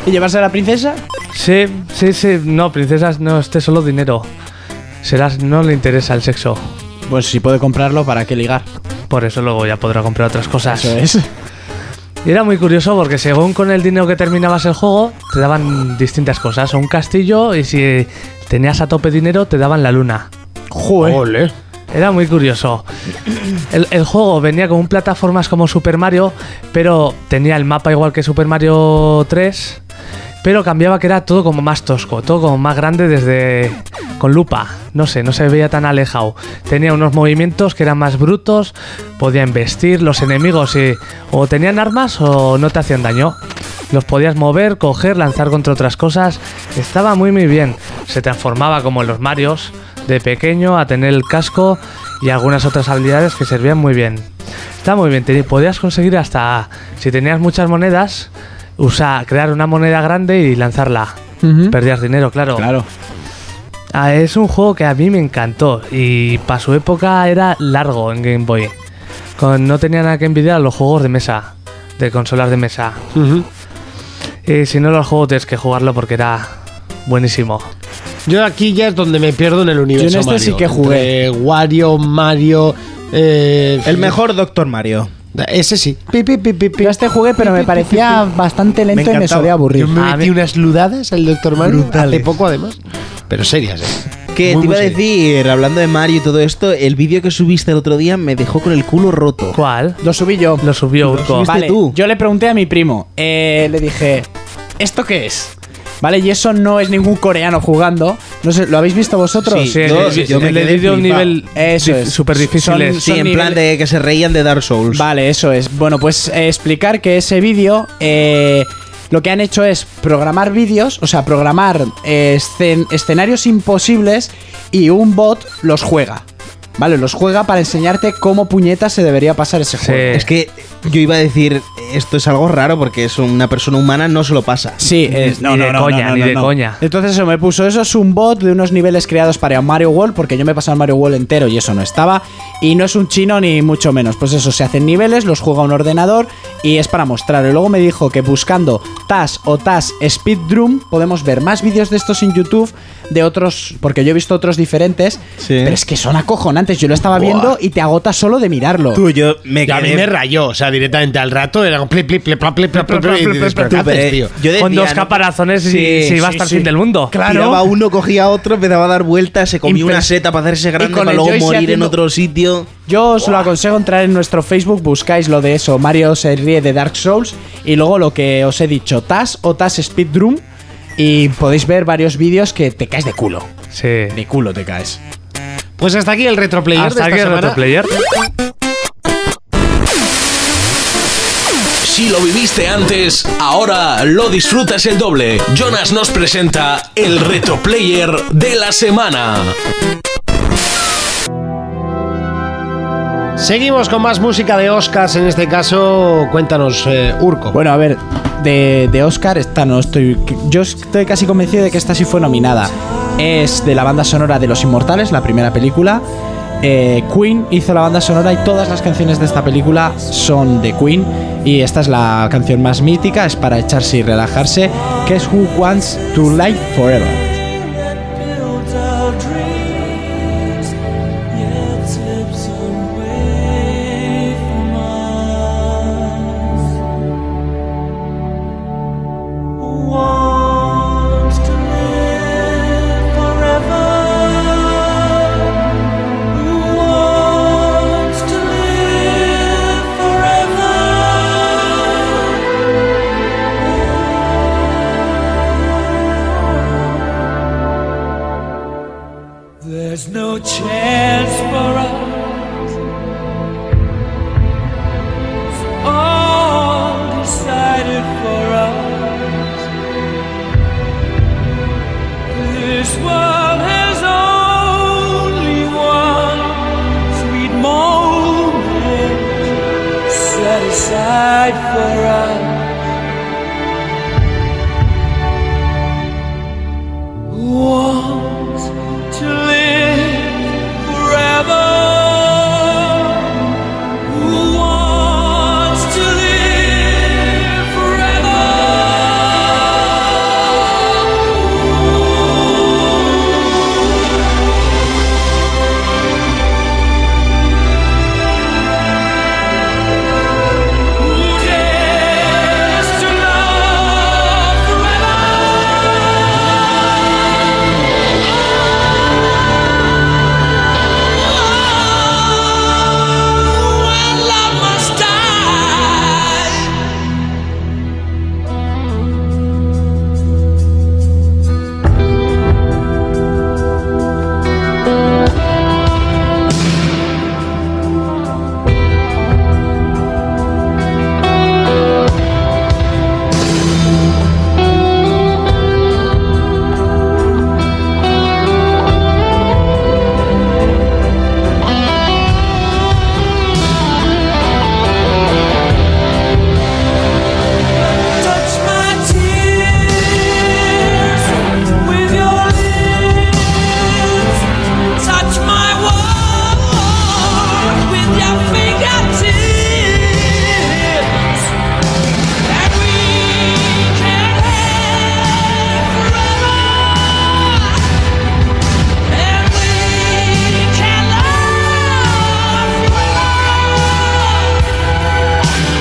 Speaker 4: ¿Y llevarse a la princesa?
Speaker 7: Sí, sí, sí, no, princesas, no, este solo dinero. Serás, no le interesa el sexo.
Speaker 4: Pues si puede comprarlo, ¿para qué ligar?
Speaker 7: Por eso luego ya podrá comprar otras cosas.
Speaker 4: Eso es.
Speaker 7: Y era muy curioso porque según con el dinero que terminabas el juego, te daban distintas cosas. Un castillo y si tenías a tope dinero, te daban la luna.
Speaker 2: Ole.
Speaker 7: Era muy curioso. El, el juego venía con un plataformas como Super Mario, pero tenía el mapa igual que Super Mario 3, pero cambiaba que era todo como más tosco, todo como más grande desde con lupa. No sé, no se veía tan alejado. Tenía unos movimientos que eran más brutos, podía investir los enemigos y o tenían armas o no te hacían daño. Los podías mover, coger, lanzar contra otras cosas. Estaba muy muy bien. Se transformaba como en los Marios, de pequeño a tener el casco y algunas otras habilidades que servían muy bien. Está muy bien, te podías conseguir hasta, si tenías muchas monedas, usa, crear una moneda grande y lanzarla. Perdías dinero, claro.
Speaker 4: Claro.
Speaker 7: Ah, es un juego que a mí me encantó y para su época era largo en Game Boy. Con- no tenía nada que envidiar a los juegos de mesa, de consolas de mesa. Y si no lo has jugado, tienes que jugarlo porque era buenísimo.
Speaker 2: Yo aquí ya es donde me pierdo en el universo.
Speaker 4: Yo en este
Speaker 2: Mario.
Speaker 4: sí que jugué.
Speaker 2: Entre Wario, Mario. eh,
Speaker 6: El mejor Doctor Mario.
Speaker 2: Ese sí. Pi, pi, pi, pi, pi.
Speaker 11: Yo este jugué, pero me parecía bastante lento y me
Speaker 6: encantaba.
Speaker 11: solía aburrir.
Speaker 2: Yo me
Speaker 7: A
Speaker 4: Ah,
Speaker 2: metí
Speaker 7: mí-
Speaker 2: unas ludadas al Doctor Mario
Speaker 6: Brutales.
Speaker 2: hace poco además. Pero serias, eh.
Speaker 6: Que
Speaker 2: Muy,
Speaker 6: te iba
Speaker 2: muy
Speaker 6: a
Speaker 2: serio.
Speaker 6: decir, hablando de Mario y todo esto, el vídeo que subiste el otro día me dejó con el culo roto.
Speaker 7: ¿Cuál?
Speaker 11: Lo subí yo.
Speaker 7: Lo subió Urco.
Speaker 6: subiste-
Speaker 4: Vale,
Speaker 6: tú?
Speaker 4: yo le pregunté a mi primo, eh, le dije, ¿esto qué es? Vale, y eso no es ningún coreano jugando.
Speaker 11: No sé, ¿lo habéis visto vosotros?
Speaker 6: Sí,
Speaker 7: Sí,
Speaker 6: yo-
Speaker 7: sí,
Speaker 6: yo me
Speaker 7: le
Speaker 6: quedé
Speaker 7: dio un
Speaker 6: flipado.
Speaker 7: nivel
Speaker 4: Eso
Speaker 7: dif-
Speaker 4: es.
Speaker 7: súper
Speaker 4: Son-
Speaker 7: difíciles.
Speaker 6: Sí, en plan
Speaker 4: niveles-
Speaker 6: de que se reían de Dark Souls.
Speaker 4: Vale, eso es. Bueno, pues eh, explicar que ese vídeo, eh,
Speaker 11: Lo que han hecho es programar vídeos, o sea, programar eh, escen- escenarios imposibles y un bot los juega. Vale, los juega para enseñarte cómo puñetas se debería pasar ese
Speaker 7: Sí.
Speaker 11: juego.
Speaker 6: Es que yo iba a decir, esto es algo raro porque es una persona humana, no se lo pasa.
Speaker 4: Sí, es-
Speaker 7: ni de coña, ni de coña.
Speaker 4: Entonces eso me puso, eso es un bot de unos niveles creados para Mario World, porque yo me he pasado el Mario World entero y eso no estaba, y no es un chino ni mucho menos. Pues eso, se hacen niveles, los juega un ordenador y es para mostrar. Y luego me dijo que buscando TAS o TAS Speedroom podemos ver más vídeos de estos en YouTube, de otros, porque yo he visto otros diferentes,
Speaker 6: Sí.
Speaker 4: pero es que son acojonantes. Yo lo estaba viendo y te agotas solo de mirarlo.
Speaker 6: Tú, yo me
Speaker 2: a mí
Speaker 6: quedé-
Speaker 2: me rayó, o sea, directamente al rato era un pli, pli, pli, pla, pli, pla, pli, pli, y dices, pero ¿qué
Speaker 6: Tú, pero,
Speaker 2: haces,
Speaker 6: eh,
Speaker 2: tío?
Speaker 6: yo
Speaker 7: Con
Speaker 6: decía, ¿no?
Speaker 7: dos caparazones y
Speaker 6: Sí,
Speaker 7: se iba
Speaker 6: sí,
Speaker 7: hasta el
Speaker 6: sí.
Speaker 7: fin del mundo.
Speaker 6: Tiraba uno, cogía otro, empezaba a dar vueltas, se comía
Speaker 4: Impres-
Speaker 6: una seta para hacerse grande,
Speaker 4: con
Speaker 6: para
Speaker 4: el
Speaker 6: luego
Speaker 4: joystick
Speaker 6: morir en
Speaker 4: haciendo-
Speaker 6: otro sitio.
Speaker 4: Yo os lo aconsejo entrar en nuestro Facebook, buscáis lo de eso, Mario se ríe de Dark Souls y luego lo que os he dicho, TAS o TAS Speedroom y podéis ver varios vídeos que te caes de culo.
Speaker 7: Sí.
Speaker 4: De culo te caes.
Speaker 2: Pues hasta aquí el retroplayer de
Speaker 7: Hasta
Speaker 2: esta
Speaker 7: aquí el
Speaker 2: semana.
Speaker 7: retroplayer.
Speaker 1: Si lo viviste antes, ahora lo disfrutas el doble. Jonas nos presenta el Retro Player de la semana.
Speaker 2: Seguimos con más música de Oscars, en este caso, cuéntanos, eh, Urco.
Speaker 4: Bueno, a ver, de, de Oscar, esta no estoy. Yo estoy casi convencido de que esta sí fue nominada. Es de la banda sonora de Los Inmortales, la primera película. Eh, Queen hizo la banda sonora y todas las canciones de esta película son de Queen. Y esta es la canción más mítica, es para echarse y relajarse, que es Who Wants to Live Forever.
Speaker 12: Forever.
Speaker 10: This world has only one sweet moment set aside for us. Want to live forever? Who wants to live forever? Touch my tears with your lips. Touch my world with your fingertips. And we can live forever. And we can love forever.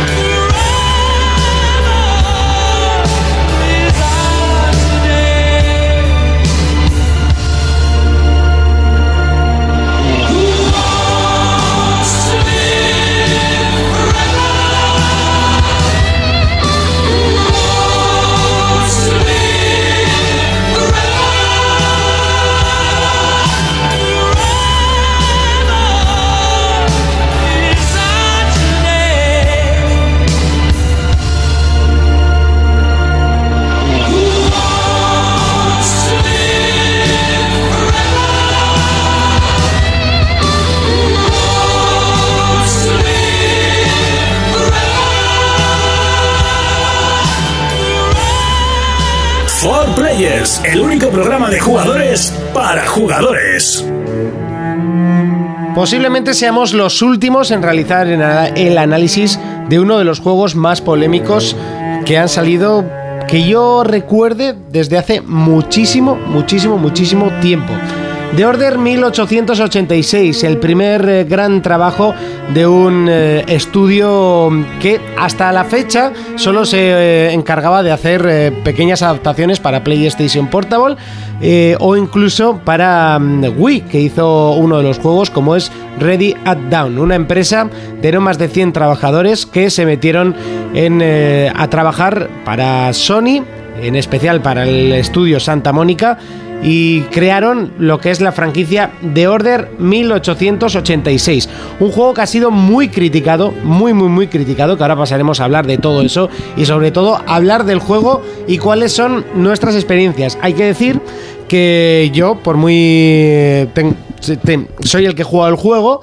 Speaker 1: For Players, el único programa de jugadores para jugadores.
Speaker 2: Posiblemente seamos los últimos en realizar en a- el análisis de uno de los juegos más polémicos que han salido, que yo recuerde desde hace muchísimo, muchísimo, muchísimo tiempo. The Order 1886, el primer eh, gran trabajo de un eh, estudio que hasta la fecha solo se eh, encargaba de hacer eh, pequeñas adaptaciones para PlayStation Portable eh, o incluso para mm, Wii, que hizo uno de los juegos como es Ready at Down, una empresa de no más de 100 trabajadores que se metieron en, eh, a trabajar para Sony, en especial para el estudio Santa Mónica, y crearon lo que es la franquicia The Order 1886. Un juego que ha sido muy criticado, muy, muy, muy criticado, que ahora pasaremos a hablar de todo eso y sobre todo hablar del juego y cuáles son nuestras experiencias. Hay que decir que yo, por muy... eh, ten- ten- soy el que juega el juego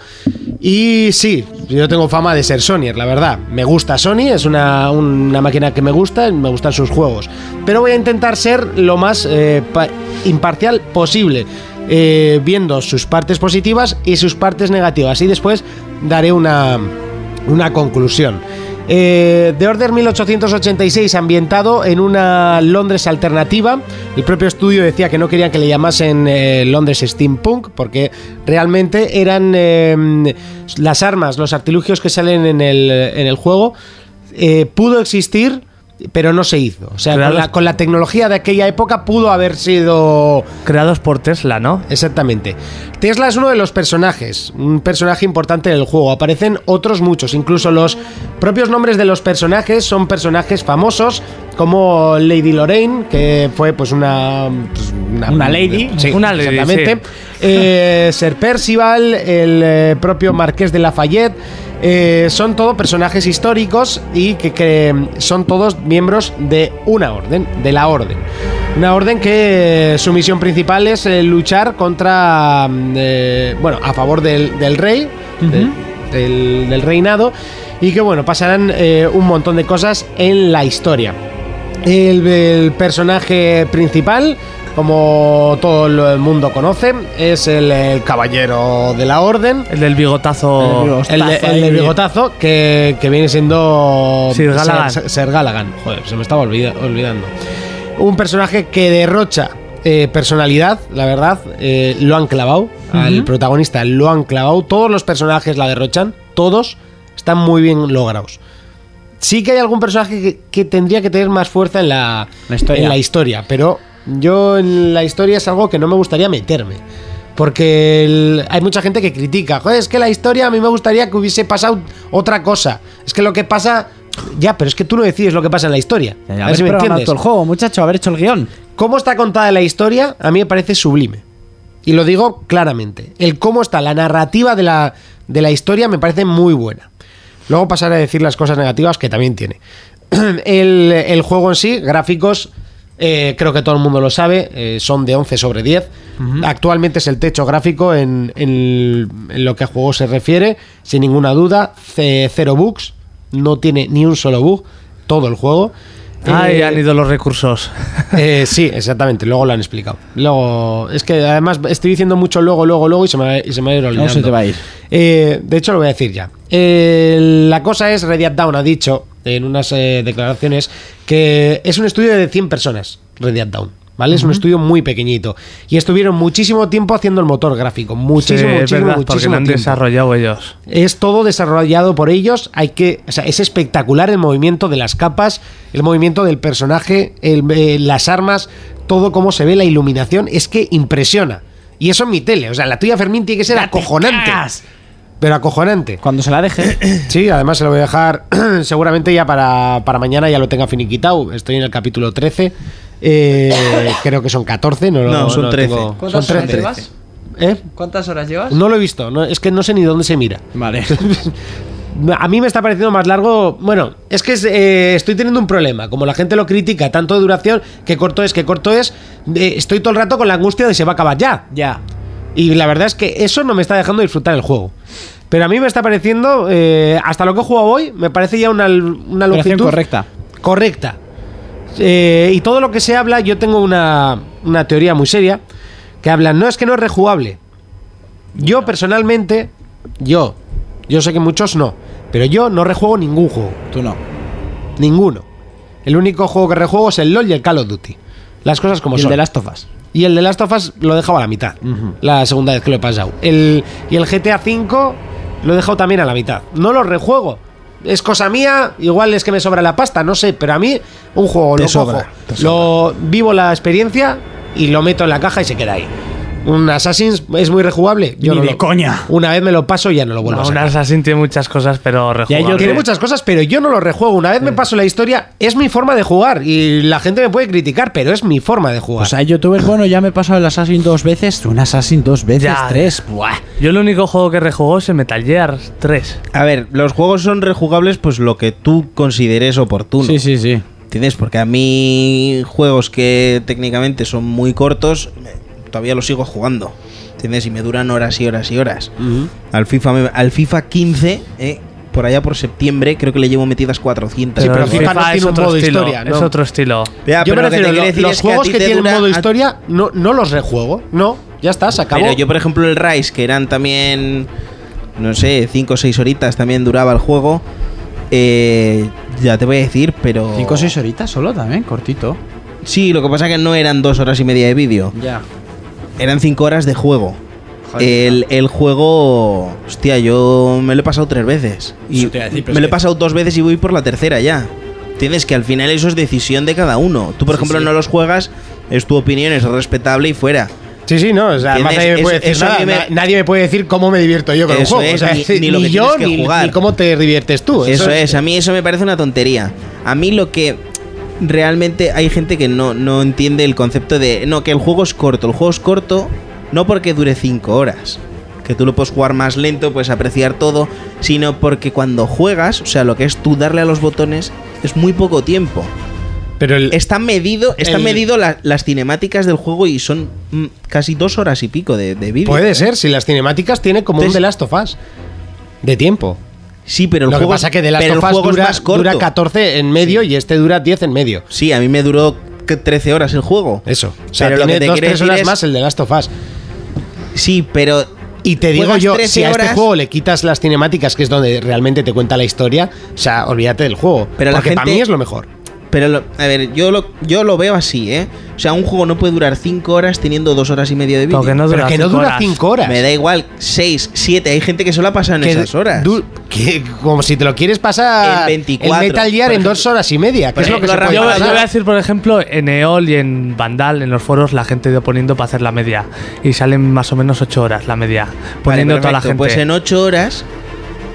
Speaker 2: y sí, yo tengo fama de ser Sonyer, la verdad. Me gusta Sony, es una, una máquina que me gusta, y me gustan sus juegos. Pero voy a intentar ser lo más eh, pa- imparcial posible, eh, viendo sus partes positivas y sus partes negativas. Y después daré una, una conclusión. Eh, The Order 1886 ambientado en una Londres alternativa. El propio estudio decía que no querían que le llamasen eh, Londres Steampunk porque realmente eran eh, las armas, los artilugios que salen en el, en el juego. eh, pudo existir, pero no se hizo. O sea,
Speaker 7: Claro.
Speaker 2: con, la, con la tecnología de aquella época pudo haber sido
Speaker 7: Creados por Tesla, ¿no?
Speaker 2: Exactamente. Tesla es uno de los personajes, un personaje importante del juego. Aparecen otros muchos, incluso los propios nombres de los personajes son personajes famosos, como Lady Lorraine, que fue pues una pues,
Speaker 4: Una lady.
Speaker 2: sí,
Speaker 7: Una lady,
Speaker 2: exactamente.
Speaker 7: sí.
Speaker 2: eh, Sir Percival, el eh, propio Marqués de Lafayette. eh, son todos personajes históricos y que, que son todos miembros de una orden, de la orden. Una orden que eh, su misión principal es eh, luchar contra, mm, eh, bueno, a favor del, del rey, de- del, del reinado, y que, bueno, pasarán eh, un montón de cosas en la historia. El, el personaje principal, como todo el mundo conoce, es el, el caballero de la orden.
Speaker 7: El del bigotazo.
Speaker 2: El, de- el del bigotazo que, que viene siendo
Speaker 7: Sir Galahad.
Speaker 2: Ser, Ser Galahad. Joder, se me estaba olvida- olvidando. Un personaje que derrocha eh, personalidad, la verdad. eh, lo han clavado. Al protagonista lo han clavado. Todos los personajes la derrochan. Todos están muy bien logrados. Sí que hay algún personaje que, que tendría que tener más fuerza en la,
Speaker 11: La historia.
Speaker 2: en la historia, pero yo en la historia es algo que no me gustaría meterme. Porque el- hay mucha gente que critica, joder, es que la historia a mí me gustaría que hubiese pasado otra cosa. Es que lo que pasa... Ya, pero es que tú no decides lo que pasa en la historia.
Speaker 11: Ya, ya,
Speaker 2: a ver
Speaker 11: haber
Speaker 2: si me
Speaker 11: programado
Speaker 2: entiendes.
Speaker 11: todo el juego, muchacho, haber hecho el guión.
Speaker 2: Cómo está contada la historia a mí me parece sublime. Y lo digo claramente. El cómo está la narrativa de la, de la historia me parece muy buena. Luego pasaré a decir las cosas negativas que también tiene. El, el juego en sí, gráficos, eh, creo que todo el mundo lo sabe, eh, son de 11 sobre 10. Actualmente es el techo gráfico en, en- en lo que a juego se refiere, sin ninguna duda. C- cero bugs, no tiene ni un solo bug, todo el juego.
Speaker 7: Ay,
Speaker 2: Eh,
Speaker 7: han ido los recursos.
Speaker 2: eh, sí, exactamente, luego lo han explicado. Luego, es que además estoy diciendo mucho luego, luego, luego y se me, y se me va a ir olvidando.
Speaker 11: se te va a ir.
Speaker 2: Eh, de hecho, lo voy a decir ya. Eh, la cosa es, Red Dead Down ha dicho en unas eh, declaraciones que es un estudio de 100 personas, Red Dead Down. ¿Vale? Es un estudio muy pequeñito. Y estuvieron muchísimo tiempo haciendo el motor gráfico. Muchísimo,
Speaker 7: Sí, es
Speaker 2: muchísimo,
Speaker 7: verdad, porque
Speaker 2: muchísimo
Speaker 7: lo han
Speaker 2: tiempo.
Speaker 7: desarrollado ellos.
Speaker 2: Es todo desarrollado por ellos. Hay que, o sea, es espectacular el movimiento de las capas, el movimiento del personaje, el- eh, las armas, todo cómo se ve, la iluminación. Es que impresiona. Y eso en mi tele. O sea, la tuya, Fermín, tiene que ser acojonante. Pero acojonante.
Speaker 11: Cuando se la deje.
Speaker 2: Sí, además se lo voy a dejar seguramente ya para, para mañana, ya lo tenga finiquitado. Estoy en el capítulo 13. Eh, creo que son 14, no, lo-
Speaker 6: No, son
Speaker 2: lo
Speaker 6: 13.
Speaker 2: tengo-
Speaker 12: ¿Cuántas
Speaker 2: son
Speaker 12: horas
Speaker 2: 13.
Speaker 12: llevas?
Speaker 2: ¿Eh?
Speaker 12: ¿Cuántas horas llevas?
Speaker 2: No lo he visto, no- es que no sé ni dónde se mira.
Speaker 11: vale.
Speaker 2: A mí me está pareciendo más largo. Bueno, es que es, eh, estoy teniendo un problema. Como la gente lo critica, tanto de duración, que corto es, que corto es, eh, estoy todo el rato con la angustia de se va a acabar ya.
Speaker 11: Ya.
Speaker 2: Y la verdad es que eso no me está dejando disfrutar el juego. Pero a mí me está pareciendo, eh, hasta lo que he jugado hoy, me parece ya una, una
Speaker 11: Operación
Speaker 2: longitud
Speaker 11: correcta.
Speaker 2: correcta. Eh, y todo lo que se habla, yo tengo una, una teoría muy seria, que hablan, no es que no es rejugable. Yo personalmente, yo, yo sé que muchos no, pero yo no rejuego ningún juego.
Speaker 11: Tú no.
Speaker 2: Ninguno. El único juego que rejuego es el LOL y el Call of Duty. Las cosas como
Speaker 11: Y el
Speaker 2: son.
Speaker 11: de las tofas.
Speaker 2: Y el de Last of Us lo he dejado a la mitad. La segunda vez que lo he pasado. El, y el GTA V lo he dejado también a la mitad. No lo rejuego. Es cosa mía, igual es que me sobra la pasta, no sé, pero a mí un juego
Speaker 6: Te
Speaker 2: lo
Speaker 6: sobra,
Speaker 2: cojo,
Speaker 6: te sobra.
Speaker 2: lo vivo la experiencia y lo meto en la caja y se queda ahí. Un Assassin's es muy rejugable. Yo
Speaker 11: Ni
Speaker 2: no
Speaker 11: de
Speaker 2: lo-
Speaker 11: coña.
Speaker 2: Una vez me lo paso y ya no Pues lo vuelvo a
Speaker 7: Aún
Speaker 2: sacar.
Speaker 7: Assassin tiene muchas cosas, pero rejugable.
Speaker 2: Tiene muchas cosas, pero yo no lo rejuego. Una
Speaker 6: Mm.
Speaker 2: vez me paso la historia, es mi forma de jugar y la gente me puede criticar, pero es mi forma de
Speaker 6: Pues
Speaker 2: jugar.
Speaker 11: O sea, youtubers, bueno, ya me he pasado el Assassin dos veces. Un Assassin dos veces,
Speaker 7: Ya.
Speaker 11: tres. Buah.
Speaker 7: Yo el único juego que rejugó es el Metal Gear 3.
Speaker 6: A ver, los juegos son rejugables pues lo que tú consideres oportuno.
Speaker 11: Sí, sí, sí.
Speaker 6: ¿Entiendes? Porque a mí juegos que técnicamente son muy cortos, me- todavía los sigo jugando. ¿Entiendes? Y me duran horas y horas y horas. al, FIFA me- al FIFA 15, eh, por allá por septiembre, creo que le llevo metidas 400.
Speaker 2: pero
Speaker 7: el
Speaker 2: FIFA no tiene
Speaker 7: es
Speaker 2: un
Speaker 7: otro
Speaker 2: modo
Speaker 7: estilo,
Speaker 2: historia,
Speaker 7: Es
Speaker 2: ¿no?
Speaker 7: otro estilo.
Speaker 6: Ya, pero lo que
Speaker 2: yo me
Speaker 6: te
Speaker 2: refiero,
Speaker 6: quiero
Speaker 2: lo-
Speaker 6: decir
Speaker 2: los
Speaker 6: es que a
Speaker 2: juegos
Speaker 6: ti
Speaker 2: que,
Speaker 6: te
Speaker 2: tienen
Speaker 6: dura-
Speaker 2: modo
Speaker 6: a-
Speaker 2: historia no, no los rejuego. No, ya está, se acabó.
Speaker 6: Pero yo, por ejemplo, el Rise, que eran también, no sé, 5 o 6 horitas también duraba el juego. eh, ya te voy a decir, pero.
Speaker 11: Cinco o seis horitas solo también, cortito.
Speaker 6: Sí, lo que pasa que no eran 2 horas y media de vídeo.
Speaker 11: Ya.
Speaker 6: Eran 5 horas de juego. El, el juego. Hostia, yo me lo he pasado tres veces. Y
Speaker 11: Eso te iba a decir, pero
Speaker 6: me
Speaker 11: es
Speaker 6: lo he
Speaker 11: que-
Speaker 6: pasado dos veces y voy por la tercera ya. Tienes que al final eso es decisión de cada uno. Tú, por ejemplo, no los juegas, es tu opinión, es respetable y fuera.
Speaker 2: sí, sí, no. o sea, además nadie
Speaker 6: ¿Entiendes?
Speaker 2: me puede
Speaker 6: Eso- eso
Speaker 2: decir
Speaker 6: a
Speaker 2: nada,
Speaker 6: mí me-
Speaker 2: na- nadie me puede decir cómo me divierto yo con el
Speaker 6: Eso
Speaker 2: juego.
Speaker 6: es,
Speaker 2: o sea,
Speaker 6: ni- ni lo que
Speaker 2: yo
Speaker 6: tienes que
Speaker 2: ni,
Speaker 6: jugar.
Speaker 2: ni cómo te diviertes tú.
Speaker 6: Eso,
Speaker 2: eso
Speaker 6: es, a mí eso me parece una tontería. A mí lo que realmente hay gente que no, no entiende el concepto de, no, que el juego es corto. El juego es corto No porque dure 5 horas, que tú lo puedes jugar más lento, puedes apreciar todo, sino porque cuando juegas, o sea, lo que es tú darle a los botones, es muy poco tiempo.
Speaker 2: Pero el,
Speaker 6: Está medido, está
Speaker 2: El-
Speaker 6: medido la- las cinemáticas del juego y son mm, casi dos horas y pico de, de vídeo.
Speaker 2: puede ser, si las cinemáticas tiene como un
Speaker 6: Entonces-
Speaker 2: The Last of Us de tiempo.
Speaker 6: Sí, pero el
Speaker 2: Lo que
Speaker 6: juego
Speaker 2: pasa es que The Last
Speaker 6: pero el
Speaker 2: of Us
Speaker 6: juego es
Speaker 2: dura,
Speaker 6: más corto.
Speaker 2: dura 14 en medio y este dura 10 en medio.
Speaker 6: Sí, a mí me duró que 13 horas el juego.
Speaker 2: Eso. O sea,
Speaker 6: Pero lo que
Speaker 2: tiene
Speaker 6: te
Speaker 2: 2
Speaker 6: quiero
Speaker 2: 3
Speaker 6: decir
Speaker 2: horas
Speaker 6: es-
Speaker 2: más el de Last of Us.
Speaker 6: Sí, pero
Speaker 2: Y te digo
Speaker 6: Juegas
Speaker 2: yo,
Speaker 6: 13
Speaker 2: si a este
Speaker 6: horas-
Speaker 2: juego le quitas las cinemáticas, que es donde realmente te cuenta la historia, o sea, olvídate del juego.
Speaker 6: Pero la
Speaker 2: porque para
Speaker 6: gente-
Speaker 2: mí es lo mejor.
Speaker 6: Pero, lo- a ver, yo lo, yo lo veo así, ¿eh? O sea, un juego no puede durar 5 horas teniendo 2 horas y media de vídeo.
Speaker 7: Pero que no
Speaker 2: Pero
Speaker 7: dura
Speaker 2: que no
Speaker 7: cinco
Speaker 2: dura
Speaker 7: horas.
Speaker 2: 5 horas.
Speaker 6: Me da igual, 6, 7. Hay gente que solo ha pasado en
Speaker 2: Que
Speaker 6: esas horas.
Speaker 2: du- que como si te lo quieres pasar
Speaker 6: En 24,
Speaker 2: el Metal Gear
Speaker 6: por
Speaker 2: en
Speaker 6: ejemplo.
Speaker 2: dos horas y media, que
Speaker 6: Por
Speaker 2: es lo que
Speaker 6: ejemplo,
Speaker 2: se puede
Speaker 6: Ramiro,
Speaker 7: Yo, eh, yo
Speaker 2: pasar.
Speaker 7: voy a decir, por ejemplo, en EOL y en Vandal, en los foros, la gente ha ido poniendo para hacer la media. Y salen más o menos 8 horas la media.
Speaker 6: Vale,
Speaker 7: Poniendo toda la
Speaker 6: perfecto.
Speaker 7: gente.
Speaker 6: Pues en 8 horas,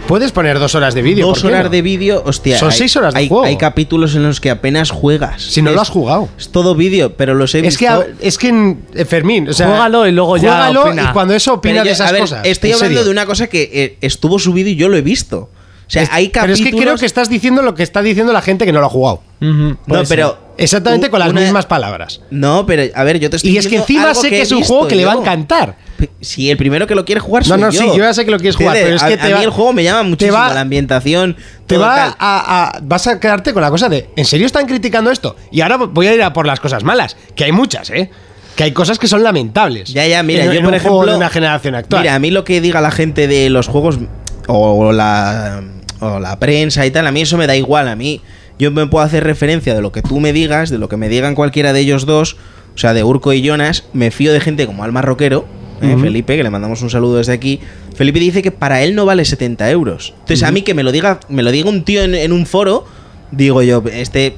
Speaker 2: Puedes poner dos horas de vídeo.
Speaker 6: 2
Speaker 2: ¿por qué
Speaker 6: horas
Speaker 2: no?
Speaker 6: de vídeo, hostia.
Speaker 2: Son
Speaker 6: hay-
Speaker 2: seis horas de
Speaker 6: hay,
Speaker 2: juego.
Speaker 6: Hay capítulos en los que apenas juegas.
Speaker 2: Si no lo has jugado.
Speaker 6: Es todo vídeo, pero los he
Speaker 2: Es que,
Speaker 6: visto.
Speaker 2: a- es que en- eh, Fermín, o sea,
Speaker 7: Juégalo y luego ya
Speaker 2: juégalo
Speaker 7: opina.
Speaker 2: y cuando eso
Speaker 6: Pero
Speaker 2: opina
Speaker 6: yo-
Speaker 2: de esas
Speaker 6: a ver,
Speaker 2: cosas.
Speaker 6: Estoy
Speaker 2: en
Speaker 6: hablando
Speaker 2: serio.
Speaker 6: de una cosa que eh, estuvo subido y yo lo he visto. O sea,
Speaker 2: Es-
Speaker 6: hay
Speaker 2: Pero
Speaker 6: capítulos.
Speaker 2: es que creo que estás diciendo lo que está diciendo la gente que no lo ha jugado.
Speaker 6: No, pero.
Speaker 2: Exactamente con las
Speaker 6: una-
Speaker 2: mismas palabras.
Speaker 6: No, pero a ver, yo te estoy
Speaker 2: Y es que
Speaker 6: diciendo
Speaker 2: encima
Speaker 6: algo
Speaker 2: sé que
Speaker 6: he
Speaker 2: es un
Speaker 6: visto
Speaker 2: juego que le va a
Speaker 6: yo.
Speaker 2: encantar.
Speaker 6: Si el primero que lo quiere jugar
Speaker 2: No,
Speaker 6: soy
Speaker 2: no,
Speaker 6: yo.
Speaker 2: sí, yo ya sé que lo quieres jugar,
Speaker 6: ¿Entiendes?
Speaker 2: pero es
Speaker 6: a,
Speaker 2: que te
Speaker 6: a
Speaker 2: va-
Speaker 6: mí el juego me llama
Speaker 2: te
Speaker 6: muchísimo
Speaker 2: va-
Speaker 6: la ambientación,
Speaker 2: Te
Speaker 6: todo
Speaker 2: va
Speaker 6: tal.
Speaker 2: a, a- vas a quedarte con la cosa de, ¿en serio están criticando esto? Y ahora voy a ir a por las cosas malas, que hay muchas, ¿eh? Que hay cosas que son lamentables.
Speaker 6: Ya, ya, mira,
Speaker 2: En-
Speaker 6: yo
Speaker 2: en
Speaker 6: por
Speaker 2: un juego
Speaker 6: ejemplo,
Speaker 2: de una generación actual.
Speaker 6: Mira, a mí lo que diga la gente de los juegos o la o la prensa y tal, a mí eso me da igual, a mí yo me puedo hacer referencia de lo que tú me digas, de lo que me digan cualquiera de ellos dos, o sea, de Urco y Jonas, me fío de gente como Alma Roquero, eh, Felipe, que le mandamos un saludo desde aquí. Felipe dice que para él no vale 70 euros. Entonces, a mí que me lo diga, me lo diga un tío en, en un foro, digo yo, este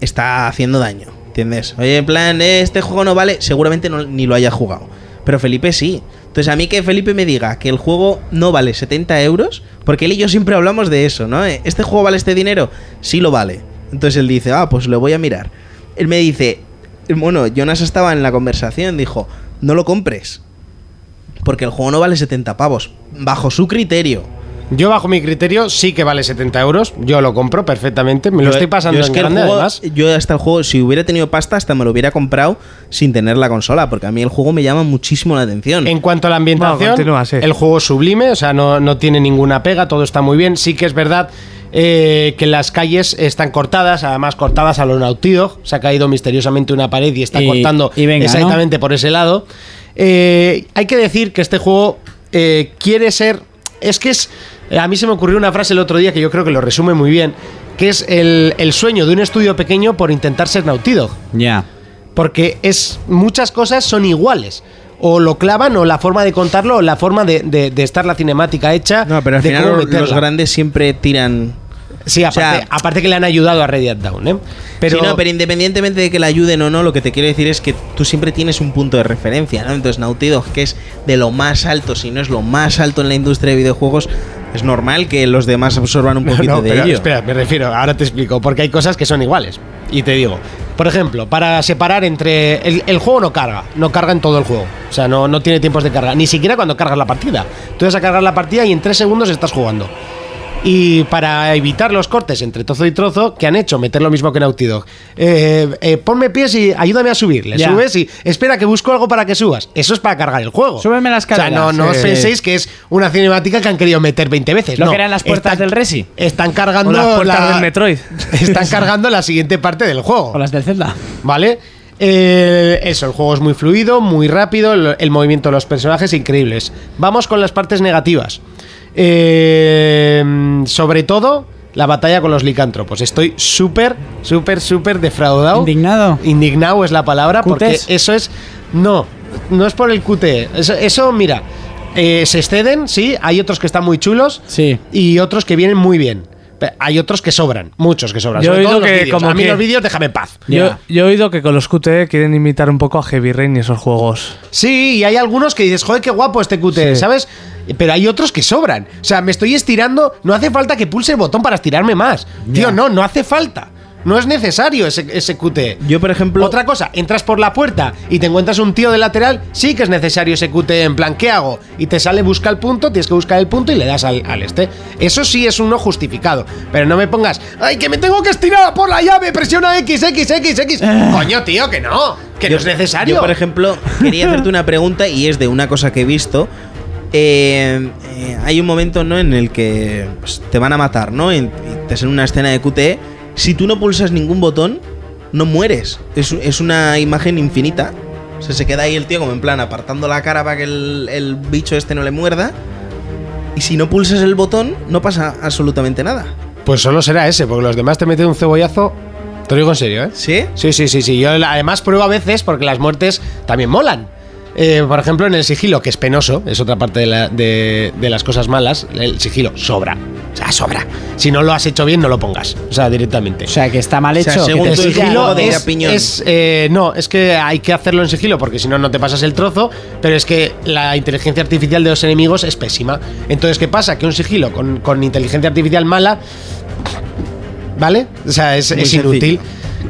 Speaker 6: está haciendo daño. ¿Entiendes? Oye, en plan, eh, este juego no vale, seguramente no- ni lo haya jugado. Pero Felipe sí. Entonces, a mí que Felipe me diga que el juego no vale 70 euros, porque él y yo siempre hablamos de eso, ¿no? Eh, ¿Este juego vale este dinero? Sí lo vale. Entonces él dice, ah, pues lo voy a mirar. Él me dice, bueno, Jonas estaba en la conversación, dijo, no lo compres, porque el juego no vale 70 pavos, bajo su criterio.
Speaker 2: Yo bajo mi criterio sí que vale 70 euros, yo lo compro perfectamente, me
Speaker 6: Yo-
Speaker 2: lo estoy pasando
Speaker 6: yo
Speaker 2: en
Speaker 6: el
Speaker 2: grande
Speaker 6: juego-
Speaker 2: además.
Speaker 6: Yo hasta el juego, si hubiera tenido pasta, hasta me lo hubiera comprado sin tener la consola, porque a mí el juego me llama muchísimo la atención.
Speaker 2: En cuanto a la ambientación,
Speaker 7: Bueno, continúa, sí.
Speaker 2: el juego es sublime, o sea, no, no tiene ninguna pega, todo está muy bien. Sí que es verdad eh, que las calles están cortadas, además cortadas a lo nautido. Se ha caído misteriosamente una pared y está
Speaker 4: Y-
Speaker 2: cortando
Speaker 4: y venga, ¿no?
Speaker 2: exactamente por ese lado. Eh, hay que decir que este juego eh, quiere ser. Es que es. A mí se me ocurrió una frase el otro día que yo creo que lo resume muy bien. Que es el, el sueño de un estudio pequeño por intentar ser nautido.
Speaker 11: Ya.
Speaker 2: Porque es muchas cosas son iguales. O lo clavan, o la forma de contarlo, o la forma de, de- de estar la cinemática hecha.
Speaker 6: no, pero al
Speaker 2: de
Speaker 6: final
Speaker 2: cómo
Speaker 6: lo-
Speaker 2: meterla.
Speaker 6: los grandes siempre tiran.
Speaker 2: Sí, aparte,
Speaker 6: o sea-
Speaker 2: aparte que le han ayudado a Red Dead Down, ¿eh? Pero,
Speaker 6: Pero, no, pero independientemente de que la ayuden o no, lo que te quiero decir es que tú siempre tienes un punto de referencia, ¿no? Entonces, Nautido, que es de lo más alto, si no es lo más alto en la industria de videojuegos, es normal que los demás absorban un
Speaker 2: No,
Speaker 6: poquito
Speaker 2: no,
Speaker 6: de
Speaker 2: pero
Speaker 6: ello.
Speaker 2: espera, me refiero, ahora te explico, porque hay cosas que son iguales. Y te digo, por ejemplo, para separar entre. El, el juego no carga, no carga en todo el juego. O sea, no, no tiene tiempos de carga, ni siquiera cuando cargas la partida. Tú vas a cargar la partida y en tres segundos estás jugando. Y para evitar los cortes entre trozo y trozo, que han hecho? Meter lo mismo que Naughty Dog. Eh, eh, ponme pies y ayúdame a subir. Le
Speaker 4: Ya.
Speaker 2: subes y espera que busco algo para que subas. Eso es para cargar el juego.
Speaker 4: Súbeme las
Speaker 2: O sea, no,
Speaker 4: cargas,
Speaker 2: no os
Speaker 4: eh.
Speaker 2: penséis que es una cinemática que han querido meter 20 veces.
Speaker 4: Lo
Speaker 2: no.
Speaker 4: que eran las puertas
Speaker 2: Está-
Speaker 4: del Resi.
Speaker 2: están cargando
Speaker 7: O las puertas
Speaker 2: la-
Speaker 7: del Metroid.
Speaker 2: Están cargando la siguiente parte del juego.
Speaker 4: O las del Zelda.
Speaker 2: ¿Vale? Eh, eso, el juego es muy fluido, muy rápido, el, el movimiento de los personajes increíbles. Vamos con las partes negativas. Eh, sobre todo, la batalla con los licántropos. Estoy súper, súper, súper defraudado.
Speaker 4: Indignado.
Speaker 2: Indignado es la palabra,
Speaker 4: ¿Cutés?
Speaker 2: porque eso es. No, no es por el QTE. Eso, eso, mira, eh, se exceden, sí, hay otros que están muy chulos
Speaker 4: Sí.
Speaker 2: y otros que vienen muy bien. Pe- Hay otros que sobran, muchos que sobran.
Speaker 7: Yo he
Speaker 2: sobre todo
Speaker 7: oído
Speaker 2: los
Speaker 7: que
Speaker 2: vídeos.
Speaker 7: como
Speaker 2: a mí
Speaker 7: que-
Speaker 2: los vídeos déjame en paz.
Speaker 7: Yo,
Speaker 4: Ya.
Speaker 7: yo he oído que con los QTE quieren imitar un poco a Heavy Rain y esos juegos.
Speaker 2: Sí, y hay algunos que dices, joder, qué guapo este QTE, ¿sabes? Pero hay otros que sobran. O sea, me estoy estirando, no hace falta que pulse el botón para estirarme más. Tío, no, no hace falta. No es necesario ese, ese QTE.
Speaker 6: Yo, por ejemplo-
Speaker 2: Otra cosa, entras por la puerta y te encuentras un tío de lateral, sí que es necesario ese QTE en plan, ¿qué hago? Y te sale, busca el punto, tienes que buscar el punto y le das al, al este. Eso sí es un no justificado. Pero no me pongas, ¡ay, que me tengo que estirar por la llave! Presiona X, X, X, X. Coño, tío, que no. Que no es necesario.
Speaker 6: Ah. Yo, por ejemplo, quería hacerte una pregunta y es de una cosa que he visto. Eh, eh, hay un momento ¿no? en el que pues, te van a matar, ¿no? En, y te hacen una escena de QTE. Si tú no pulsas ningún botón, no mueres. Es, es una imagen infinita. O sea, se queda ahí el tío como en plan apartando la cara para que el, el bicho este no le muerda. Y si no pulsas el botón, no pasa absolutamente nada.
Speaker 2: Pues solo será ese, porque los demás te meten un cebollazo. Te lo digo en serio, ¿eh?
Speaker 6: ¿Sí?
Speaker 2: Sí, sí, sí, sí. Yo además pruebo a veces porque las muertes también molan. Eh, por ejemplo, en el sigilo, que es penoso, es otra parte de, la- de- de las cosas malas, el sigilo sobra. O sea, sobra. Si no lo has hecho bien, no lo pongas. O sea, directamente.
Speaker 11: O sea, que está mal
Speaker 6: O sea,
Speaker 11: hecho. que
Speaker 6: según
Speaker 11: te
Speaker 2: El
Speaker 6: tú
Speaker 11: siga-
Speaker 6: digas,
Speaker 2: sigilo
Speaker 6: juego de
Speaker 2: es,
Speaker 6: rapiñón.
Speaker 2: es, eh, no, es que hay que hacerlo en sigilo porque si no no te pasas el trozo, pero es que la inteligencia artificial de los enemigos es pésima. Entonces, ¿qué pasa? Que un sigilo con, con inteligencia artificial mala, ¿vale? O sea, es, es
Speaker 6: sencillo.
Speaker 2: inútil.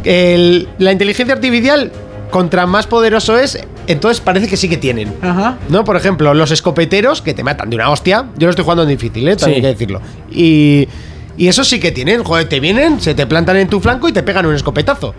Speaker 2: El- la inteligencia artificial, contra más poderoso es, entonces parece que sí que tienen.
Speaker 11: Ajá.
Speaker 2: ¿No? Por ejemplo, los escopeteros que te matan de una hostia. Yo lo estoy jugando en difícil, ¿eh? También hay que decirlo. Y, y eso sí que tienen. Joder, te vienen, se te plantan en tu flanco y te pegan un escopetazo.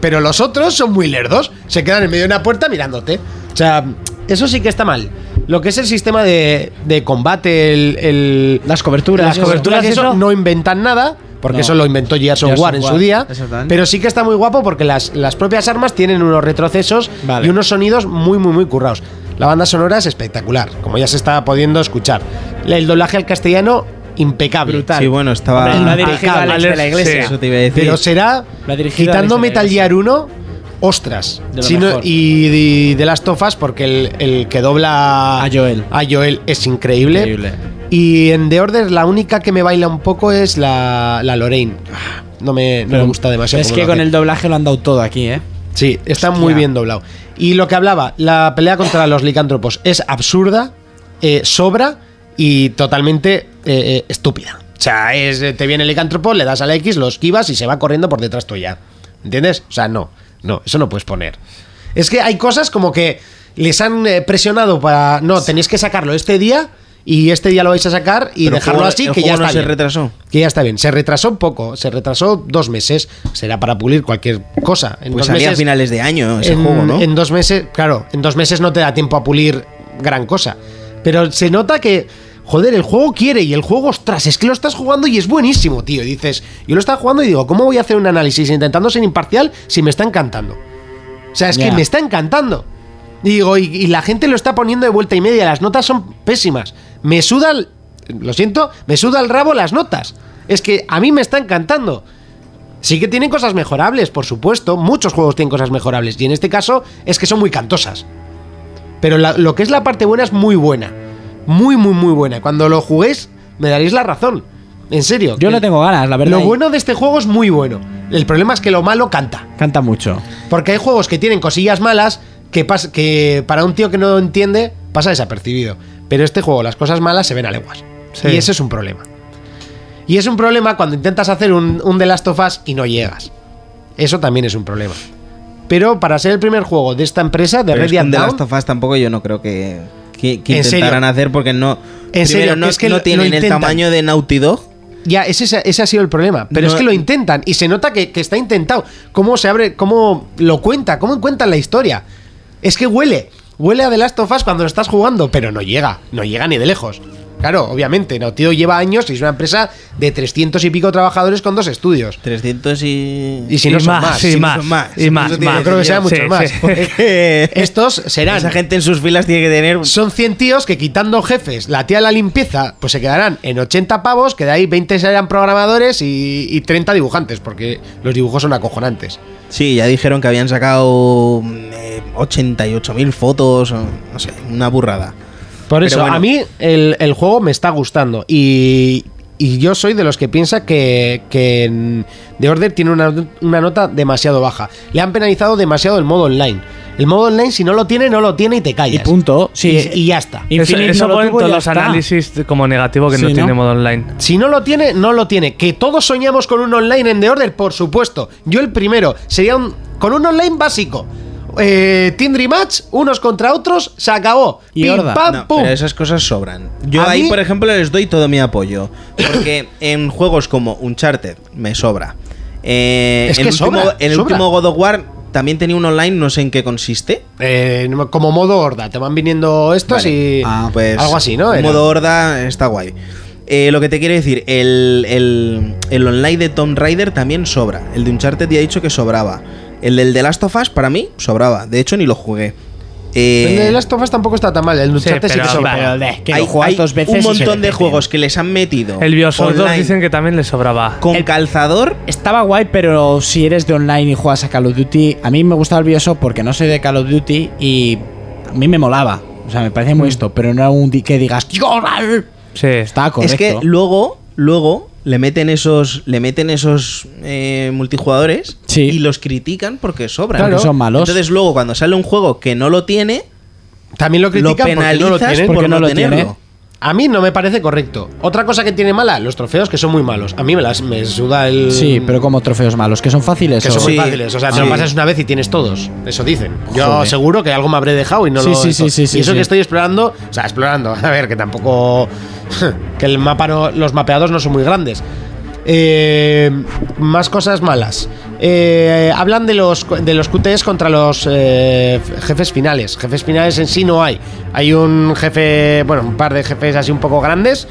Speaker 2: Pero los otros son muy lerdos. Se quedan en medio de una puerta mirándote. O sea, eso sí que está mal. Lo que es el sistema de, de combate, el, el-
Speaker 11: Las coberturas.
Speaker 2: las
Speaker 11: eso.
Speaker 2: coberturas y eso, no inventan nada. Porque
Speaker 11: No.
Speaker 2: eso lo inventó Gears of
Speaker 11: Gears of
Speaker 2: War en su
Speaker 11: War,
Speaker 2: día.
Speaker 11: exactamente.
Speaker 2: Pero sí que está muy guapo porque las, las propias armas tienen unos retrocesos
Speaker 11: Vale.
Speaker 2: y unos sonidos muy, muy, muy currados. La banda sonora es espectacular, como ya se está pudiendo escuchar. El doblaje al castellano, impecable.
Speaker 6: Sí, bueno, estaba.
Speaker 11: Hombre, lo ha dirigido
Speaker 2: Impecable.
Speaker 11: Alex de la Iglesia.
Speaker 6: Eso te iba a decir.
Speaker 2: Pero será,
Speaker 11: La dirigida
Speaker 2: quitando
Speaker 11: de
Speaker 2: Metal
Speaker 11: Alex de la
Speaker 2: Gear 1, ostras.
Speaker 11: De lo
Speaker 2: Si no-
Speaker 11: mejor.
Speaker 2: y de, las tofas, porque el, el que dobla
Speaker 11: A Joel.
Speaker 2: a Joel es increíble.
Speaker 11: Increíble.
Speaker 2: Y en The Order, la única que me baila un poco es la, la Lorraine. Ah, No me, no me gusta demasiado.
Speaker 11: Es
Speaker 2: como
Speaker 11: que
Speaker 2: lo
Speaker 11: con
Speaker 2: hace.
Speaker 11: el doblaje lo han dado todo aquí, ¿eh?
Speaker 2: Sí, está muy bien doblado. Y lo que hablaba, la pelea contra los licántropos es absurda, eh, sobra y totalmente eh, eh, estúpida. O sea, es, eh, te viene el licántropo, le das a la X, lo esquivas y se va corriendo por detrás tuya. ¿Entiendes? O sea, no, no, eso no puedes poner. Es que hay cosas como que les han eh, presionado para. No, tenéis que sacarlo este día y este día lo vais a sacar y
Speaker 6: Pero el
Speaker 2: dejarlo
Speaker 6: juego-
Speaker 2: así,
Speaker 6: el
Speaker 2: que ya
Speaker 6: juego no
Speaker 2: está
Speaker 6: se
Speaker 2: bien.
Speaker 6: retrasó.
Speaker 2: Que ya está bien. Se retrasó un poco, se retrasó dos meses. Será para pulir cualquier cosa. En
Speaker 6: Pues
Speaker 2: dos
Speaker 6: salía a
Speaker 2: meses-
Speaker 6: finales de año ese
Speaker 2: en,
Speaker 6: juego, ¿no?
Speaker 2: en dos meses, claro, en dos meses no te da tiempo a pulir gran cosa. Pero se nota que, joder, el juego quiere y el juego, ostras, es que lo estás jugando y es buenísimo, tío. Y dices, yo lo estaba jugando y digo, ¿cómo voy a hacer un análisis intentando ser imparcial si me está encantando? O sea, es que
Speaker 11: Ya.
Speaker 2: me está encantando. Y Digo, y, y la gente lo está poniendo de vuelta y media, las notas son pésimas. Me suda, el- lo siento, me suda el rabo las notas. Es que a mí me está encantando. Sí que tienen cosas mejorables, por supuesto. Muchos juegos tienen cosas mejorables. Y en este caso es que son muy cantosas. Pero la- lo que es la parte buena es muy buena. Muy, muy, muy buena. Cuando lo juguéis, me daréis la razón. En serio.
Speaker 11: Yo no tengo ganas, la verdad.
Speaker 2: Lo
Speaker 11: y
Speaker 2: bueno de este juego es muy bueno. El problema es que lo malo canta.
Speaker 11: Canta mucho.
Speaker 2: Porque hay juegos que tienen cosillas malas que, pas- que para un tío que no entiende pasa desapercibido. Pero este juego, las cosas malas se ven a leguas. Y ese es un problema. Y es un problema cuando intentas hacer un, un The Last of Us y no llegas. Eso también es un problema. Pero para ser el primer juego de esta empresa, de
Speaker 6: Pero
Speaker 2: Red
Speaker 6: es que
Speaker 2: Dead
Speaker 6: un The
Speaker 2: Dawn,
Speaker 6: Last of Us tampoco yo no creo que, que, que
Speaker 2: ¿En serio?
Speaker 6: intentaran hacer porque no. primero,
Speaker 2: serio,
Speaker 6: no,
Speaker 2: es que
Speaker 6: no
Speaker 2: lo-
Speaker 6: tienen
Speaker 2: lo
Speaker 6: el
Speaker 2: intentan.
Speaker 6: tamaño de Naughty Dog.
Speaker 2: ya ese, ese ha sido el problema. Pero
Speaker 6: No-
Speaker 2: es que lo intentan y se nota que, que está intentado. ¿Cómo se abre? ¿Cómo lo cuenta? ¿Cómo cuentan la historia? Es que huele. Huele a The Last of Us cuando lo estás jugando, pero no llega. No llega ni de lejos. Claro, obviamente, Naughty Dog lleva años y es una empresa de 300 y pico trabajadores con dos estudios.
Speaker 6: 300 y.
Speaker 2: Y si
Speaker 7: Y
Speaker 2: no son
Speaker 7: más,
Speaker 2: más.
Speaker 7: sí,
Speaker 2: si no
Speaker 7: más,
Speaker 2: son
Speaker 7: y
Speaker 2: si no
Speaker 7: más,
Speaker 2: son- yo
Speaker 6: Ah,
Speaker 7: más.
Speaker 2: creo que sean
Speaker 7: Sí,
Speaker 2: muchos más.
Speaker 7: sí.
Speaker 2: porque Estos serán.
Speaker 6: Esa gente en sus filas tiene que tener.
Speaker 2: Son 100 tíos que quitando jefes, la tía de la limpieza, pues se quedarán en 80 pavos, que de ahí 20 serán programadores y, y 30 dibujantes, porque los dibujos son acojonantes.
Speaker 6: Sí, ya dijeron que habían sacado eh, 88.000 fotos, o, no sé, una burrada.
Speaker 2: Por
Speaker 6: Pero
Speaker 2: eso,
Speaker 6: bueno.
Speaker 2: a mí el, el juego me está gustando y, y yo soy de los que piensa que, que en The Order tiene una, una nota demasiado baja. Le han penalizado demasiado el modo online. El modo online, si no lo tiene, no lo tiene y te
Speaker 4: Y
Speaker 2: callas.
Speaker 4: punto. Sí,
Speaker 2: Y, y ya está.
Speaker 7: Eso,
Speaker 4: Infinite
Speaker 7: eso
Speaker 4: no lo
Speaker 7: ponen
Speaker 4: tuvo,
Speaker 7: todos
Speaker 4: ya
Speaker 7: los
Speaker 4: está.
Speaker 7: análisis como negativo que no
Speaker 4: Sí,
Speaker 7: tiene
Speaker 4: ¿no?
Speaker 7: modo online.
Speaker 2: Si no lo tiene, no lo tiene. Que todos soñamos con un online en The Order, por supuesto. Yo el primero. Sería un, con un online básico. Eh, Team Dream Match, unos contra otros, se acabó.
Speaker 4: Y
Speaker 2: Pim,
Speaker 4: horda.
Speaker 2: pam,
Speaker 6: No,
Speaker 2: pum.
Speaker 6: pero esas cosas sobran. Yo
Speaker 2: A
Speaker 6: ahí,
Speaker 2: mí-
Speaker 6: por ejemplo, les doy todo mi apoyo. Porque en juegos como Uncharted me sobra. Eh,
Speaker 2: Es
Speaker 6: el
Speaker 2: que
Speaker 6: último-
Speaker 2: sobra,
Speaker 6: El
Speaker 2: sobra.
Speaker 6: último God of War también tenía un online, no sé en qué consiste.
Speaker 2: Eh, como modo horda, te van viniendo estos
Speaker 6: Vale.
Speaker 2: y.
Speaker 6: Ah, pues,
Speaker 2: algo así, ¿no?
Speaker 6: un
Speaker 2: Era.
Speaker 6: Modo horda está guay. Eh, lo que te quiero decir, el, el- el online de Tomb Raider también sobra. El de Uncharted ya he dicho que sobraba. El del The Last of Us para mí sobraba. De hecho, ni lo jugué. Eh,
Speaker 2: El de Last of Us tampoco está tan mal. El Uncharted sí,
Speaker 7: pero-
Speaker 2: que sobra.
Speaker 7: pero
Speaker 4: que
Speaker 6: hay,
Speaker 4: lo juegas
Speaker 6: hay
Speaker 4: dos veces
Speaker 6: un
Speaker 4: y se
Speaker 6: montón de
Speaker 4: repite.
Speaker 6: juegos que les han metido
Speaker 7: El Bioshock 2
Speaker 6: online
Speaker 7: dicen que también le sobraba.
Speaker 6: con
Speaker 4: El-
Speaker 6: calzador
Speaker 4: Estaba guay, pero si eres de online y juegas a Call of Duty, a mí me gustaba el Bioshock porque no soy de Call of Duty y a mí me molaba. O sea, me parece muy esto, pero no era un di- que digas "Tío, vale".
Speaker 7: Sí.
Speaker 4: Está correcto.
Speaker 6: Es que luego, luego le meten esos, le meten esos eh, multijugadores
Speaker 4: Sí.
Speaker 6: y los critican porque sobran.
Speaker 4: Porque son malos.
Speaker 6: Entonces luego cuando sale un juego que no lo tiene,
Speaker 2: También lo
Speaker 6: lo
Speaker 2: critican porque no lo
Speaker 6: penalizas
Speaker 2: tienen.
Speaker 6: por
Speaker 4: porque
Speaker 6: no,
Speaker 4: no lo
Speaker 6: tenerlo.
Speaker 4: tiene.
Speaker 2: A mí no me parece correcto. Otra cosa que tiene mala, los trofeos que son muy malos. A mí me las me suda el.
Speaker 4: Sí, pero como trofeos malos, que son fáciles.
Speaker 2: Que
Speaker 4: o-
Speaker 2: son muy
Speaker 6: Sí.
Speaker 2: fáciles. O sea, te lo
Speaker 6: Sí.
Speaker 2: pasas una vez y tienes todos. Eso dicen. Yo seguro que algo me habré dejado y no
Speaker 4: Sí,
Speaker 2: lo
Speaker 4: sí, sí,
Speaker 2: esto.
Speaker 4: sí, sí,
Speaker 2: Y eso
Speaker 4: sí.
Speaker 2: que estoy explorando. O sea, explorando. A ver, que tampoco. que el mapa no- los mapeados no son muy grandes. Eh, más cosas malas. Eh, hablan de los, de los QTs contra los eh, jefes finales. Jefes finales en sí no hay. Hay un jefe, bueno, un par de jefes así un poco grandes,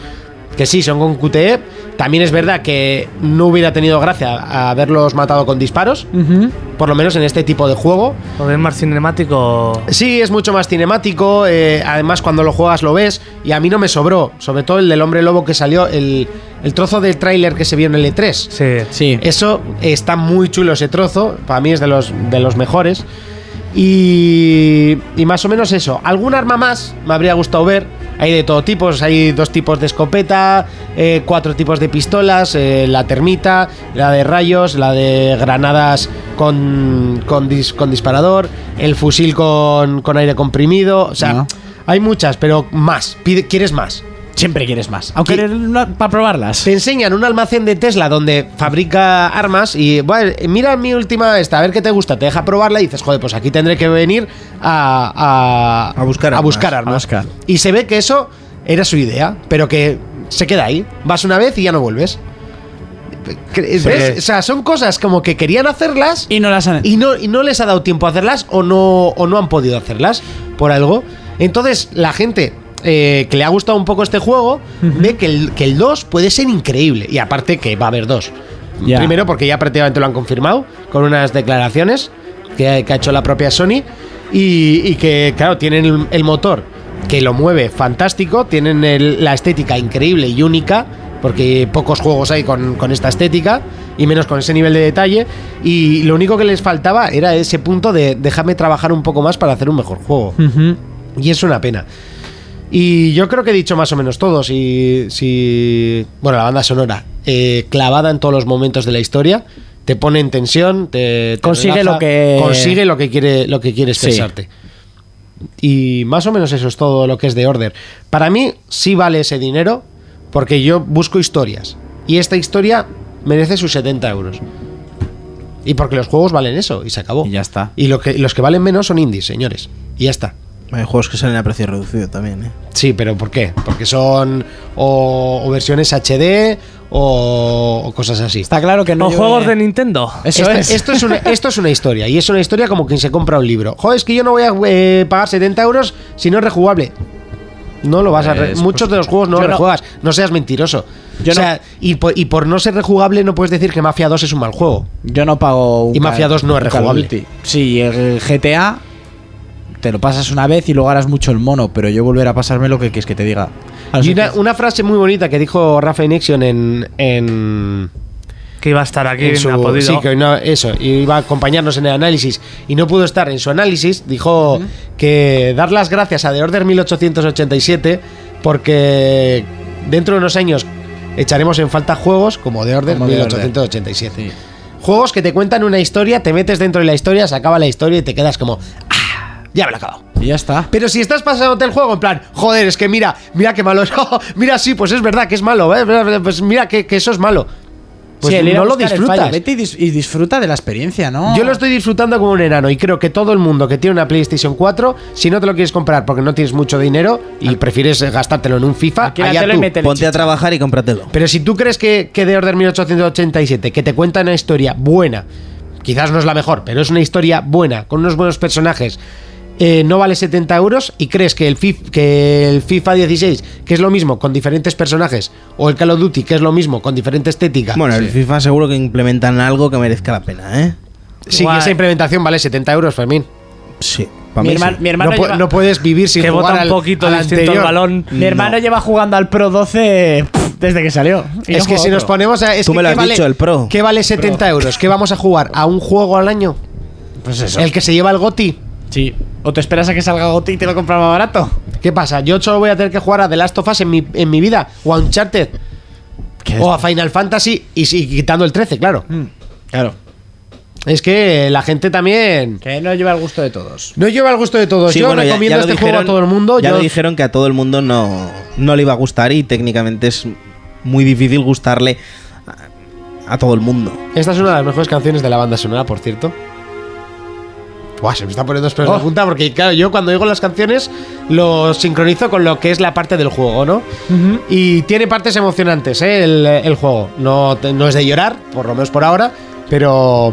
Speaker 2: que sí, son con QTE. También es verdad que no hubiera tenido gracia haberlos matado con disparos,
Speaker 4: Mm.
Speaker 2: por lo menos en este tipo de juego.
Speaker 7: Poder más cinemático.
Speaker 2: Sí, es mucho más cinemático, eh, además cuando lo juegas lo ves, y a mí no me sobró, sobre todo el del hombre lobo que salió, el, el trozo del tráiler que se vio en el E E3.
Speaker 7: Sí.
Speaker 4: Sí.
Speaker 2: Eso está muy chulo ese trozo, para mí es de los, de los mejores. Y, y más o menos eso. Algún arma más me habría gustado ver. Hay de todo tipo, hay dos tipos de escopeta, eh, cuatro tipos de pistolas, eh, la termita, la de rayos, la de granadas con, con, dis- con disparador, el fusil con, con aire comprimido. O sea,
Speaker 4: No.
Speaker 2: hay muchas, pero más. Pide, ¿Quieres más?
Speaker 4: Siempre quieres más. Aunque
Speaker 2: ¿Qué?
Speaker 4: para probarlas.
Speaker 2: Te enseñan un almacén de Tesla donde fabrica armas y bueno, mira mi última esta, a ver qué te gusta, te deja probarla y dices, joder, pues aquí tendré que venir a,
Speaker 6: A buscar
Speaker 2: a
Speaker 6: armas.
Speaker 2: buscar armas.
Speaker 4: Buscar.
Speaker 2: Y se ve que eso era su idea, pero que se queda ahí. Vas una vez y ya no vuelves. ¿Ves? O sea, son cosas como que querían hacerlas
Speaker 4: Y no las han.
Speaker 2: y no, y no les ha dado tiempo a hacerlas o no, o no han podido hacerlas por algo. Entonces, la gente eh, que le ha gustado un poco este juego ve que el, que el 2 puede ser increíble. Y aparte que va a haber dos.
Speaker 4: Ya.
Speaker 2: Primero porque ya prácticamente lo han confirmado con unas declaraciones que, que ha hecho la propia Sony. Y, y que, claro, tienen el, el motor que lo mueve fantástico, tienen el- la estética increíble y única, porque pocos juegos hay con, con esta estética, y menos con ese nivel de detalle. Y lo único que les faltaba era ese punto de déjame trabajar un poco más para hacer un mejor juego.
Speaker 4: Ujú.
Speaker 2: Y es una pena. Y yo creo que he dicho más o menos todo. Si, si- bueno, la banda sonora, eh, clavada en todos los momentos de la historia, te pone en tensión, te, te
Speaker 4: Consigue
Speaker 2: relaja,
Speaker 4: lo que-
Speaker 2: consigue lo que quiere, lo que quieres
Speaker 4: Sí.
Speaker 2: pensarte. Y más o menos eso es todo lo que es de Order. Para mí sí vale ese dinero porque yo busco historias y esta historia merece sus 70 euros. Y porque los juegos valen eso y se acabó.
Speaker 4: Y ya está.
Speaker 2: Y lo que, los que valen menos son indies, señores. Y ya está.
Speaker 6: Hay juegos que salen a precio reducido también, ¿eh?
Speaker 2: Sí, pero ¿por qué? Porque son o, o versiones HD o, o cosas así.
Speaker 4: Está claro que no.
Speaker 7: O
Speaker 4: yo-
Speaker 7: juegos de Nintendo.
Speaker 4: Eso
Speaker 2: esto,
Speaker 4: es.
Speaker 2: esto Este es una, esto es una historia y es una historia como quien se compra un libro. Joder, es que yo no voy a eh, pagar 70 euros si no es rejugable. No lo vas a... re-
Speaker 4: Es
Speaker 2: Muchos de los juegos no
Speaker 4: Yo
Speaker 2: los
Speaker 4: no-
Speaker 2: rejuegas. No seas mentiroso.
Speaker 4: Yo
Speaker 2: o sea, y, por, y por no ser rejugable no puedes decir que Mafia 2 es un mal juego.
Speaker 4: Yo no pago un
Speaker 2: Y Mafia
Speaker 4: Call-
Speaker 2: 2 no
Speaker 4: un
Speaker 2: es
Speaker 4: Call
Speaker 2: rejugable.
Speaker 4: Duty. Sí, el GTA te lo pasas una vez y luego harás mucho el mono, pero yo volver a pasarme lo que quieres que te diga. A no
Speaker 2: Y
Speaker 4: ser
Speaker 2: una,
Speaker 4: que-
Speaker 2: una frase muy bonita que dijo Rafa Inexion en... en
Speaker 7: Que iba a estar aquí,
Speaker 2: en
Speaker 7: no ha
Speaker 2: su-
Speaker 7: podido.
Speaker 2: sí, que no- eso, iba a acompañarnos en el análisis y no pudo estar en su análisis, dijo que dar las gracias a The Order 1887 porque dentro de unos años echaremos en falta juegos como The Order
Speaker 4: Como The Order.
Speaker 2: 1887.
Speaker 4: Sí.
Speaker 2: Juegos que te cuentan una historia, te metes dentro de la historia, se acaba la historia y te quedas como... "Ah, ya me lo he acabado.
Speaker 11: Y ya está.
Speaker 2: Pero si estás pasándote el juego en plan, joder, es que mira, mira qué malo es. mira, sí, pues es verdad que es malo. ¿eh? Pues mira que, que eso es malo. Pues
Speaker 11: Sí, el ir a
Speaker 2: no lo
Speaker 11: buscar el fallo.
Speaker 2: disfrutas.
Speaker 11: Vete y, dis- y disfruta de la experiencia, ¿no?
Speaker 4: Ah.
Speaker 2: Yo lo estoy disfrutando como un enano y creo que todo el mundo que tiene una PlayStation 4, si no te lo quieres comprar porque no tienes mucho dinero y prefieres eh, gastártelo en un FIFA,
Speaker 4: Aquí la
Speaker 2: allá
Speaker 4: tele
Speaker 2: tú.
Speaker 4: mete
Speaker 6: Ponte a trabajar y cómpratelo.
Speaker 2: Pero si tú crees que, que The Order 1887, que te cuenta una historia buena, quizás no es la mejor, pero es una historia buena, con unos buenos personajes, eh, no vale 70 euros y crees que el, Fif- que el FIFA 16, que es lo mismo con diferentes personajes, o el Call of Duty, que es lo mismo con diferente estética,
Speaker 6: Bueno, el FIFA seguro que implementan algo que merezca la pena, ¿eh?
Speaker 2: sí,
Speaker 7: Guay.
Speaker 2: esa implementación vale 70 euros, Fermín.
Speaker 6: Sí. Para
Speaker 4: Mi,
Speaker 6: mí
Speaker 4: herma-
Speaker 6: sí.
Speaker 4: mi hermano
Speaker 2: no, pu-
Speaker 4: lleva,
Speaker 2: no puedes vivir sin
Speaker 7: que
Speaker 2: jugar
Speaker 7: bota
Speaker 2: al-
Speaker 7: un poquito
Speaker 2: al
Speaker 7: distinto
Speaker 2: anterior.
Speaker 7: el balón.
Speaker 4: mi hermano lleva jugando al Pro 12 pff, desde que salió. Y no
Speaker 2: Es que
Speaker 4: juega
Speaker 2: si nos
Speaker 4: otro.
Speaker 2: ponemos a. Es
Speaker 6: Tú
Speaker 2: que
Speaker 6: me lo
Speaker 2: ¿qué
Speaker 6: has
Speaker 2: vale-
Speaker 6: dicho, el Pro.
Speaker 2: ¿Qué vale 70 euros? ¿Qué vamos a jugar? ¿A un juego al año? Pues eso. El que se lleva el GOTI.
Speaker 4: Sí. O te esperas a que salga Goti y te lo compras más barato.
Speaker 2: ¿Qué pasa? Yo solo voy a tener que jugar a The Last of Us en mi, en mi vida. O a Uncharted. O a Final Fantasy. Y, sí, quitando el 13, claro.
Speaker 7: Mm,
Speaker 4: Claro.
Speaker 2: Es que la gente también.
Speaker 4: Que Eh, no lleva el gusto de todos.
Speaker 2: No lleva el gusto de todos.
Speaker 6: Sí,
Speaker 2: Yo
Speaker 6: bueno, ya-
Speaker 2: recomiendo
Speaker 6: ya lo
Speaker 2: este juego a
Speaker 6: dijeron-
Speaker 2: todo el mundo.
Speaker 6: Ya
Speaker 2: Yo-
Speaker 6: lo dijeron que a todo el mundo no, no le iba a gustar y técnicamente es muy difícil gustarle a, a todo el mundo.
Speaker 2: Esta es una de las mejores canciones de la banda sonora, por cierto. Oh. Buah, se me está poniendo los pelos de punta porque, claro, yo cuando digo las canciones lo sincronizo con lo que es la parte del juego, ¿no? Y tiene partes emocionantes, ¿eh? El, el juego. No, te- no es de llorar, por lo menos por ahora, pero.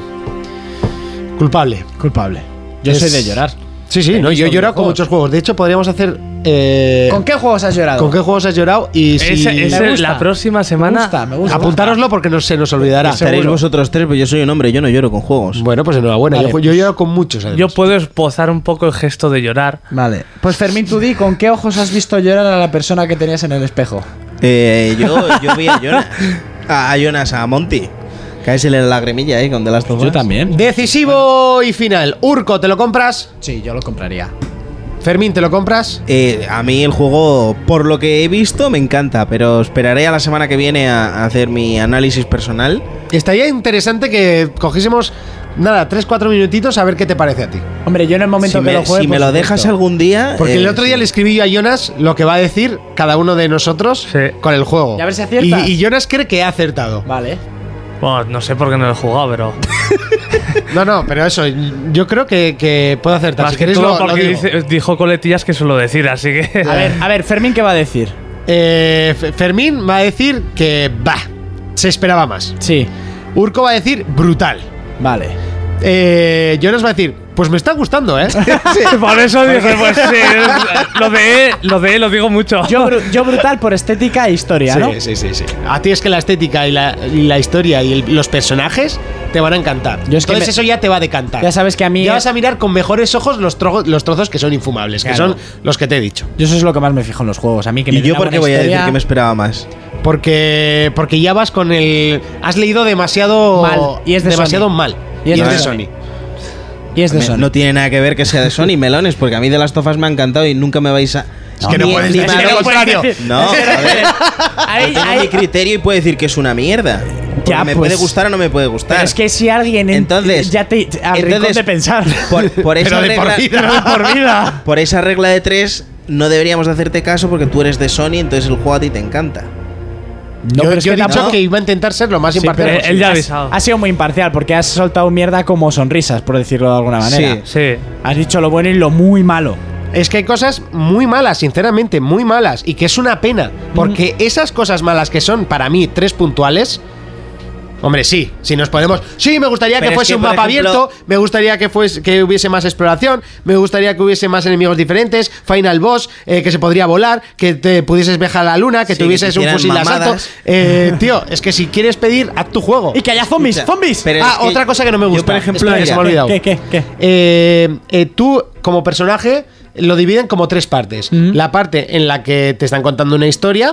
Speaker 2: Culpable.
Speaker 4: Culpable. Yo
Speaker 2: Es-
Speaker 4: soy de llorar.
Speaker 2: Sí, sí, no, yo he llorado con muchos juegos. De hecho, podríamos hacer. eh,
Speaker 11: ¿Con qué juegos has llorado?
Speaker 2: ¿con qué juegos has llorado? Y si.
Speaker 7: Ese- ese-
Speaker 11: Me gusta.
Speaker 7: la próxima semana.
Speaker 11: gusta, me gusta.
Speaker 2: Apuntároslo porque no se nos olvidará.
Speaker 6: Estaréis vosotros tres, pero yo soy un hombre, yo no lloro con juegos.
Speaker 2: Bueno, pues enhorabuena. yo, yo he llorado con muchos. además.
Speaker 7: Yo puedo esbozar un poco el gesto de llorar.
Speaker 11: Vale. Pues Fermín, tú di, ¿con qué ojos has visto llorar a la persona que tenías en el espejo?
Speaker 6: Eh, yo, yo vi a Jonas, a, a Jonas, a Monty. Caes en la lagrimilla, ¿eh? Con The Last of Us.
Speaker 4: también.
Speaker 2: Decisivo y final. Urco, ¿te lo compras?
Speaker 11: Sí, yo lo compraría.
Speaker 2: Fermín, ¿te lo compras?
Speaker 6: Eh, a mí el juego, por lo que he visto, me encanta, pero esperaré a la semana que viene a, a hacer mi análisis personal.
Speaker 2: Estaría interesante que cogiésemos, nada, 3-4 minutitos a ver qué te parece a ti.
Speaker 4: Hombre, yo en el momento
Speaker 6: Si
Speaker 4: que
Speaker 6: me,
Speaker 4: lo juegue. pues
Speaker 6: si me
Speaker 4: por
Speaker 6: lo
Speaker 4: supuesto.
Speaker 6: dejas algún día.
Speaker 2: Porque el
Speaker 6: eh,
Speaker 2: otro día le escribí yo a Jonas lo que va a decir cada uno de nosotros
Speaker 7: Sí.
Speaker 2: con el juego.
Speaker 4: Y a ver si aciertas.
Speaker 2: Y, y Jonas cree que ha acertado.
Speaker 4: Vale.
Speaker 7: Bueno, no sé por qué no lo he jugado, pero.
Speaker 2: No, no, pero eso, yo creo que, que puedo acertar.
Speaker 7: Más
Speaker 2: Si
Speaker 7: que
Speaker 2: queréis
Speaker 7: todo
Speaker 2: lo- lo
Speaker 7: porque
Speaker 2: digo. Ah,
Speaker 7: dice- dijo coletillas que suelo decir, así que.
Speaker 4: A ver, a ver, Fermín, ¿qué va a decir?
Speaker 2: Eh, F- Fermín va a decir que, bah, se esperaba más.
Speaker 4: Sí.
Speaker 2: Urco va a decir brutal.
Speaker 4: Vale.
Speaker 2: Eh, Jonas va a decir, pues me está gustando, ¿eh?
Speaker 7: Por eso dije, pues sí. Lo de E, lo de E lo digo mucho.
Speaker 4: Yo, bru- yo brutal por estética e historia, ¿no?
Speaker 2: Sí, sí, sí, sí. A ti es que la estética y la, y la historia y el- los personajes te van a encantar.
Speaker 4: Yo es que
Speaker 2: Entonces
Speaker 4: me-
Speaker 2: eso ya te va a decantar.
Speaker 4: Ya sabes que a mí.
Speaker 2: Ya vas a mirar con mejores ojos los, trogo- los trozos que son infumables,
Speaker 4: Claro.
Speaker 2: que son los que te he dicho.
Speaker 4: Yo eso es lo que más me fijo en los juegos. A mí que me
Speaker 6: ¿Y
Speaker 4: den
Speaker 6: yo
Speaker 4: una
Speaker 6: por qué
Speaker 4: buena
Speaker 6: voy a decir
Speaker 4: historia-
Speaker 6: que me esperaba más?
Speaker 2: Porque, porque ya vas con el... Has leído demasiado...
Speaker 4: Mal, y es de
Speaker 2: demasiado
Speaker 4: Sony.
Speaker 2: mal.
Speaker 4: Y es de
Speaker 2: Sony.
Speaker 4: Y es de Sony.
Speaker 6: No tiene nada que ver que sea de Sony Melones, porque a mí de las tofas me ha encantado y nunca me vais a.
Speaker 2: Es que no
Speaker 6: ni-
Speaker 2: puedes
Speaker 6: ni
Speaker 2: decir
Speaker 6: me
Speaker 2: lo
Speaker 6: hagáis-
Speaker 2: contrario.
Speaker 6: No, joder,
Speaker 4: Ahí-
Speaker 6: tengo
Speaker 4: ahí-
Speaker 6: mi criterio y puedo decir que es una mierda. Porque
Speaker 4: Ya,
Speaker 6: me
Speaker 4: pues.
Speaker 6: puede gustar o no me puede gustar.
Speaker 4: pero es que si alguien. en-
Speaker 6: Entonces,
Speaker 4: Ya te. Al rincón
Speaker 6: entonces,
Speaker 4: de pensar.
Speaker 6: Por, por esa
Speaker 2: Pero de por
Speaker 6: regla,
Speaker 2: vida.
Speaker 4: por vida.
Speaker 6: por esa regla de tres, no deberíamos de hacerte caso porque tú eres de Sony, entonces el juego a ti te encanta.
Speaker 4: No,
Speaker 2: yo
Speaker 4: pero es
Speaker 2: yo
Speaker 4: que
Speaker 2: he dicho
Speaker 6: tampoco-
Speaker 2: que iba a intentar ser lo más imparcial
Speaker 7: pero-
Speaker 2: posible.
Speaker 7: Él ya ha
Speaker 4: Has-
Speaker 7: avisado.
Speaker 4: Has sido muy imparcial porque has soltado mierda como sonrisas, por decirlo de alguna manera.
Speaker 6: Sí.
Speaker 7: Sí.
Speaker 4: Has dicho lo bueno y lo muy malo.
Speaker 2: Es que hay cosas muy malas, sinceramente, muy malas, y que es una pena, porque esas cosas malas que son para mí tres puntuales, hombre, sí, si nos podemos, sí, me gustaría
Speaker 6: Pero
Speaker 2: que
Speaker 6: es
Speaker 2: fuese
Speaker 6: que,
Speaker 2: un
Speaker 6: por
Speaker 2: mapa
Speaker 6: ejemplo-
Speaker 2: abierto, me gustaría que fuese que hubiese más exploración, me gustaría que hubiese más enemigos diferentes, final boss, eh, que se podría volar, que te pudieses viajar a la luna, que
Speaker 6: Sí, que
Speaker 2: tuvieses
Speaker 6: te
Speaker 2: un
Speaker 6: hicieran
Speaker 2: fusil de asalto.
Speaker 6: mamadas.
Speaker 2: Eh, tío, es que si quieres pedir, haz tu juego.
Speaker 4: Y que haya zombies,
Speaker 6: Escucha,
Speaker 4: zombies.
Speaker 6: pero
Speaker 2: ah,
Speaker 6: es que
Speaker 2: otra cosa que no me
Speaker 6: yo,
Speaker 2: gusta.
Speaker 6: por ejemplo,
Speaker 2: Espera, que
Speaker 6: mira,
Speaker 2: se me ha olvidado.
Speaker 4: ¿Qué, qué, qué?
Speaker 2: Eh, eh, tú, como personaje, lo dividen como tres partes. La parte en la que te están contando una historia,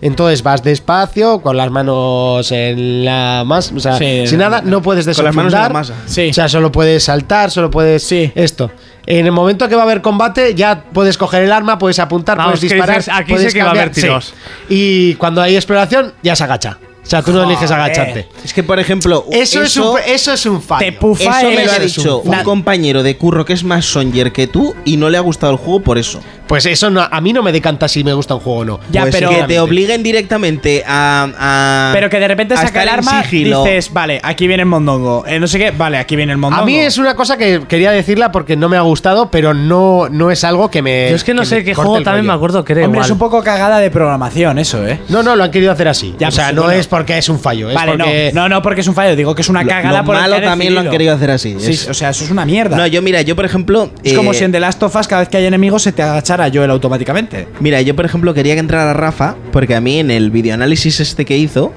Speaker 2: entonces vas despacio, con las manos en la masa, o sea,
Speaker 4: Sí,
Speaker 2: sin nada, no puedes
Speaker 6: Con las manos en la
Speaker 2: desenfundar.
Speaker 6: masa.
Speaker 4: Sí.
Speaker 2: O sea, solo puedes saltar, solo puedes
Speaker 4: Sí.
Speaker 2: esto. En el momento que va a haber combate, ya puedes coger el arma,
Speaker 6: Ah,
Speaker 2: puedes apuntar,
Speaker 7: Vamos,
Speaker 2: puedes
Speaker 7: que
Speaker 2: disparar.
Speaker 7: dices, aquí
Speaker 2: puedes
Speaker 7: sé que va a haber
Speaker 2: cambiar, sí.
Speaker 7: tiros.
Speaker 2: Y cuando hay exploración, ya se agacha. O sea,
Speaker 6: Ah,
Speaker 2: tú no
Speaker 6: eh.
Speaker 2: eliges agacharte.
Speaker 6: Es que, por ejemplo,
Speaker 2: Eso, es un, eso es un fallo.
Speaker 4: Te pufa
Speaker 6: eso me
Speaker 4: el-
Speaker 6: lo ha
Speaker 2: es un
Speaker 6: dicho un
Speaker 2: fa-
Speaker 6: compañero de curro que es más songer que tú y no le ha gustado el juego por eso.
Speaker 2: Pues eso no, a mí no me decanta si me gusta un juego o no.
Speaker 4: Ya,
Speaker 6: Pues
Speaker 4: pero-
Speaker 6: que te obliguen directamente a, a-
Speaker 4: Pero que de repente
Speaker 6: a
Speaker 4: saca
Speaker 6: estar
Speaker 4: el
Speaker 6: en
Speaker 4: arma,
Speaker 6: sigilo.
Speaker 4: dices, vale, aquí viene el mondongo. Eh, no sé qué, vale, aquí viene el mondongo.
Speaker 2: A mí es una cosa que quería decirla porque no me ha gustado, pero no, no es algo que me.
Speaker 7: Yo es que no sé
Speaker 2: me
Speaker 7: qué
Speaker 2: corte
Speaker 7: juego
Speaker 2: el
Speaker 7: también me
Speaker 2: rollo.
Speaker 7: acuerdo que era
Speaker 4: Hombre,
Speaker 7: igual.
Speaker 4: es un poco cagada de programación eso, ¿eh?
Speaker 2: No, no, lo han querido hacer así.
Speaker 4: Ya,
Speaker 2: o sea,
Speaker 4: pues,
Speaker 2: no
Speaker 4: bueno.
Speaker 2: es porque es un fallo. Es
Speaker 4: vale,
Speaker 2: porque-
Speaker 4: no, no, no, porque es un fallo, digo que es una
Speaker 6: Lo-
Speaker 4: cagada
Speaker 6: lo
Speaker 4: por el
Speaker 6: malo
Speaker 4: que han
Speaker 6: también lo han
Speaker 4: decidido.
Speaker 6: querido hacer así,
Speaker 4: Sí,
Speaker 6: es-
Speaker 4: o sea, eso es una mierda.
Speaker 6: No, yo mira, yo por ejemplo...
Speaker 4: es como
Speaker 6: eh,
Speaker 4: si en The Last of Us cada vez que hay enemigos se te agachara Joel automáticamente.
Speaker 6: Mira, yo por ejemplo quería que entrara Rafa, porque a mí en el videoanálisis este que hizo,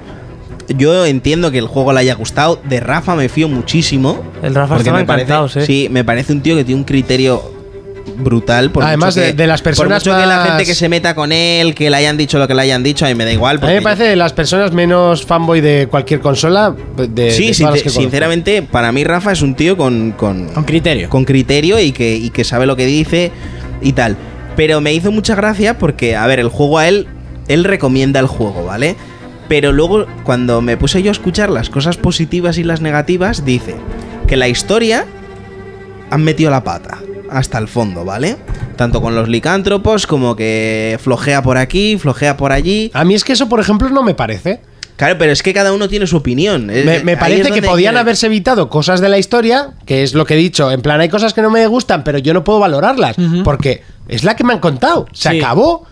Speaker 6: yo entiendo que el juego le haya gustado. De Rafa me fío muchísimo.
Speaker 7: El Rafa
Speaker 6: porque
Speaker 7: estaba
Speaker 6: me parece-
Speaker 7: encantado, sí.
Speaker 4: eh.
Speaker 6: Sí, me parece un tío que tiene un criterio brutal. Por
Speaker 2: Además,
Speaker 6: mucho que-
Speaker 2: de- de las
Speaker 6: por
Speaker 2: personas
Speaker 6: mucho que la
Speaker 2: más-
Speaker 6: gente que se meta con él, que le hayan dicho lo que le hayan dicho, a mí me da igual.
Speaker 2: A mí
Speaker 6: porque
Speaker 2: me
Speaker 6: yo-
Speaker 2: parece de las personas menos fanboy de cualquier consola. De,
Speaker 6: Sí,
Speaker 2: Eh, de todas
Speaker 6: sincer-
Speaker 2: las que conozco.
Speaker 6: sinceramente, para mí Rafa es un tío con, con,
Speaker 4: Con criterio.
Speaker 6: con criterio y que, y que sabe lo que dice y tal. Pero me hizo mucha gracia porque, a ver, el juego a él, él recomienda el juego, ¿vale? Pero luego, cuando me puse yo a escuchar las cosas positivas y las negativas, dice que la historia han metido la pata hasta el fondo, ¿vale? Tanto con los licántropos como que flojea por aquí, flojea por allí.
Speaker 2: A mí es que eso, por ejemplo, no me parece.
Speaker 6: Claro, pero es que cada uno tiene su opinión. Eh,
Speaker 2: Me,
Speaker 6: ahí
Speaker 2: me
Speaker 6: es
Speaker 2: parece que
Speaker 6: donde
Speaker 2: podían
Speaker 6: quiero-
Speaker 2: haberse evitado cosas de la historia, que es lo que he dicho. En plan, hay cosas que no me gustan, pero yo no puedo valorarlas, porque es la que me han contado. Se
Speaker 4: Sí.
Speaker 2: acabó.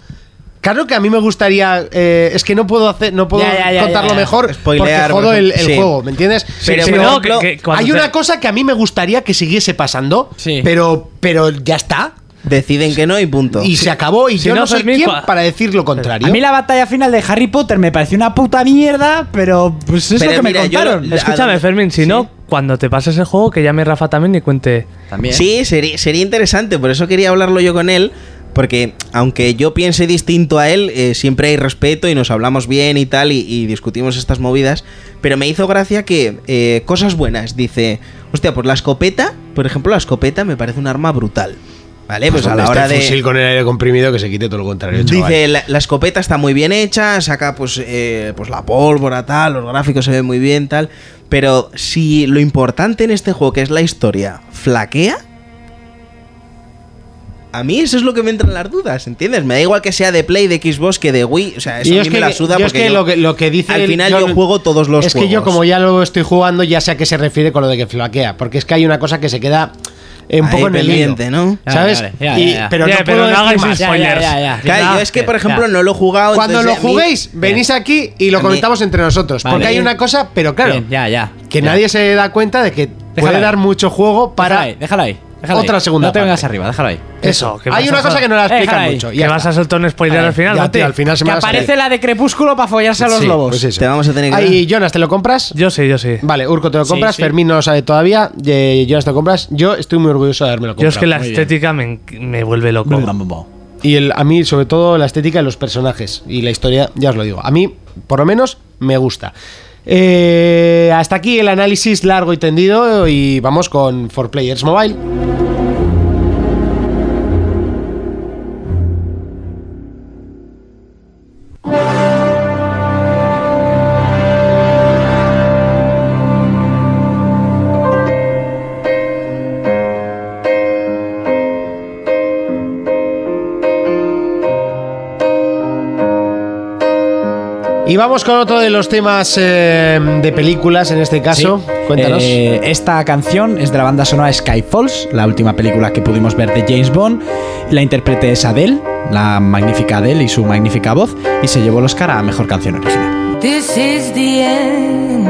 Speaker 2: Claro que a mí me gustaría. eh, es que no puedo hacer, no puedo
Speaker 4: Ya, ya, ya,
Speaker 2: contarlo
Speaker 4: ya, ya.
Speaker 2: mejor
Speaker 6: Spoilear,
Speaker 2: porque jodo
Speaker 6: por
Speaker 2: el,
Speaker 6: ejemplo.
Speaker 2: el
Speaker 6: Sí.
Speaker 2: juego, ¿me entiendes?
Speaker 6: Pero,
Speaker 7: Sí,
Speaker 6: por
Speaker 7: no,
Speaker 6: ejemplo,
Speaker 7: que- que cuando
Speaker 2: hay
Speaker 7: te-
Speaker 2: una cosa que a mí me gustaría que siguiese pasando,
Speaker 4: Sí.
Speaker 2: pero, pero ya está.
Speaker 6: deciden que no y punto.
Speaker 2: Y se acabó, y
Speaker 7: Si
Speaker 2: yo no,
Speaker 7: no,
Speaker 2: soy
Speaker 7: Fermín,
Speaker 2: quien
Speaker 7: cua-
Speaker 2: para decir lo contrario.
Speaker 4: A mí la batalla final de Harry Potter me pareció una puta mierda, pero pues es
Speaker 6: Pero
Speaker 4: lo que
Speaker 6: mira,
Speaker 4: me
Speaker 6: yo
Speaker 4: contaron.
Speaker 6: lo-
Speaker 7: Escúchame, Fermín, si no, cuando te pases el juego, que llame Rafa también y cuente.
Speaker 4: También.
Speaker 6: Sí, sería, sería interesante, por eso quería hablarlo yo con él, porque aunque yo piense distinto a él, eh, siempre hay respeto y nos hablamos bien y tal, y, y discutimos estas movidas, pero me hizo gracia que eh, cosas buenas, dice, hostia, pues la escopeta, por ejemplo, la escopeta me parece un arma brutal, ¿vale? Pues a la hora de...
Speaker 2: con el aire comprimido que se quite todo lo contrario.
Speaker 6: Dice, la, la escopeta está muy bien hecha, saca pues, eh, pues la pólvora, tal, los gráficos se ven muy bien, tal. Pero si lo importante en este juego, que es la historia, flaquea, a mí eso es lo que me entran las dudas, ¿entiendes? Me da igual que sea de Play, de Xbox, que de Wii, o sea, eso
Speaker 2: Y
Speaker 6: a mí me la suda
Speaker 2: yo es
Speaker 6: porque
Speaker 2: que
Speaker 6: yo-
Speaker 2: lo que, lo que dice
Speaker 6: al
Speaker 2: él-
Speaker 6: final yo, juego todos los
Speaker 2: Es que
Speaker 6: juegos.
Speaker 2: yo como ya lo estoy jugando ya sé a qué se refiere con lo de que flaquea, porque es que hay una cosa que se queda eh, un
Speaker 6: Ahí
Speaker 2: poco en el hilo,
Speaker 6: pendiente, ¿no?
Speaker 2: ¿Sabes?
Speaker 4: Vale, vale, ya,
Speaker 2: Y-
Speaker 4: ya, ya.
Speaker 2: Pero
Speaker 7: Ya,
Speaker 2: no
Speaker 7: pero
Speaker 2: puedo
Speaker 7: no
Speaker 2: decir
Speaker 7: hagáis
Speaker 2: más.
Speaker 7: spoilers.
Speaker 4: Ya, ya, ya.
Speaker 6: Claro, yo es que, por ejemplo, no lo he jugado.
Speaker 2: Cuando lo
Speaker 6: entonces a mí- eh,
Speaker 2: juguéis, venís aquí y lo
Speaker 6: a mí-
Speaker 2: comentamos entre nosotros, porque
Speaker 4: Vale.
Speaker 2: hay una cosa, pero claro,
Speaker 4: Bien, ya, ya.
Speaker 2: que
Speaker 4: Ya.
Speaker 2: nadie se da cuenta de que puede
Speaker 4: ahí.
Speaker 2: dar mucho juego
Speaker 4: Déjalo
Speaker 2: para
Speaker 4: ahí, déjalo ahí. déjalo ahí.
Speaker 2: otra segunda
Speaker 4: No te vengas
Speaker 2: parte.
Speaker 4: arriba, déjalo ahí.
Speaker 2: eso.
Speaker 7: que
Speaker 2: hay
Speaker 7: vas
Speaker 2: una
Speaker 7: a
Speaker 2: cosa
Speaker 7: sol-
Speaker 2: que no la
Speaker 4: Eh,
Speaker 2: explican
Speaker 4: caray,
Speaker 2: mucho.
Speaker 7: Que vas a soltar un spoiler
Speaker 2: Vale,
Speaker 7: al final,
Speaker 2: ya,
Speaker 7: Mati?
Speaker 2: tío, al final se me
Speaker 4: Que
Speaker 2: va a salir.
Speaker 4: aparece la de Crepúsculo para follarse a los
Speaker 2: Sí,
Speaker 4: lobos.
Speaker 2: pues eso.
Speaker 6: Te vamos a tener que...
Speaker 2: Ahí, Jonas, ¿te lo compras?
Speaker 7: Yo sí, yo sí.
Speaker 2: Vale, Urco, te lo
Speaker 4: Sí,
Speaker 2: compras.
Speaker 4: sí.
Speaker 2: Fermín no lo sabe todavía. eh, Jonas, ¿te lo compras? Yo estoy muy orgulloso de dármelo
Speaker 7: Yo es que la
Speaker 4: muy bien.
Speaker 7: estética me, enc- me vuelve loco.
Speaker 2: Y el, a mí, sobre todo, la estética de los personajes y la historia, ya os lo digo. A mí, por lo menos, me gusta. Eh, hasta aquí el análisis largo y tendido y vamos con 4Players Mobile. Y vamos con otro de los temas eh, de películas, en este caso.
Speaker 4: Sí.
Speaker 2: Cuéntanos.
Speaker 4: Eh, esta canción es de la banda sonora Skyfalls, la última película que pudimos ver de James Bond. La intérprete es Adele, la magnífica Adele y su magnífica voz, y se llevó el Oscar a Mejor Canción Original.
Speaker 12: This is the end.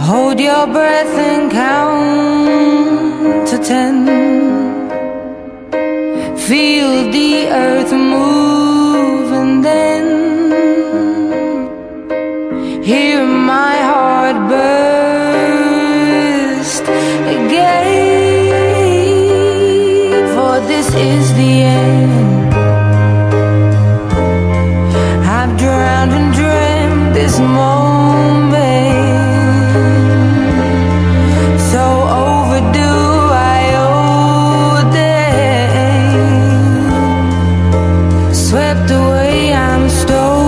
Speaker 12: Hold your breath and count to ten. Feel the earth move and then hear my heart burst again. For this is the end. I've drowned and dreamt this moment. So overdue, I owe them. Swept away, I'm stolen.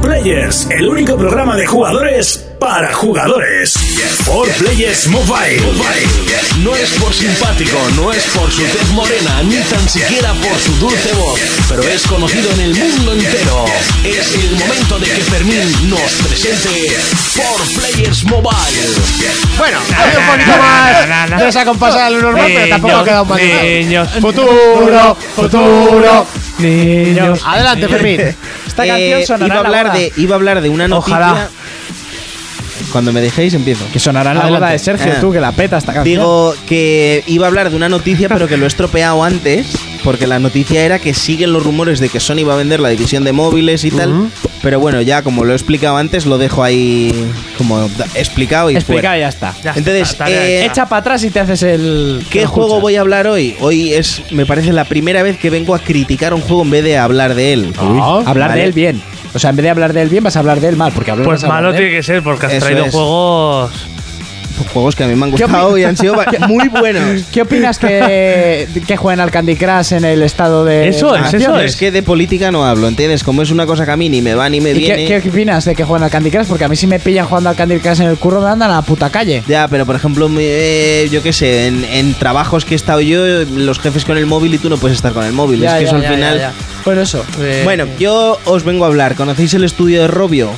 Speaker 13: Players, el único programa de jugadores para jugadores. For Players Mobile.
Speaker 1: No es por simpático, no es por su tez morena, ni tan siquiera por su dulce voz, pero es conocido en el mundo entero. Es el momento de que Fermín nos presente For Players Mobile.
Speaker 2: Bueno, ha habido un poquito más desacompasada de lo normal, pero tampoco ha quedado mal.
Speaker 7: Niños,
Speaker 2: Futuro, futuro.
Speaker 7: niños.
Speaker 2: Adelante, Fermín.
Speaker 4: Esta canción
Speaker 6: iba
Speaker 4: sonará
Speaker 6: a
Speaker 4: en la
Speaker 6: hablar
Speaker 4: boda.
Speaker 6: de Iba a hablar de una noticia.
Speaker 7: Ojalá.
Speaker 6: Cuando me dejéis, empiezo.
Speaker 4: Que sonará en la
Speaker 6: Adelante.
Speaker 4: boda de Sergio,
Speaker 6: Ah.
Speaker 4: tú, que la peta esta canción.
Speaker 6: Digo que iba a hablar de una noticia, pero que lo he estropeado antes, porque la noticia era que siguen los rumores de que Sony va a vender la división de móviles y tal. Pero bueno, ya como lo he explicado antes, lo dejo ahí como da- explicado y
Speaker 4: Explicado
Speaker 6: fuera.
Speaker 4: y ya está.
Speaker 7: Ya está,
Speaker 6: Entonces,
Speaker 7: tarea
Speaker 6: eh,
Speaker 7: hecha.
Speaker 4: Echa para atrás y te haces el.
Speaker 6: ¿Qué
Speaker 4: lo
Speaker 6: juego
Speaker 4: escuchas.
Speaker 6: voy a hablar hoy? Hoy es, me parece, la primera vez que vengo a criticar un juego en vez de hablar de él.
Speaker 4: Ah, Hablar
Speaker 6: Vale.
Speaker 4: de él bien. O sea, en vez de hablar de él bien, vas a hablar de él mal. Porque hablar-
Speaker 7: Pues
Speaker 4: vas a hablar
Speaker 7: malo
Speaker 4: de él.
Speaker 7: tiene que ser porque has
Speaker 6: Eso
Speaker 7: traído
Speaker 6: es.
Speaker 7: juegos.
Speaker 6: Pues Juegos que a mí me han gustado y han sido ba- muy buenos.
Speaker 4: ¿Qué opinas que, que jueguen al Candy Crush en el estado de.
Speaker 7: Eso
Speaker 6: Ah,
Speaker 7: es,
Speaker 6: tío,
Speaker 7: eso
Speaker 6: pero
Speaker 7: es.
Speaker 6: es que de política no hablo, ¿entiendes? Como es una cosa que a mí ni me va ni me
Speaker 4: ¿Y
Speaker 6: viene.
Speaker 4: qué, qué opinas de que jueguen al Candy Crush? Porque a mí si me pillan jugando al Candy Crush en el curro me andan a la puta calle.
Speaker 6: Ya, pero por ejemplo, me- eh, yo qué sé, en, en trabajos que he estado yo, los jefes con el móvil y tú no puedes estar con el móvil.
Speaker 4: Ya,
Speaker 6: es que
Speaker 4: ya,
Speaker 6: eso al
Speaker 4: ya,
Speaker 6: final.
Speaker 4: ya, ya. Bueno, eso. eh,
Speaker 6: Bueno, yo os vengo a hablar. ¿Conocéis el estudio de Robio?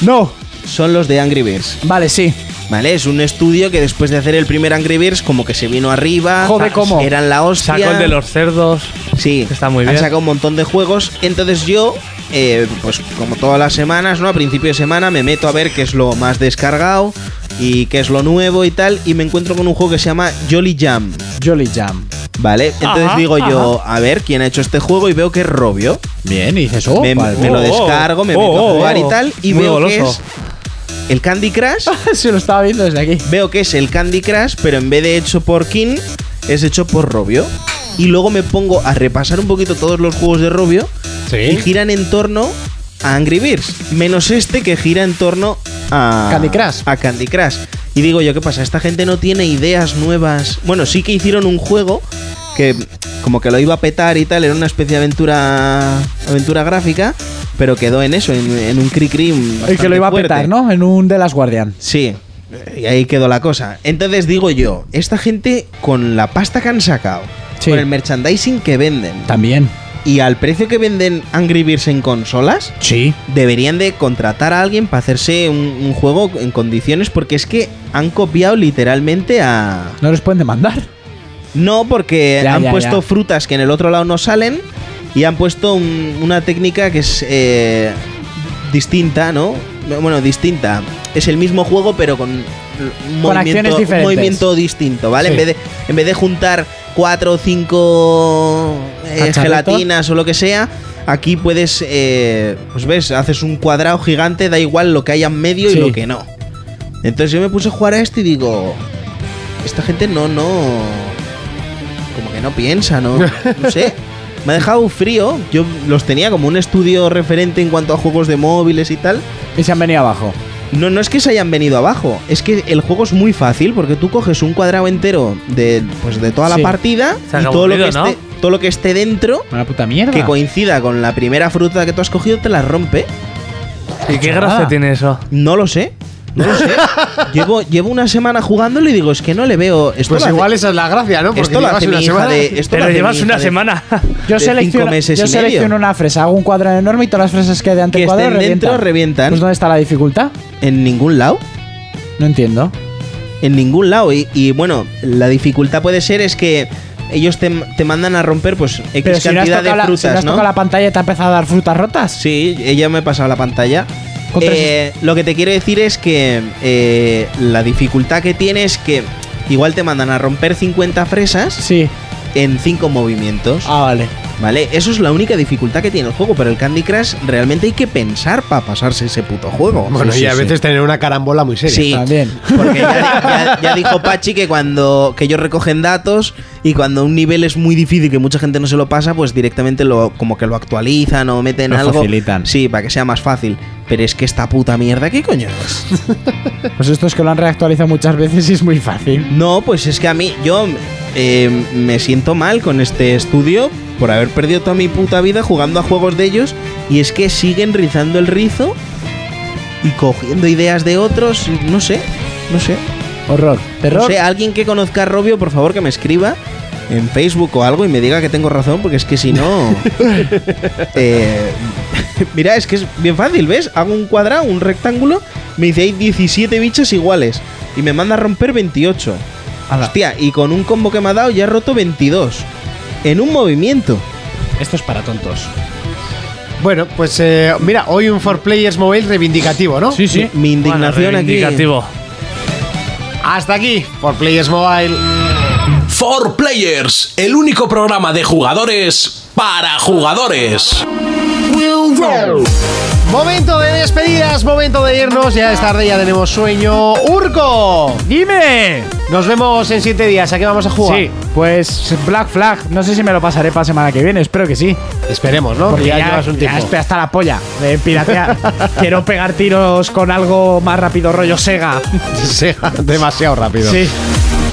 Speaker 4: No.
Speaker 6: Son los de Angry Birds,
Speaker 4: Vale, sí.
Speaker 6: ¿vale? Es un estudio que después de hacer el primer Angry Birds, como que se vino arriba.
Speaker 4: Joder, ¿cómo?
Speaker 6: Eran la hostia.
Speaker 7: Saco el de los cerdos.
Speaker 6: Sí,
Speaker 7: Está muy bien.
Speaker 6: Han sacado un montón de juegos. Entonces yo, eh, pues como todas las semanas, ¿no? A principio de semana me meto a ver qué es lo más descargado y qué es lo nuevo y tal. Y me encuentro con un juego que se llama Jolly Jam,
Speaker 4: Jolly Jam.
Speaker 6: ¿vale? Entonces
Speaker 7: Ajá,
Speaker 6: digo yo, a ver quién ha hecho este juego y veo que es Robio.
Speaker 4: Bien, y dices, oh,
Speaker 6: me,
Speaker 4: vale.
Speaker 6: me lo
Speaker 7: Oh, oh.
Speaker 6: descargo, me
Speaker 7: Oh,
Speaker 6: meto
Speaker 7: oh,
Speaker 6: a jugar
Speaker 7: oh.
Speaker 6: y tal. Y
Speaker 7: Muy
Speaker 6: veo que
Speaker 7: goloso.
Speaker 6: es el Candy Crush.
Speaker 4: Se lo estaba viendo desde aquí.
Speaker 6: Veo que es el Candy Crush, pero en vez de hecho por King, es hecho por Robio. Y luego me pongo a repasar un poquito todos los juegos de Robio y
Speaker 2: ¿Eh?
Speaker 6: giran en torno a Angry Birds. Menos este que gira en torno a
Speaker 4: Candy Crush.
Speaker 6: A Candy Crush. Y digo yo, ¿qué pasa? Esta gente no tiene ideas nuevas. Bueno, sí que hicieron un juego que como que lo iba a petar y tal, era una especie de aventura aventura gráfica, pero quedó en eso, en, en un cri cri.
Speaker 4: El que lo iba a petar, ¿no? En un de las Guardian.
Speaker 6: Sí, y ahí quedó la cosa. Entonces digo yo, esta gente con la pasta que han sacado,
Speaker 4: Sí.
Speaker 6: con el merchandising que venden
Speaker 4: También.
Speaker 6: y al precio que venden Angry Birds en consolas,
Speaker 4: Sí.
Speaker 6: deberían de contratar a alguien para hacerse un, un juego en condiciones porque es que han copiado literalmente a...
Speaker 4: No les pueden demandar.
Speaker 6: No, porque
Speaker 4: Ya,
Speaker 6: han
Speaker 4: ya,
Speaker 6: puesto
Speaker 4: ya.
Speaker 6: frutas que en el otro lado no salen y han puesto un- una técnica que es eh, distinta, ¿no? Bueno, distinta. Es el mismo juego, pero con un
Speaker 4: acciones
Speaker 6: movimiento, un
Speaker 4: diferentes.
Speaker 6: movimiento distinto, ¿vale?
Speaker 4: Sí.
Speaker 6: En, vez de, en vez de juntar cuatro o cinco eh,
Speaker 4: Cacharritos.
Speaker 6: gelatinas o lo que sea, aquí puedes, eh, pues ves, haces un cuadrado gigante, da igual lo que haya en medio
Speaker 4: Sí.
Speaker 6: y lo que no. Entonces yo me puse a jugar a este y digo, esta gente no, no. Como que no piensa, ¿no? No sé. Me ha dejado frío. Yo los tenía como un estudio referente en cuanto a juegos de móviles y tal.
Speaker 4: Y se han venido abajo.
Speaker 6: No, no es que se hayan venido abajo. Es que el juego es muy fácil porque tú coges un cuadrado entero de, pues, de toda
Speaker 4: Sí.
Speaker 6: la partida
Speaker 7: Se
Speaker 6: y
Speaker 7: haga
Speaker 6: todo, lo que
Speaker 7: aburrido, ¿no?
Speaker 6: esté, todo lo que esté dentro
Speaker 4: Una puta mierda.
Speaker 6: que coincida con la primera fruta que tú has cogido te la rompe.
Speaker 7: ¿Y qué
Speaker 4: chorrada.
Speaker 7: gracia tiene eso?
Speaker 6: No lo sé. No lo sé. llevo, llevo una semana jugándolo y digo, es que no le veo. Esto
Speaker 2: Pues
Speaker 6: lo hace-
Speaker 2: igual esa es la gracia, ¿no? Porque
Speaker 6: esto lo
Speaker 2: llevas
Speaker 6: hace
Speaker 2: una
Speaker 6: mi hija
Speaker 2: semana-
Speaker 6: de. Esto lo
Speaker 7: Pero
Speaker 6: hace
Speaker 7: llevas
Speaker 6: mi hija
Speaker 7: una
Speaker 6: de-
Speaker 7: semana.
Speaker 4: yo
Speaker 6: de
Speaker 4: selecciono,
Speaker 6: cinco meses
Speaker 4: yo
Speaker 6: y medio.
Speaker 4: selecciono una fresa, hago un cuadrado enorme y todas las fresas que hay de ante
Speaker 6: Que
Speaker 4: el cuadrado
Speaker 6: estén dentro
Speaker 4: revientan.
Speaker 6: revientan.
Speaker 4: Pues ¿dónde está la dificultad?
Speaker 6: En ningún lado.
Speaker 4: No entiendo.
Speaker 6: En ningún lado. Y, y, bueno, la dificultad puede ser es que ellos te, te mandan a romper, pues, X
Speaker 4: Pero si no has
Speaker 6: cantidad
Speaker 4: tocado,
Speaker 6: de
Speaker 4: la, si no
Speaker 6: frutas,
Speaker 4: has
Speaker 6: ¿no?
Speaker 4: tocado la pantalla te ha empezado a dar frutas rotas.
Speaker 6: Sí, ella me ha pasado la pantalla.
Speaker 4: Con tres-
Speaker 6: Eh, lo que te quiero decir es que eh, la dificultad que tiene es que igual te mandan a romper 50 fresas
Speaker 4: Sí.
Speaker 6: en 5 movimientos.
Speaker 4: Ah, vale.
Speaker 6: ¿Vale? Eso es la única dificultad que tiene el juego, pero el Candy Crush realmente hay que pensar para pasarse ese puto juego.
Speaker 2: Bueno,
Speaker 6: Sí,
Speaker 2: y a
Speaker 6: sí, sí.
Speaker 2: veces tener una carambola muy seria.
Speaker 6: Sí,
Speaker 4: También.
Speaker 6: porque ya, ya- ya dijo Pachi que cuando que ellos recogen datos y cuando un nivel es muy difícil que mucha gente no se lo pasa, pues directamente lo como que lo actualizan o meten
Speaker 4: Lo
Speaker 6: algo.
Speaker 4: facilitan.
Speaker 6: Sí, para que sea más fácil. Pero es que esta puta mierda, ¿qué coño es?
Speaker 4: Pues esto es que lo han reactualizado muchas veces y es muy fácil.
Speaker 6: No, pues es que a mí, yo eh, me siento mal con este estudio por haber perdido toda mi puta vida jugando a juegos de ellos y es que siguen rizando el rizo y cogiendo ideas de otros, y no sé, no sé.
Speaker 4: Horror.
Speaker 6: No sé, alguien que conozca a Robio, por favor que me escriba en Facebook o algo y me diga que tengo razón, porque es que si no... eh, mira, es que es bien fácil, ¿ves? Hago un cuadrado, un rectángulo, me dice hay 17 bichos iguales y me manda a romper 28. Hostia, y con un combo que me ha dado ya he roto 22. En un movimiento.
Speaker 14: Esto es para tontos.
Speaker 2: Bueno, pues eh, mira, hoy un For Players Mobile reivindicativo, ¿no?
Speaker 14: Sí, sí.
Speaker 6: Mi, mi indignación
Speaker 7: Bueno,
Speaker 6: aquí.
Speaker 7: reivindicativo.
Speaker 2: Hasta aquí, For Players Mobile.
Speaker 1: For Players, el único programa de jugadores para jugadores.
Speaker 15: Momento de despedidas, momento de irnos. Ya es tarde, ya tenemos sueño. ¡Urco!
Speaker 4: ¡Dime!
Speaker 2: Nos vemos en 7 días. ¿A qué vamos a jugar?
Speaker 4: Sí, pues Black Flag. No sé si me lo pasaré para la semana que viene, espero que sí.
Speaker 2: Esperemos, ¿no?
Speaker 4: Porque ya,
Speaker 2: llevas un
Speaker 4: ya
Speaker 2: tiempo.
Speaker 4: estoy hasta la polla de piratear. Quiero pegar tiros con algo más rápido, rollo Sega.
Speaker 2: Sí, demasiado rápido.
Speaker 4: Sí.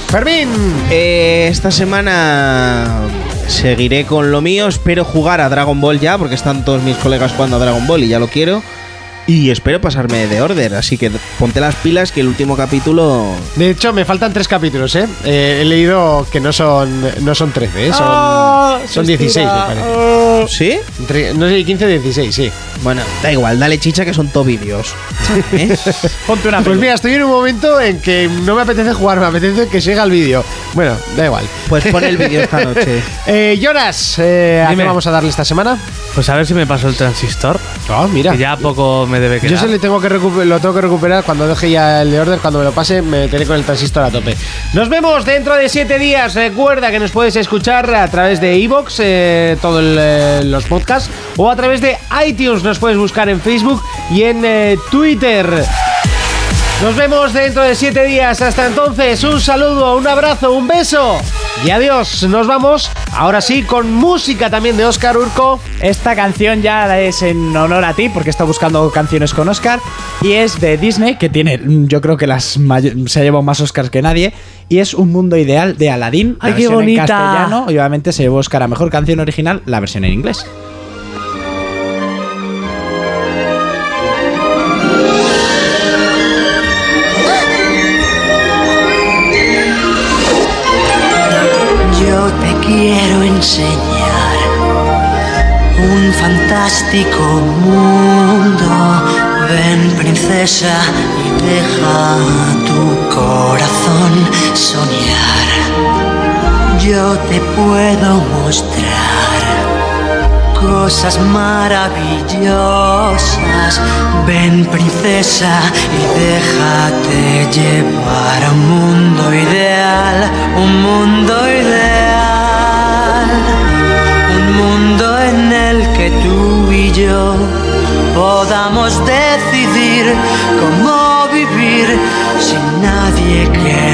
Speaker 2: Fermín.
Speaker 6: Eh, esta semana seguiré con lo mío. Espero jugar a Dragon Ball ya, porque están todos mis colegas jugando a Dragon Ball y ya lo quiero. Y espero pasarme de Order, así que ponte las pilas que el último capítulo...
Speaker 2: De hecho, me faltan tres capítulos, ¿eh? Eh, he leído que no son, no son 13, ¿eh? son, son 16, me parece.
Speaker 6: ¿Sí?
Speaker 2: Entre- no sé, 15, 16, sí.
Speaker 6: Bueno, da igual, dale chicha que son todos vídeos. ¿Eh?
Speaker 4: Ponte
Speaker 7: Ah,
Speaker 4: una
Speaker 2: Pues mira, estoy en un momento en que no me apetece jugar, me apetece que siga el vídeo. Bueno, da igual.
Speaker 6: Pues pon el vídeo esta noche.
Speaker 2: Eh, Jonas, eh, ¿a qué
Speaker 7: Dime.
Speaker 2: vamos a darle esta semana?
Speaker 7: Pues a ver si me paso el transistor.
Speaker 2: Ah, mira.
Speaker 7: Que ya poco me debe quedar.
Speaker 2: Yo se le tengo que recu- lo tengo que recuperar cuando deje ya el de order, cuando me lo pase, me meteré con el transistor a tope. Nos vemos dentro de siete días. Recuerda que nos puedes escuchar a través de iVoox, eh, todos los podcasts, o a través de iTunes. Nos puedes buscar en Facebook y en eh, Twitter. Nos vemos dentro de siete días. Hasta entonces, un saludo, un abrazo, un beso y adiós. Nos vamos ahora sí con música también de Oscar Urco.
Speaker 4: Esta canción ya es en honor a ti, porque está buscando canciones con Oscar. Y es de Disney, que tiene, mm, yo creo que las mayo- se ha llevado más Oscars que nadie. Y es Un Mundo Ideal de Aladdin.
Speaker 7: ¡Ay,
Speaker 4: la
Speaker 7: qué
Speaker 4: versión
Speaker 7: bonita!
Speaker 4: En castellano, y obviamente se llevó Oscar a mejor canción original, la versión en inglés.
Speaker 16: Yo te quiero enseñar un fantástico mundo. Ven, princesa, y deja tu corazón soñar. Yo te puedo mostrar cosas maravillosas. Ven, princesa, y déjate llevar a un mundo ideal, un mundo ideal, un mundo en el que tú y yo podamos decidir cómo vivir sin nadie que